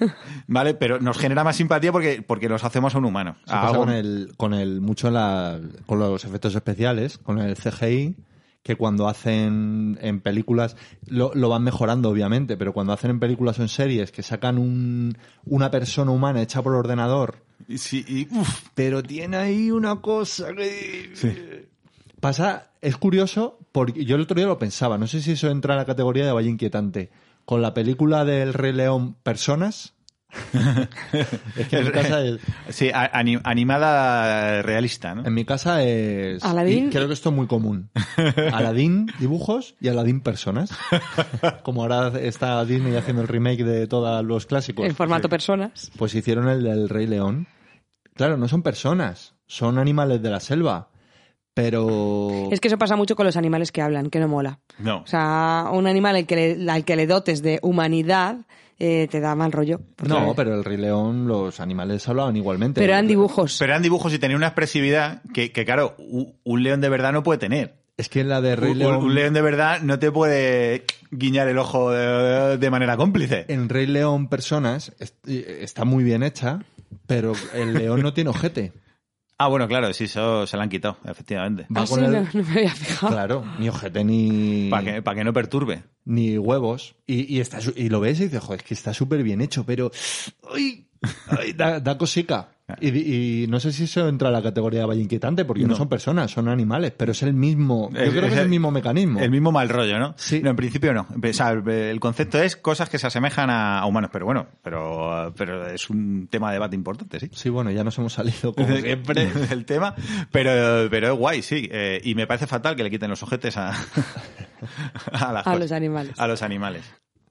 [SPEAKER 1] ¿Vale? Pero nos genera más simpatía porque, porque nos hacemos a un humano.
[SPEAKER 3] Se
[SPEAKER 1] A
[SPEAKER 3] pasa
[SPEAKER 1] un-
[SPEAKER 3] con el, con el mucho la- con los efectos especiales, con el CGI, que cuando hacen en películas, lo, lo van mejorando obviamente, pero cuando hacen en películas o en series que sacan un, una persona humana hecha por ordenador,
[SPEAKER 1] Sí, y, uf,
[SPEAKER 3] pero tiene ahí una cosa que... Pasa, es curioso, porque yo el otro día lo pensaba, no sé si eso entra en la categoría de Valle Inquietante, con la película del Rey León Personas. es que en mi casa es-
[SPEAKER 1] Sí, a- ani- animada realista, ¿no?
[SPEAKER 3] En mi casa es.
[SPEAKER 2] Aladín.
[SPEAKER 3] y creo que esto es muy común. Aladín dibujos y Aladín personas. Como ahora está Disney haciendo el remake de todos los clásicos.
[SPEAKER 2] en formato personas.
[SPEAKER 3] Pues hicieron el del Rey León. Claro, no son personas, son animales de la selva.
[SPEAKER 1] Oh.
[SPEAKER 3] Pero.
[SPEAKER 2] Es que eso pasa mucho con los animales que hablan, que no mola.
[SPEAKER 1] No.
[SPEAKER 2] O sea, un animal al que le, al que le dotes de humanidad eh, te da mal rollo. Porque-
[SPEAKER 3] No, pero el Rey León, los animales hablaban igualmente.
[SPEAKER 2] Pero eran dibujos.
[SPEAKER 1] Pero eran dibujos y tenía una expresividad que, que, claro, u- un león de verdad no puede tener.
[SPEAKER 3] Es que en la de
[SPEAKER 1] Un,
[SPEAKER 3] Rey
[SPEAKER 1] un-
[SPEAKER 3] León.
[SPEAKER 1] un león de verdad no te puede guiñar el ojo de, de manera cómplice.
[SPEAKER 3] En Rey León personas es- está muy bien hecha, pero el león no tiene ojete.
[SPEAKER 1] Ah, bueno, claro, sí, eso se la han quitado, efectivamente.
[SPEAKER 3] Va
[SPEAKER 2] Ah,
[SPEAKER 3] con
[SPEAKER 2] sí,
[SPEAKER 3] el-
[SPEAKER 2] no, no me había fijado.
[SPEAKER 3] Claro, ni ojete ni,
[SPEAKER 1] Para que, pa' que no perturbe.
[SPEAKER 3] ni huevos. Y, y está, su- y lo ves y dices, joder, es que está súper bien hecho, pero... ¡Ay! ay, da, da cosica. Y, di- y no sé si eso entra a la categoría de valle inquietante, porque no.
[SPEAKER 1] No.
[SPEAKER 3] son personas, son animales, pero es el mismo... Yo
[SPEAKER 1] Es-
[SPEAKER 3] creo que
[SPEAKER 1] es
[SPEAKER 3] es, el,
[SPEAKER 1] el-
[SPEAKER 3] mismo mecanismo.
[SPEAKER 1] El mismo mal rollo, ¿no?
[SPEAKER 3] Sí.
[SPEAKER 1] No, en principio no. O sea, el concepto es cosas que se asemejan a a humanos, pero bueno, pero, pero es un tema de debate importante, sí.
[SPEAKER 3] Sí, bueno, ya nos hemos salido como
[SPEAKER 1] Como
[SPEAKER 3] siempre.
[SPEAKER 1] siempre el tema, pero, pero es guay, sí. eh, y me parece fatal que le quiten los ojetes a, a, las
[SPEAKER 2] A
[SPEAKER 1] cosas-
[SPEAKER 2] los animales.
[SPEAKER 1] a los animales.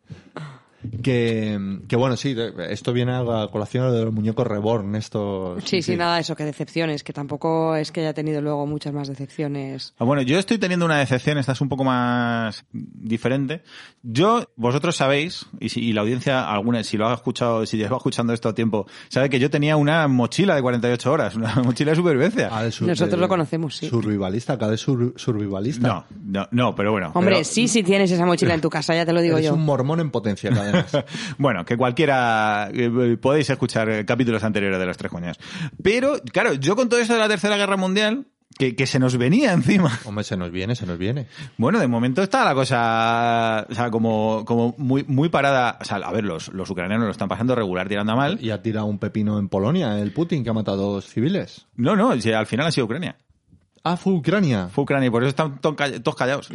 [SPEAKER 3] Que, que bueno, sí, esto viene a la colación de los muñecos reborn, esto...
[SPEAKER 2] Sí, sí, nada de eso, que decepciones, que tampoco es que haya tenido luego muchas más decepciones.
[SPEAKER 1] Ah, Bueno, yo estoy teniendo una decepción, esta es un poco más diferente. Yo, vosotros sabéis, y, si- y la audiencia alguna, si lo ha escuchado, si lleva escuchando esto a tiempo, sabe que yo tenía una mochila de 48 horas, una mochila de supervivencia.
[SPEAKER 3] Ah, el sur-
[SPEAKER 2] Nosotros
[SPEAKER 3] el
[SPEAKER 2] lo conocemos, sí.
[SPEAKER 3] Survivalista, cada sur, survivalista.
[SPEAKER 1] No, no, no, pero bueno.
[SPEAKER 2] Hombre,
[SPEAKER 1] pero-
[SPEAKER 2] sí, sí tienes esa mochila en tu casa, ya te lo digo
[SPEAKER 3] Eres
[SPEAKER 2] yo.
[SPEAKER 3] un mormón en potencia, además.
[SPEAKER 1] Bueno, que cualquiera eh, podéis escuchar eh, capítulos anteriores de los tres coñas. Pero, claro, yo con todo esto de la Tercera Guerra Mundial, que, que se nos venía encima.
[SPEAKER 3] Hombre, se nos viene, se nos viene.
[SPEAKER 1] Bueno, de momento está la cosa, o sea, como, como muy, muy parada. O sea, a ver, los, los ucranianos lo están pasando regular tirando a mal.
[SPEAKER 3] Y ha tirado un pepino en Polonia, el Putin, que ha matado a dos civiles.
[SPEAKER 1] No, no, si al final ha sido Ucrania.
[SPEAKER 3] Ah, fue Ucrania.
[SPEAKER 1] Fue Ucrania y por eso están to- call- todos callados.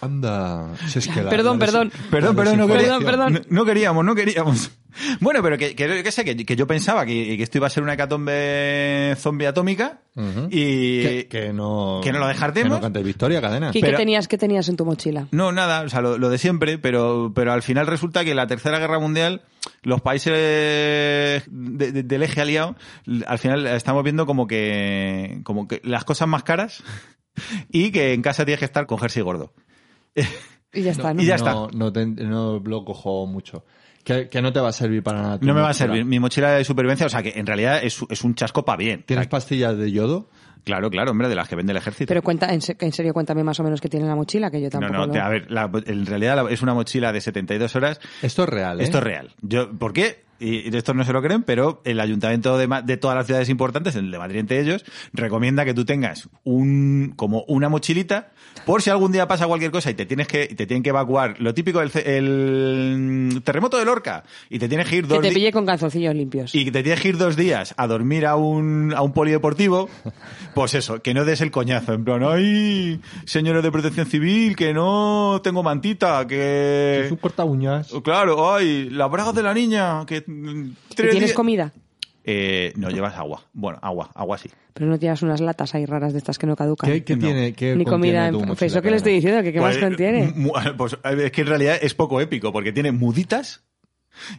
[SPEAKER 3] Anda. Si es que la-
[SPEAKER 2] Perdón,
[SPEAKER 3] la
[SPEAKER 2] perdón.
[SPEAKER 3] desin-
[SPEAKER 1] Perdón,
[SPEAKER 3] la
[SPEAKER 1] perdón, no, quería-
[SPEAKER 3] desinformación.
[SPEAKER 2] perdón.
[SPEAKER 1] no- no queríamos, no queríamos. Bueno, pero que, que, yo qué sé, que, que yo pensaba que, que esto iba a ser una hecatombe zombie atómica
[SPEAKER 3] Ujú.
[SPEAKER 1] y...
[SPEAKER 3] Que, que no.
[SPEAKER 1] que no lo dejartemos.
[SPEAKER 3] Que no cante victoria, cadena.
[SPEAKER 2] ¿Qué,
[SPEAKER 1] Pero-
[SPEAKER 2] tenías, ¿Qué tenías en tu mochila?
[SPEAKER 1] No, nada, o sea, lo, lo de siempre, pero, pero al final resulta que en la Tercera Guerra Mundial, los países de- de- del eje aliado, al final estamos viendo como que, como que las cosas más caras y que en casa tienes que estar con jersey gordo.
[SPEAKER 2] Y ya está, ¿no?
[SPEAKER 1] y ya está.
[SPEAKER 3] No, no, te- no lo cojo mucho. Que, que no te va a servir para nada. tu
[SPEAKER 1] No me va a
[SPEAKER 3] mochila.
[SPEAKER 1] servir mi mochila de supervivencia, o sea, que en realidad es, es un chasco para bien.
[SPEAKER 3] ¿Tienes pastillas de yodo?
[SPEAKER 1] Claro, claro, hombre, de las que vende el ejército.
[SPEAKER 2] Pero cuenta, en, se- en serio, cuéntame más o menos qué tiene en la mochila, que yo
[SPEAKER 1] no,
[SPEAKER 2] tampoco
[SPEAKER 1] no,
[SPEAKER 2] lo-
[SPEAKER 1] te- a ver, la- en realidad la- es una mochila de 72 horas
[SPEAKER 3] Esto es real, ¿eh?
[SPEAKER 1] Esto es real. Yo, ¿Por qué? Y de esto no se lo creen, pero el ayuntamiento de, Ma- de todas las ciudades importantes, el de Madrid entre ellos, recomienda que tú tengas un como una mochilita por si algún día pasa cualquier cosa y te tienes que y te tienen que evacuar. Lo típico del ce- el terremoto de Lorca y te tienes que ir
[SPEAKER 2] Que
[SPEAKER 1] dos
[SPEAKER 2] te
[SPEAKER 1] di-
[SPEAKER 2] pille con calzoncillos limpios.
[SPEAKER 1] y te tienes que ir dos días a dormir a un, a un polideportivo, pues eso, que no des el coñazo, en plan, ay, señores de protección civil, que no tengo mantita, que...
[SPEAKER 3] Es
[SPEAKER 1] Oh,
[SPEAKER 3] un cortabuñas.
[SPEAKER 1] Claro, ay, las bragas de la niña, que mm,
[SPEAKER 2] ¿Y
[SPEAKER 1] tres
[SPEAKER 2] tienes
[SPEAKER 1] días-
[SPEAKER 2] comida?
[SPEAKER 1] eh, no llevas agua. Bueno, agua, agua sí.
[SPEAKER 2] Pero no llevas unas latas ahí raras de estas que no caducan.
[SPEAKER 3] ¿Qué, qué
[SPEAKER 1] No.
[SPEAKER 3] tiene? qué
[SPEAKER 2] Ni
[SPEAKER 3] contiene
[SPEAKER 2] comida en
[SPEAKER 3] tu mochila,
[SPEAKER 2] Pues eso que le estoy diciendo,
[SPEAKER 3] Carmen?
[SPEAKER 2] que qué más
[SPEAKER 1] Pues,
[SPEAKER 2] contiene.
[SPEAKER 1] mu- Pues es que en realidad es poco épico, porque tiene muditas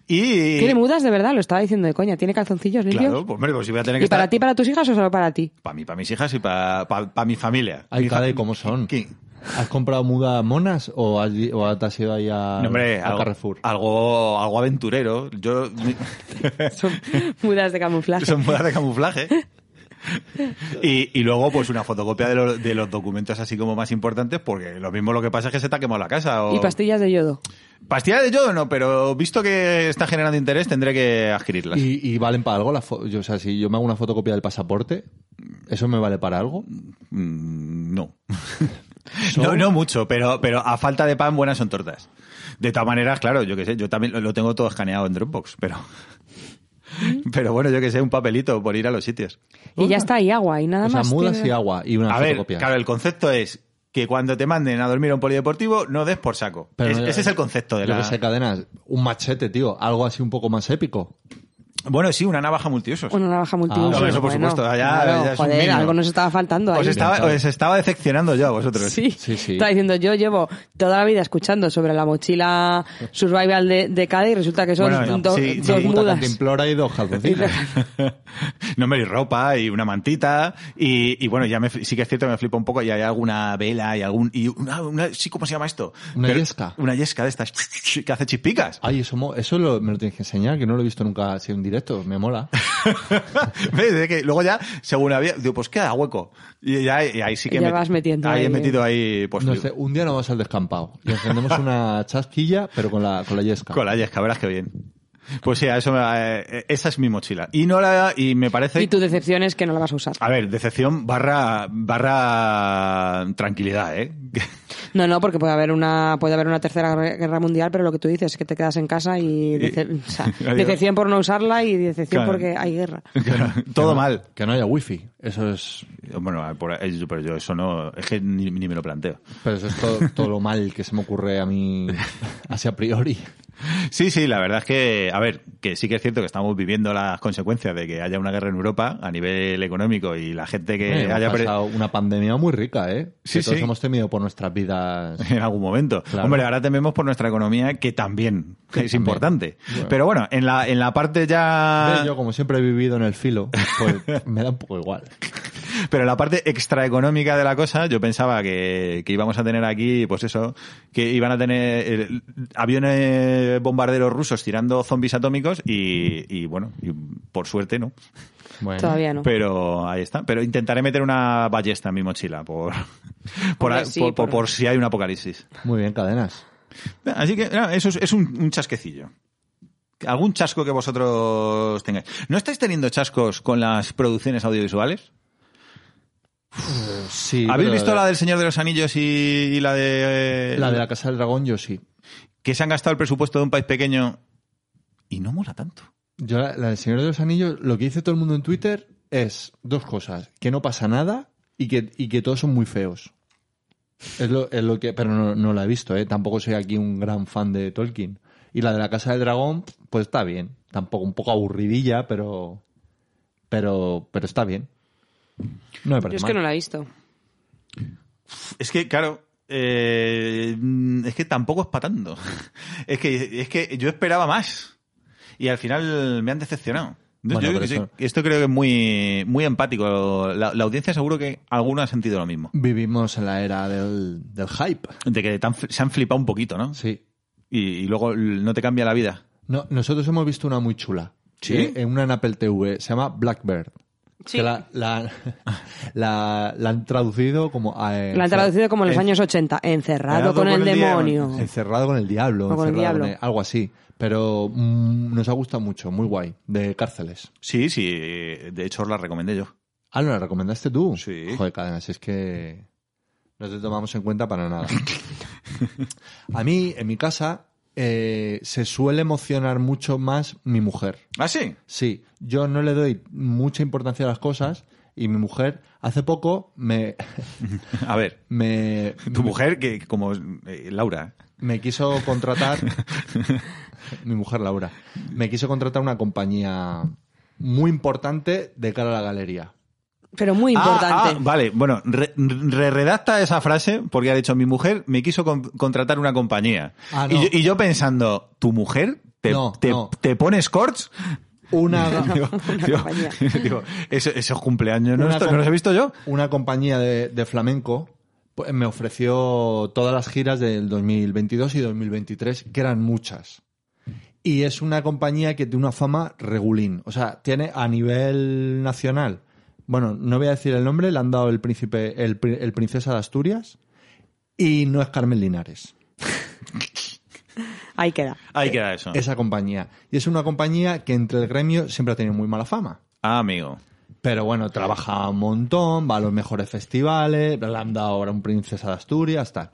[SPEAKER 1] y...
[SPEAKER 2] ¿Tiene mudas de verdad? Lo estaba diciendo de coña. ¿Tiene calzoncillos limpios?
[SPEAKER 1] Claro, pues hombre, pues si voy a tener que
[SPEAKER 2] ¿Y para
[SPEAKER 1] estar-
[SPEAKER 2] ti, para tus hijas o solo para ti?
[SPEAKER 1] Para mí, para mis hijas y para, para, mi familia.
[SPEAKER 3] Ay,
[SPEAKER 1] Mi fa-
[SPEAKER 3] Cade, ¿cómo son?
[SPEAKER 1] ¿Qué?
[SPEAKER 3] ¿Has comprado mudas monas o, has, di- o te has ido ahí a,
[SPEAKER 1] No, hombre,
[SPEAKER 3] a
[SPEAKER 1] algo,
[SPEAKER 3] Carrefour?
[SPEAKER 1] algo, algo aventurero. Yo, mi-
[SPEAKER 2] Son mudas de camuflaje.
[SPEAKER 1] son mudas de camuflaje. Y, y luego, pues una fotocopia de, los- de los documentos así como más importantes, porque lo mismo lo que pasa es que se te ha quemado la casa. O...
[SPEAKER 2] Y pastillas de yodo.
[SPEAKER 1] Pastilla de yodo no, pero visto que está generando interés, tendré que adquirirlas.
[SPEAKER 3] ¿Y, y valen para algo? las fo- yo, o sea, si yo me hago una fotocopia del pasaporte, ¿eso me vale para algo?
[SPEAKER 1] Mm, No. No, no mucho, pero, pero a falta de pan, buenas son tortas. De todas maneras, claro, yo qué sé, yo también lo- lo tengo todo escaneado en Dropbox, pero. Pero bueno, yo que sé, un papelito por ir a los sitios.
[SPEAKER 2] Y ya está, y agua, y nada
[SPEAKER 3] o sea,
[SPEAKER 2] más.
[SPEAKER 3] mudas
[SPEAKER 2] tiene-
[SPEAKER 3] y agua y una
[SPEAKER 1] a ver,
[SPEAKER 3] fotocopia.
[SPEAKER 1] claro, el concepto es que cuando te manden a dormir a un polideportivo, no des por saco.
[SPEAKER 3] Pero
[SPEAKER 1] Es-
[SPEAKER 3] no-
[SPEAKER 1] ese es el concepto de
[SPEAKER 3] yo
[SPEAKER 1] la.
[SPEAKER 3] que sé, cadenas, un machete, tío, algo así un poco más épico.
[SPEAKER 1] Bueno, sí, una navaja multiusos.
[SPEAKER 2] Una navaja multiuso.
[SPEAKER 3] Ah, bueno,
[SPEAKER 1] eso por supuesto, ya- ya es un
[SPEAKER 2] joder,
[SPEAKER 1] mínimo.
[SPEAKER 2] algo nos estaba faltando ahí.
[SPEAKER 1] Os estaba, os estaba decepcionando yo a vosotros.
[SPEAKER 2] Sí,
[SPEAKER 3] Sí, sí.
[SPEAKER 2] Estaba diciendo, yo llevo toda la vida escuchando sobre la mochila survival de, de Cade y resulta que son
[SPEAKER 1] Bueno,
[SPEAKER 2] do-
[SPEAKER 1] sí,
[SPEAKER 2] dos
[SPEAKER 1] sí.
[SPEAKER 2] mudas.
[SPEAKER 3] Implora y dos calzoncillos.
[SPEAKER 1] no me di ropa y una mantita y, y bueno ya me, fli- sí que es cierto que me flipa un poco y hay alguna vela y algún y una, una- sí cómo se llama esto
[SPEAKER 3] Una yesca.
[SPEAKER 1] una yesca de estas que hace chispicas
[SPEAKER 3] Ay, eso, mo- eso lo- me lo tienes que enseñar, que no lo he visto nunca así en directo, me mola.
[SPEAKER 1] ¿Ves? Es que luego ya según había digo pues queda hueco y ya y ahí sí que
[SPEAKER 2] Ya
[SPEAKER 1] he meti-
[SPEAKER 2] vas metiendo
[SPEAKER 1] ahí, he
[SPEAKER 2] ahí. ¿eh?
[SPEAKER 1] metido ahí pues
[SPEAKER 3] No sé, un día nos vamos al descampado y encendemos una chasquilla, pero con la, con la yesca.
[SPEAKER 1] con la yesca verás que bien pues sí a eso me- eh, esa es mi mochila y no la y me parece
[SPEAKER 2] Y tu decepción es que no la vas a usar.
[SPEAKER 1] a ver decepción barra barra tranquilidad eh
[SPEAKER 2] No, no, porque puede haber una puede haber una tercera guerra- guerra mundial, pero lo que tú dices es que te quedas en casa y dece- o sea,
[SPEAKER 1] Adiós.
[SPEAKER 2] decepción por no usarla y decepción
[SPEAKER 1] Claro.
[SPEAKER 2] porque hay guerra.
[SPEAKER 1] todo
[SPEAKER 3] Que no-
[SPEAKER 1] mal
[SPEAKER 3] Que no haya wifi. Eso es.
[SPEAKER 1] Bueno, por- eh, pero yo eso no. Es que ni, ni me lo planteo.
[SPEAKER 3] Pero eso es todo, todo lo mal que se me ocurre a mí, así a priori.
[SPEAKER 1] Sí, sí, la verdad es que. A ver, que sí que es cierto que estamos viviendo las consecuencias de que haya una guerra en Europa a nivel económico y la gente que
[SPEAKER 3] Eh,
[SPEAKER 1] haya.
[SPEAKER 3] hemos
[SPEAKER 1] perdido
[SPEAKER 3] pasado una pandemia muy rica, ¿eh?
[SPEAKER 1] Sí,
[SPEAKER 3] que todos
[SPEAKER 1] sí.
[SPEAKER 3] hemos temido por nuestras vidas.
[SPEAKER 1] en algún momento.
[SPEAKER 3] Claro.
[SPEAKER 1] Hombre, ahora tememos por nuestra economía, que también es
[SPEAKER 3] también.
[SPEAKER 1] importante.
[SPEAKER 3] Bueno.
[SPEAKER 1] Pero bueno, en la, en la parte ya.
[SPEAKER 3] Ve, Yo, como siempre he vivido en el filo, pues me da un poco igual.
[SPEAKER 1] Pero la parte extraeconómica de la cosa, yo pensaba que, que íbamos a tener aquí, pues eso, que iban a tener eh, aviones bombarderos rusos tirando zombies atómicos y, y bueno, y por suerte no.
[SPEAKER 3] Bueno.
[SPEAKER 2] Todavía no.
[SPEAKER 1] Pero ahí está. Pero intentaré meter una ballesta en mi mochila por, por,
[SPEAKER 2] Hombre, sí,
[SPEAKER 1] por- por-
[SPEAKER 2] por-
[SPEAKER 1] por si hay un apocalipsis.
[SPEAKER 3] Muy bien, cadenas.
[SPEAKER 1] Así que nada, eso es, es un, un chasquecillo. ¿Algún chasco que vosotros tengáis? ¿No estáis teniendo chascos con las producciones audiovisuales?
[SPEAKER 3] Sí,
[SPEAKER 1] ¿Habéis
[SPEAKER 3] pero
[SPEAKER 1] visto
[SPEAKER 3] de-
[SPEAKER 1] la del Señor de los Anillos y, y la de... eh,
[SPEAKER 3] la de la Casa del Dragón? Yo sí.
[SPEAKER 1] Que se han gastado el presupuesto de un país pequeño y no mola tanto.
[SPEAKER 3] Yo, la, la del Señor de los Anillos, lo que dice todo el mundo en Twitter es dos cosas: que no pasa nada y que, y que todos son muy feos. Es lo, es lo que. Pero no, no la he visto, ¿eh? Tampoco soy aquí un gran fan de Tolkien. Y la de la Casa del Dragón, pues está bien. Tampoco, un poco aburridilla, pero. Pero, pero está bien. No me
[SPEAKER 2] Yo
[SPEAKER 3] parece
[SPEAKER 2] es que no
[SPEAKER 3] mal.
[SPEAKER 2] la he visto.
[SPEAKER 1] Es que, claro, eh, mm, es que tampoco es patando. Es que, es que yo esperaba más y al final me han decepcionado. Yo- yo
[SPEAKER 3] Bueno, pero
[SPEAKER 1] creo que
[SPEAKER 3] eso-
[SPEAKER 1] sí. Esto creo que es muy, muy empático. La, la audiencia seguro que alguno ha sentido lo mismo.
[SPEAKER 3] Vivimos en la era del, del hype.
[SPEAKER 1] De que te han fl- se han flipado un poquito, ¿no?
[SPEAKER 3] Sí.
[SPEAKER 1] Y, y luego no te cambia la vida.
[SPEAKER 3] No, nosotros hemos visto una muy chula.
[SPEAKER 1] ¿Sí?
[SPEAKER 3] Eh, En una en Apple TV. Se llama Blackbird.
[SPEAKER 2] Sí.
[SPEAKER 3] Que la, la, la- la han traducido como... a, eh,
[SPEAKER 2] La han
[SPEAKER 3] encer-
[SPEAKER 2] traducido como en los
[SPEAKER 3] en-
[SPEAKER 2] años 80, encerrado
[SPEAKER 1] Encerrado
[SPEAKER 2] con
[SPEAKER 1] con
[SPEAKER 2] el
[SPEAKER 1] el
[SPEAKER 2] demonio.
[SPEAKER 3] Encerrado con el diablo.
[SPEAKER 2] O con el
[SPEAKER 3] encerrado
[SPEAKER 2] diablo.
[SPEAKER 3] algo así. Pero mm, nos ha gustado mucho. Muy guay. De cárceles.
[SPEAKER 1] Sí, sí. De hecho, os la recomendé yo.
[SPEAKER 3] Ah, ¿no la recomendaste tú?
[SPEAKER 1] Sí.
[SPEAKER 3] Joder, cadenas, es que no te tomamos en cuenta para nada. A mí, en mi casa, eh, se suele emocionar mucho más mi mujer.
[SPEAKER 1] ¿Ah, sí?
[SPEAKER 3] Sí, yo no le doy mucha importancia a las cosas y mi mujer hace poco me,
[SPEAKER 1] A ver.
[SPEAKER 3] me,
[SPEAKER 1] Tu mujer, que que como eh, Laura.
[SPEAKER 3] me quiso contratar, mi mujer Laura, me quiso contratar una compañía muy importante de cara a la galería.
[SPEAKER 2] Pero muy
[SPEAKER 1] Ah,
[SPEAKER 2] importante.
[SPEAKER 1] ah, vale, bueno, re- re- redacta esa frase porque ha dicho mi mujer me quiso con- contratar una compañía.
[SPEAKER 3] Ah,
[SPEAKER 1] y,
[SPEAKER 3] no.
[SPEAKER 1] yo, y yo pensando, ¿tu mujer te,
[SPEAKER 3] No,
[SPEAKER 1] te,
[SPEAKER 3] no.
[SPEAKER 1] te pone escorts?
[SPEAKER 3] Una,
[SPEAKER 1] Digo, digo,
[SPEAKER 2] compañía.
[SPEAKER 1] digo, eso- esos cumpleaños
[SPEAKER 3] Una
[SPEAKER 1] ¿no? Esto
[SPEAKER 3] com-
[SPEAKER 1] ¿no los he visto yo?
[SPEAKER 3] una compañía de, de flamenco pues, me ofreció todas las giras del 2022 y 2023, que eran muchas. Y es una compañía que tiene una fama regulín. O sea, tiene a nivel nacional. Bueno, no voy a decir el nombre, le han dado el príncipe, el, pri- el princesa de Asturias. Y no es Carmen Linares,
[SPEAKER 2] Ahí queda.
[SPEAKER 1] Ahí queda eso.
[SPEAKER 3] esa compañía. Y es una compañía que entre el gremio siempre ha tenido muy mala fama.
[SPEAKER 1] Ah, amigo.
[SPEAKER 3] Pero bueno, trabaja un montón, va a los mejores festivales, le han dado ahora un princesa de Asturias, tal.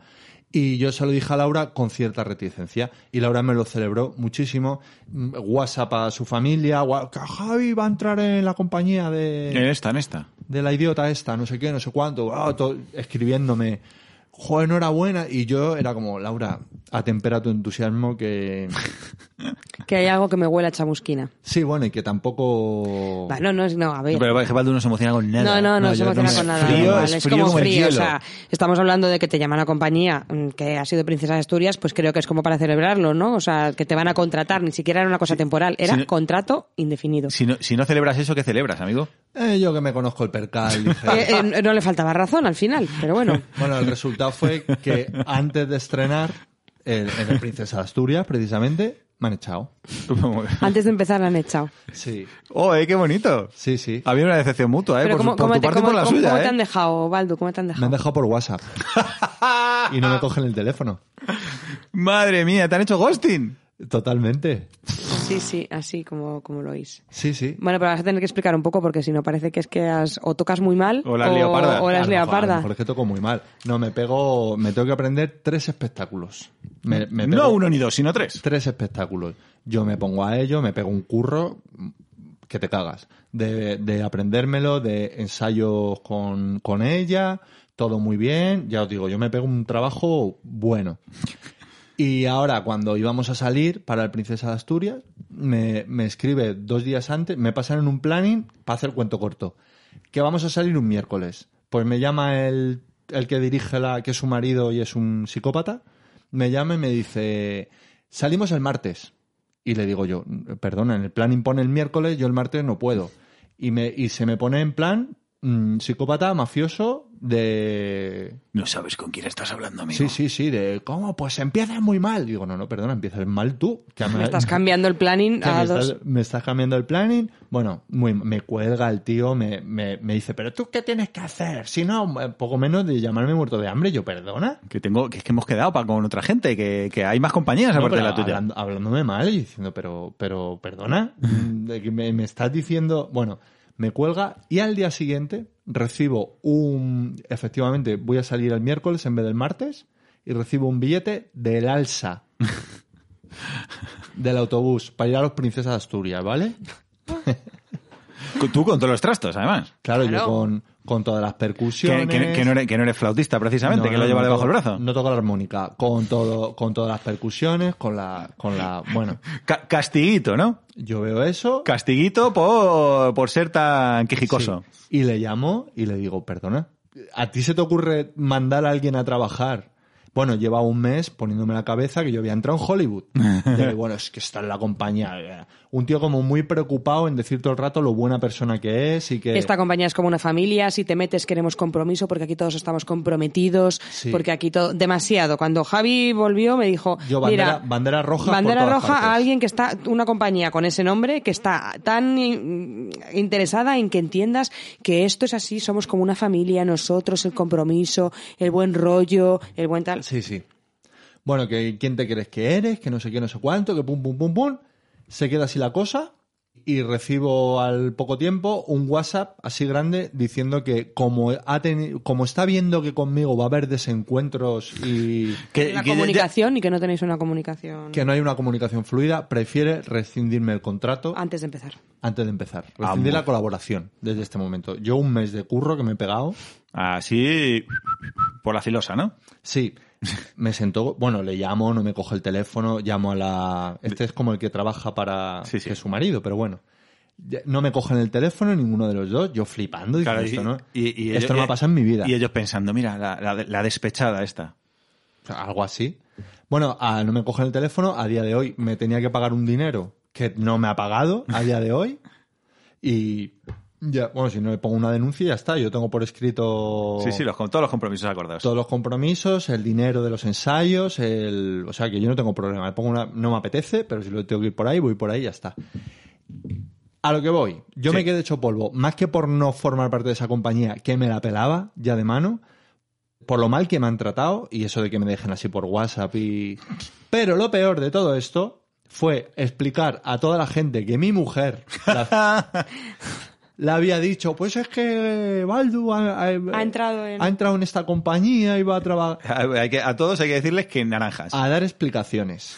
[SPEAKER 3] Y yo se lo dije a Laura con cierta reticencia. Y Laura me lo celebró muchísimo. Mm, WhatsApp a su familia. gua- que Javi va a entrar en la compañía
[SPEAKER 1] En
[SPEAKER 3] de,
[SPEAKER 1] esta, en esta.
[SPEAKER 3] de la idiota esta, no sé qué, no sé cuánto. ah, to- escribiéndome. Joder, enhorabuena. Y yo era como, Laura, atempera tu entusiasmo que...
[SPEAKER 2] Que hay algo que me huele a chamusquina.
[SPEAKER 3] Sí, bueno, y que tampoco...
[SPEAKER 2] Va, No, no, es- no, a ver.
[SPEAKER 1] Pero es que Baldu no se emociona con nada.
[SPEAKER 2] No, no, no,
[SPEAKER 3] No,
[SPEAKER 2] se
[SPEAKER 3] yo
[SPEAKER 2] emociona
[SPEAKER 3] no me-
[SPEAKER 2] con nada.
[SPEAKER 1] Frío,
[SPEAKER 2] da igual,
[SPEAKER 1] es
[SPEAKER 2] es,
[SPEAKER 1] frío
[SPEAKER 2] como
[SPEAKER 1] como el
[SPEAKER 2] frío. O
[SPEAKER 1] hielo.
[SPEAKER 2] sea, estamos hablando de que te llama la compañía mm, que ha sido Princesa de Asturias, pues creo que es como para celebrarlo, ¿no? O sea, que te van a contratar, ni siquiera era una cosa temporal, era
[SPEAKER 1] si no-
[SPEAKER 2] contrato indefinido.
[SPEAKER 1] Si no, si no celebras eso, ¿qué celebras, amigo?
[SPEAKER 3] Eh, yo que me conozco el percal, dije...
[SPEAKER 2] Eh, eh, no le faltaba razón al final, pero bueno.
[SPEAKER 3] Bueno, el resultado fue que antes de estrenar el- en el Princesa de Asturias, precisamente, me han echado.
[SPEAKER 2] Antes de empezar la han echado.
[SPEAKER 3] Sí,
[SPEAKER 1] ¡Oh, eh, qué bonito!
[SPEAKER 3] sí, sí.
[SPEAKER 1] Había una decepción mutua, ¿eh?
[SPEAKER 2] Pero
[SPEAKER 1] Por,
[SPEAKER 2] ¿cómo,
[SPEAKER 1] su- por
[SPEAKER 2] cómo
[SPEAKER 1] tu
[SPEAKER 2] te,
[SPEAKER 1] parte y
[SPEAKER 2] cómo-
[SPEAKER 1] por la
[SPEAKER 2] cómo-
[SPEAKER 1] suya,
[SPEAKER 2] cómo te
[SPEAKER 1] ¿eh?
[SPEAKER 2] han dejado, Baldu? ¿Cómo te han
[SPEAKER 3] Me han
[SPEAKER 2] dejado?
[SPEAKER 3] dejado por WhatsApp y no me cogen el teléfono.
[SPEAKER 1] ¡Madre mía, te han hecho ghosting!
[SPEAKER 3] Totalmente.
[SPEAKER 2] Sí, sí, así como, como lo oís.
[SPEAKER 3] Sí, sí.
[SPEAKER 2] Bueno, pero vas a tener que explicar un poco porque si no parece que es que has- o tocas muy mal
[SPEAKER 1] O la has liado parda. Ah,
[SPEAKER 2] o la has
[SPEAKER 3] A lo
[SPEAKER 2] liado
[SPEAKER 3] mejor-
[SPEAKER 2] parda.
[SPEAKER 3] a lo mejor es que toco muy mal. No, me pego, me tengo que aprender tres espectáculos. Me- me
[SPEAKER 1] no
[SPEAKER 3] pego-
[SPEAKER 1] uno ni dos, sino tres.
[SPEAKER 3] tres espectáculos. Yo me pongo a ello, me pego un curro que te cagas. De, de aprendérmelo, de ensayos con, con ella, todo muy bien. Ya os digo, yo me pego un trabajo bueno. Y ahora, cuando íbamos a salir para el Princesa de Asturias, me, me escribe dos días antes, me pasaron un planning para hacer cuento corto. Que vamos a salir un miércoles. Pues me llama el, el que dirige la, que es su marido y es un psicópata. Me llama y me dice, salimos el martes. Y le digo yo, perdona, en el plan impone el miércoles, yo el martes no puedo. Y, me, y se me pone en plan mm, psicópata, mafioso, de
[SPEAKER 1] No sabes con quién estás hablando, amigo.
[SPEAKER 3] Sí, sí, sí, de cómo, pues empiezas muy mal. Digo, no, no, perdona, empiezas mal tú. que
[SPEAKER 2] Me estás cambiando el planning
[SPEAKER 3] que me,
[SPEAKER 2] a
[SPEAKER 3] estás,
[SPEAKER 2] dos.
[SPEAKER 3] me estás cambiando el planning. Bueno, muy, me cuelga el tío, me, me, me dice, pero tú qué tienes que hacer? Si no, eh, poco menos de llamarme muerto de hambre. Yo, perdona.
[SPEAKER 1] Que tengo, que es que hemos quedado pa- con otra gente, que, que hay más compañías
[SPEAKER 3] No,
[SPEAKER 1] aparte de
[SPEAKER 3] pero
[SPEAKER 1] la tuya.
[SPEAKER 3] hablando- hablándome mal y diciendo, pero, pero, perdona, de que me, me estás diciendo, bueno, me cuelga y al día siguiente recibo un, efectivamente, voy a salir el miércoles en vez del martes y recibo un billete del alza del autobús para ir a los Princesas de Asturias, ¿vale?
[SPEAKER 1] Con- Tú con todos los trastos, además.
[SPEAKER 3] Claro, yo
[SPEAKER 2] Claro.
[SPEAKER 3] con, con todas las
[SPEAKER 1] Que,
[SPEAKER 3] percusiones.
[SPEAKER 1] que- que no eres, que no eres flautista, precisamente,
[SPEAKER 3] No,
[SPEAKER 1] que
[SPEAKER 3] no,
[SPEAKER 1] lo llevas
[SPEAKER 3] no
[SPEAKER 1] debajo del
[SPEAKER 3] toco-
[SPEAKER 1] brazo.
[SPEAKER 3] No toco la armónica, con todo, con todas las percusiones, con la, con la, bueno,
[SPEAKER 1] Ca- castiguito, ¿no?
[SPEAKER 3] yo veo eso,
[SPEAKER 1] Castiguito por, por ser tan quejicoso.
[SPEAKER 3] Sí. Y le llamo y le digo, perdona, ¿a ti se te ocurre mandar a alguien a trabajar? Bueno, lleva un mes poniéndome la cabeza que yo había entrado en Hollywood. Y le digo, bueno, es que está en la compañía. Un tío como muy preocupado en decir todo el rato lo buena persona que es y que...
[SPEAKER 2] Esta compañía es como una familia, si te metes queremos compromiso porque aquí todos estamos comprometidos,
[SPEAKER 3] Sí.
[SPEAKER 2] porque aquí todo demasiado. Cuando Javi volvió me dijo,
[SPEAKER 3] Yo, bandera-
[SPEAKER 2] mira,
[SPEAKER 3] bandera roja por
[SPEAKER 2] bandera
[SPEAKER 3] todas
[SPEAKER 2] roja
[SPEAKER 3] partes".
[SPEAKER 2] a alguien que está una compañía con ese nombre que está tan in- interesada en que entiendas que esto es así, somos como una familia, nosotros el compromiso, el buen rollo, el buen tal.
[SPEAKER 3] Sí, sí. Bueno, que quién te crees que eres, que no sé qué, no sé cuánto, que pum, pum, pum, pum. Se queda así la cosa y recibo al poco tiempo un WhatsApp así grande diciendo que como, ha teni- como está viendo que conmigo va a haber desencuentros y
[SPEAKER 1] Que-
[SPEAKER 2] Una
[SPEAKER 1] que ya-
[SPEAKER 2] comunicación y que no tenéis una comunicación
[SPEAKER 3] que no hay una comunicación fluida, prefiere rescindirme el contrato
[SPEAKER 2] antes de empezar.
[SPEAKER 3] antes de empezar. Rescindir
[SPEAKER 1] Amor.
[SPEAKER 3] la colaboración desde este momento. Yo un mes de curro que me he pegado.
[SPEAKER 1] ya- así Ah, por la filosa, ¿no?
[SPEAKER 3] Sí, me sentó. Bueno, le llamo, no me coge el teléfono, llamo a la. Este es como el que trabaja para.
[SPEAKER 1] Sí, sí.
[SPEAKER 3] que es su marido, pero bueno. No me cogen el teléfono ninguno de los dos, yo flipando.
[SPEAKER 1] Claro,
[SPEAKER 3] diciendo, esto no,
[SPEAKER 1] y- y- y
[SPEAKER 3] esto
[SPEAKER 1] ellos-
[SPEAKER 3] no me ha pasado en mi vida.
[SPEAKER 1] Y ellos pensando, mira, la, la- la despechada esta.
[SPEAKER 3] O sea, algo así. Bueno, a- no me cogen el teléfono, a día de hoy me tenía que pagar un dinero que no me ha pagado a día de hoy. Y ya, bueno, si no le pongo una denuncia, ya está. Yo tengo por escrito
[SPEAKER 1] Sí, sí, los, con- todos los compromisos acordados.
[SPEAKER 3] todos los compromisos, el dinero de los ensayos, el, o sea que yo no tengo problema. Le pongo una, no me apetece, pero si lo tengo que ir por ahí, voy por ahí y ya está. A lo que voy, yo
[SPEAKER 1] Sí.
[SPEAKER 3] me quedé hecho polvo, más que por no formar parte de esa compañía que me la pelaba ya de mano, por lo mal que me han tratado y eso de que me dejen así por WhatsApp y... Pero lo peor de todo esto fue explicar a toda la gente que mi mujer la- le había dicho, pues es que Baldu ha,
[SPEAKER 2] Ha entrado en-
[SPEAKER 3] ha entrado en esta compañía y va a trabajar
[SPEAKER 1] Hay que- a todos hay que decirles que naranjas.
[SPEAKER 3] a dar explicaciones.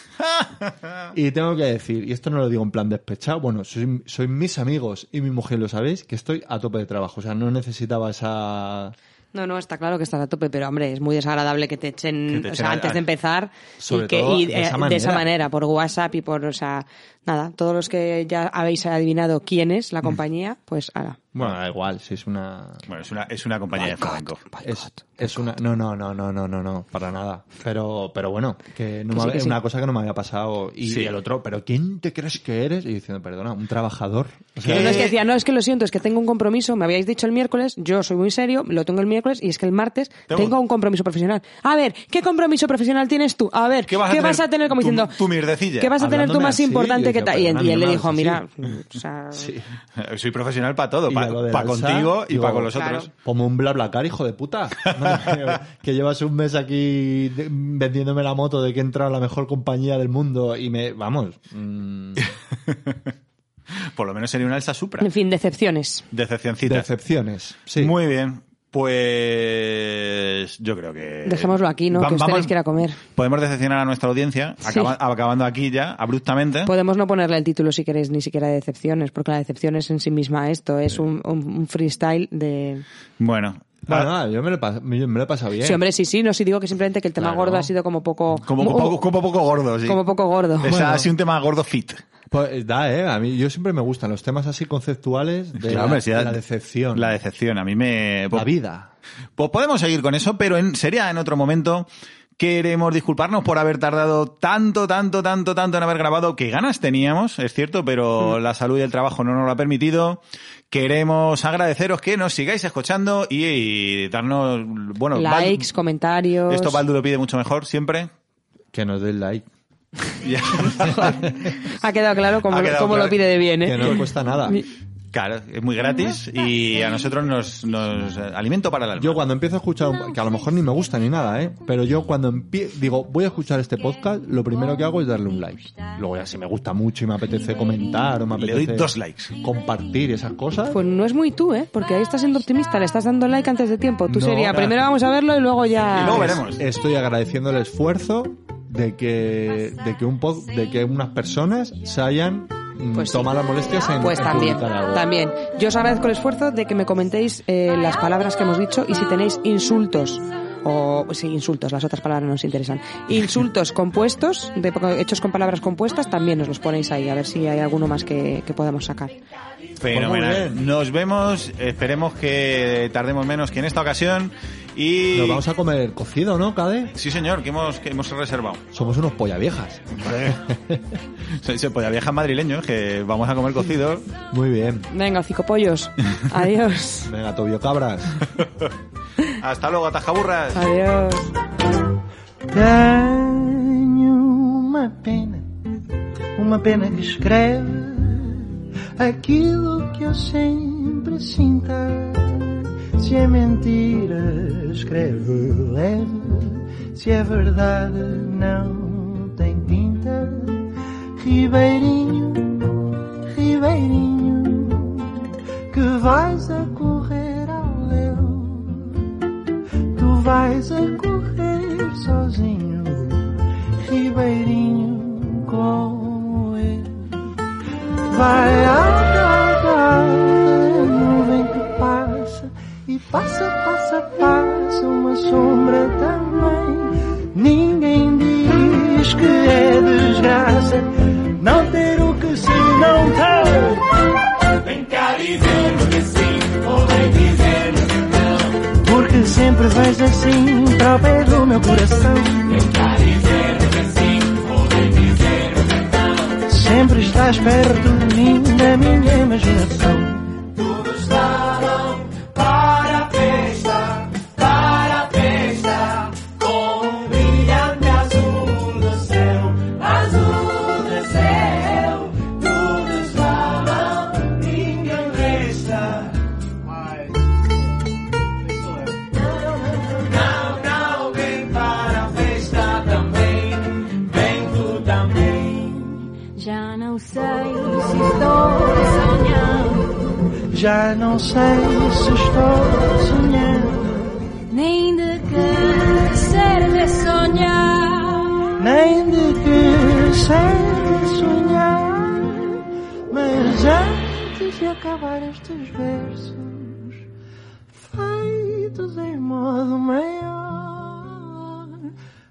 [SPEAKER 3] y tengo que decir, y esto no lo digo en plan despechado, bueno, soy, soy mis amigos y mi mujer lo sabéis, que estoy a tope de trabajo. O sea, no necesitaba esa...
[SPEAKER 2] No, no, está claro que estás a tope, pero hombre, es muy desagradable que te echen,
[SPEAKER 1] Que te
[SPEAKER 2] o
[SPEAKER 1] echen
[SPEAKER 2] sea,
[SPEAKER 1] a-
[SPEAKER 2] antes de
[SPEAKER 1] a-
[SPEAKER 2] empezar
[SPEAKER 3] Sobre
[SPEAKER 2] y, que,
[SPEAKER 3] todo
[SPEAKER 2] y,
[SPEAKER 3] de
[SPEAKER 2] eh,
[SPEAKER 3] esa manera.
[SPEAKER 2] manera, por WhatsApp y por, o sea, nada, todos los que ya habéis adivinado quién es la compañía, pues ahora.
[SPEAKER 3] Bueno, da igual, si es una...
[SPEAKER 1] Bueno, es una, es una compañía de flamenco.
[SPEAKER 3] Es, es una... No, no, no, no, no, no, no, para nada. Pero, pero bueno, que, no
[SPEAKER 2] Que
[SPEAKER 3] me
[SPEAKER 2] sí,
[SPEAKER 3] había-
[SPEAKER 2] que
[SPEAKER 3] es
[SPEAKER 2] sí.
[SPEAKER 3] una cosa que no me había pasado. Y,
[SPEAKER 1] Sí.
[SPEAKER 3] el otro, pero ¿quién te crees que eres? Y diciendo, perdona, un trabajador. O sea,
[SPEAKER 2] No, no, es que decía, no, es que lo siento, es que tengo un compromiso, me habíais dicho el miércoles, yo soy muy serio, lo tengo el miércoles y es que el martes
[SPEAKER 1] Tengo-
[SPEAKER 2] tengo, un compromiso profesional. A ver, ¿qué compromiso profesional tienes tú? A ver,
[SPEAKER 1] ¿Qué vas a tener
[SPEAKER 2] tener como
[SPEAKER 1] tú-
[SPEAKER 2] diciendo?
[SPEAKER 1] tú mierdecilla?
[SPEAKER 2] ¿Qué vas a tener tú
[SPEAKER 3] Hablándome
[SPEAKER 2] más
[SPEAKER 3] así,
[SPEAKER 2] importante
[SPEAKER 3] yo
[SPEAKER 2] que
[SPEAKER 3] decía,
[SPEAKER 2] tal? Y,
[SPEAKER 3] perdona,
[SPEAKER 2] y él le
[SPEAKER 3] animal,
[SPEAKER 2] dijo,
[SPEAKER 3] sí,
[SPEAKER 2] mira, o sea,
[SPEAKER 1] Soy profesional para todo,
[SPEAKER 3] Y
[SPEAKER 1] para
[SPEAKER 3] a lo del alza,
[SPEAKER 1] contigo y
[SPEAKER 3] digo,
[SPEAKER 1] para con los
[SPEAKER 2] claro.
[SPEAKER 1] otros.
[SPEAKER 3] Como un BlaBlaCar, hijo de puta. Madre mía, que llevas un mes aquí de- vendiéndome la moto de que he entrado a la mejor compañía del mundo y me... Vamos. mm,
[SPEAKER 1] Por lo menos sería una alza supra.
[SPEAKER 2] en fin, decepciones.
[SPEAKER 1] Decepcioncitas.
[SPEAKER 3] decepciones. Sí.
[SPEAKER 1] Muy bien. Pues yo creo que...
[SPEAKER 2] Dejémoslo aquí, ¿no?
[SPEAKER 1] Vam-
[SPEAKER 2] Que os
[SPEAKER 1] vamos-
[SPEAKER 2] tenéis que ir a comer.
[SPEAKER 1] Podemos decepcionar a nuestra audiencia,
[SPEAKER 2] Sí. Pues-
[SPEAKER 1] acaba- acabando aquí ya, abruptamente.
[SPEAKER 2] Podemos no ponerle el título si queréis, ni siquiera de decepciones, porque la decepción es en sí misma esto, es un, un- un freestyle de...
[SPEAKER 1] Bueno.
[SPEAKER 3] Bueno,
[SPEAKER 1] Ah,
[SPEAKER 3] nada, yo me lo, he pas- me me lo he pasado bien.
[SPEAKER 2] Sí, hombre, sí, sí, no, sí digo que simplemente que el tema
[SPEAKER 3] Claro.
[SPEAKER 2] gordo ha sido como poco...
[SPEAKER 1] como,
[SPEAKER 2] mu-
[SPEAKER 1] poco, como poco gordo, sí.
[SPEAKER 2] como poco gordo.
[SPEAKER 1] Esa- Ha sido un tema gordo fit.
[SPEAKER 3] Pues da, eh. A mí yo siempre me gustan los temas así conceptuales de
[SPEAKER 1] Claro,
[SPEAKER 3] la,
[SPEAKER 1] hombre, sí,
[SPEAKER 3] la decepción.
[SPEAKER 1] La decepción. A mí me...
[SPEAKER 3] La vida.
[SPEAKER 1] Pues podemos seguir con eso, pero en, sería en otro momento. Queremos disculparnos por haber tardado tanto, tanto, tanto, tanto en haber grabado, que ganas teníamos, es cierto, pero
[SPEAKER 2] Mm.
[SPEAKER 1] la salud y el trabajo no nos lo ha permitido. Queremos agradeceros que nos sigáis escuchando y, y darnos, bueno, Val-
[SPEAKER 2] Likes, comentarios...
[SPEAKER 1] esto Baldu lo pide mucho mejor siempre.
[SPEAKER 3] Que nos den like.
[SPEAKER 1] Ya.
[SPEAKER 2] Ha quedado claro cómo,
[SPEAKER 1] Ha quedado
[SPEAKER 2] cómo
[SPEAKER 1] claro. pues-
[SPEAKER 2] lo pide de bien, ¿eh?
[SPEAKER 3] Que no cuesta nada.
[SPEAKER 1] claro, es muy gratis y a nosotros nos, nos eh, alimento para el alma.
[SPEAKER 3] Yo cuando empiezo a escuchar, un- que a lo mejor ni me gusta ni nada, ¿eh? Pero yo cuando empie- digo, voy a escuchar este podcast, lo primero que hago es darle un like. Luego ya si me gusta mucho y me apetece comentar o me
[SPEAKER 1] Le
[SPEAKER 3] apetece
[SPEAKER 1] doy dos likes.
[SPEAKER 3] compartir y esas cosas.
[SPEAKER 2] Pues no es muy tú, ¿eh? Porque ahí estás siendo optimista, le estás dando like antes de tiempo. Tú
[SPEAKER 3] No,
[SPEAKER 2] sería,
[SPEAKER 3] claro.
[SPEAKER 2] primero vamos a verlo y luego ya...
[SPEAKER 1] Y luego veremos.
[SPEAKER 3] Estoy agradeciendo el esfuerzo de que de que un pod- de que unas personas se hayan mm,
[SPEAKER 2] Pues sí.
[SPEAKER 3] tomado las molestias en
[SPEAKER 2] Pues
[SPEAKER 3] en
[SPEAKER 2] también,
[SPEAKER 3] publicar algo.
[SPEAKER 2] también. Yo os agradezco el esfuerzo de que me comentéis eh, las palabras que hemos dicho y si tenéis insultos o sí insultos, las otras palabras no nos interesan. Insultos compuestos, de, hechos con palabras compuestas, también nos los ponéis ahí a ver si hay alguno más que, que podamos sacar.
[SPEAKER 3] Pues muy
[SPEAKER 1] Fenomenal.
[SPEAKER 3] bien.
[SPEAKER 1] Nos vemos, esperemos que tardemos menos que en esta ocasión y...
[SPEAKER 3] Nos vamos a comer cocido, ¿no, Cade?
[SPEAKER 1] Sí, señor, que hemos, que hemos reservado.
[SPEAKER 3] Somos unos polla viejas.
[SPEAKER 1] Se, se podía viajar madrileños, que vamos a comer cocido.
[SPEAKER 3] Muy bien.
[SPEAKER 2] Venga, hocico pollos. Adiós.
[SPEAKER 3] Venga, Tobio Cabras.
[SPEAKER 1] Hasta luego, atajaburras.
[SPEAKER 2] Adiós.
[SPEAKER 5] Tenho uma pena, uma pena que escreve aquilo que eu sempre sinta. Se é mentira, escreve leve, se é verdade, não tem tinta. Ribeirinho, Ribeirinho, que vais a correr ao léu tu vais a correr sozinho, Ribeirinho, como eu. Vai agarrar a nuvem que passa, e passa, passa, passa uma sombra também. Ninguém diz que é desgraça não ter o que se não tem. vejo assim, para o pé do meu coração. Sempre estás perto de mim, da minha imaginação.
[SPEAKER 4] é. Já não sei se estou sonhando,
[SPEAKER 5] Já não sei se estou sonhando,
[SPEAKER 4] nem de que serve sonhar.
[SPEAKER 5] nem de que sei sonhar. Mas antes de acabar estes versos, feitos em modo maior,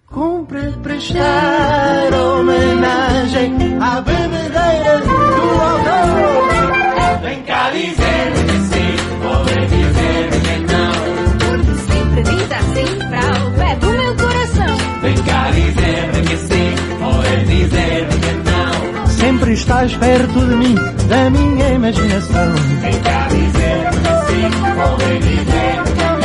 [SPEAKER 5] cumpre prestar homenagem à bebedeira do autor.
[SPEAKER 4] Porque sempre diz assim para o pé do meu coração.
[SPEAKER 5] Sempre estás perto de mim, da minha imaginação.
[SPEAKER 4] Vem cá dizer que sim, vou bem dizer que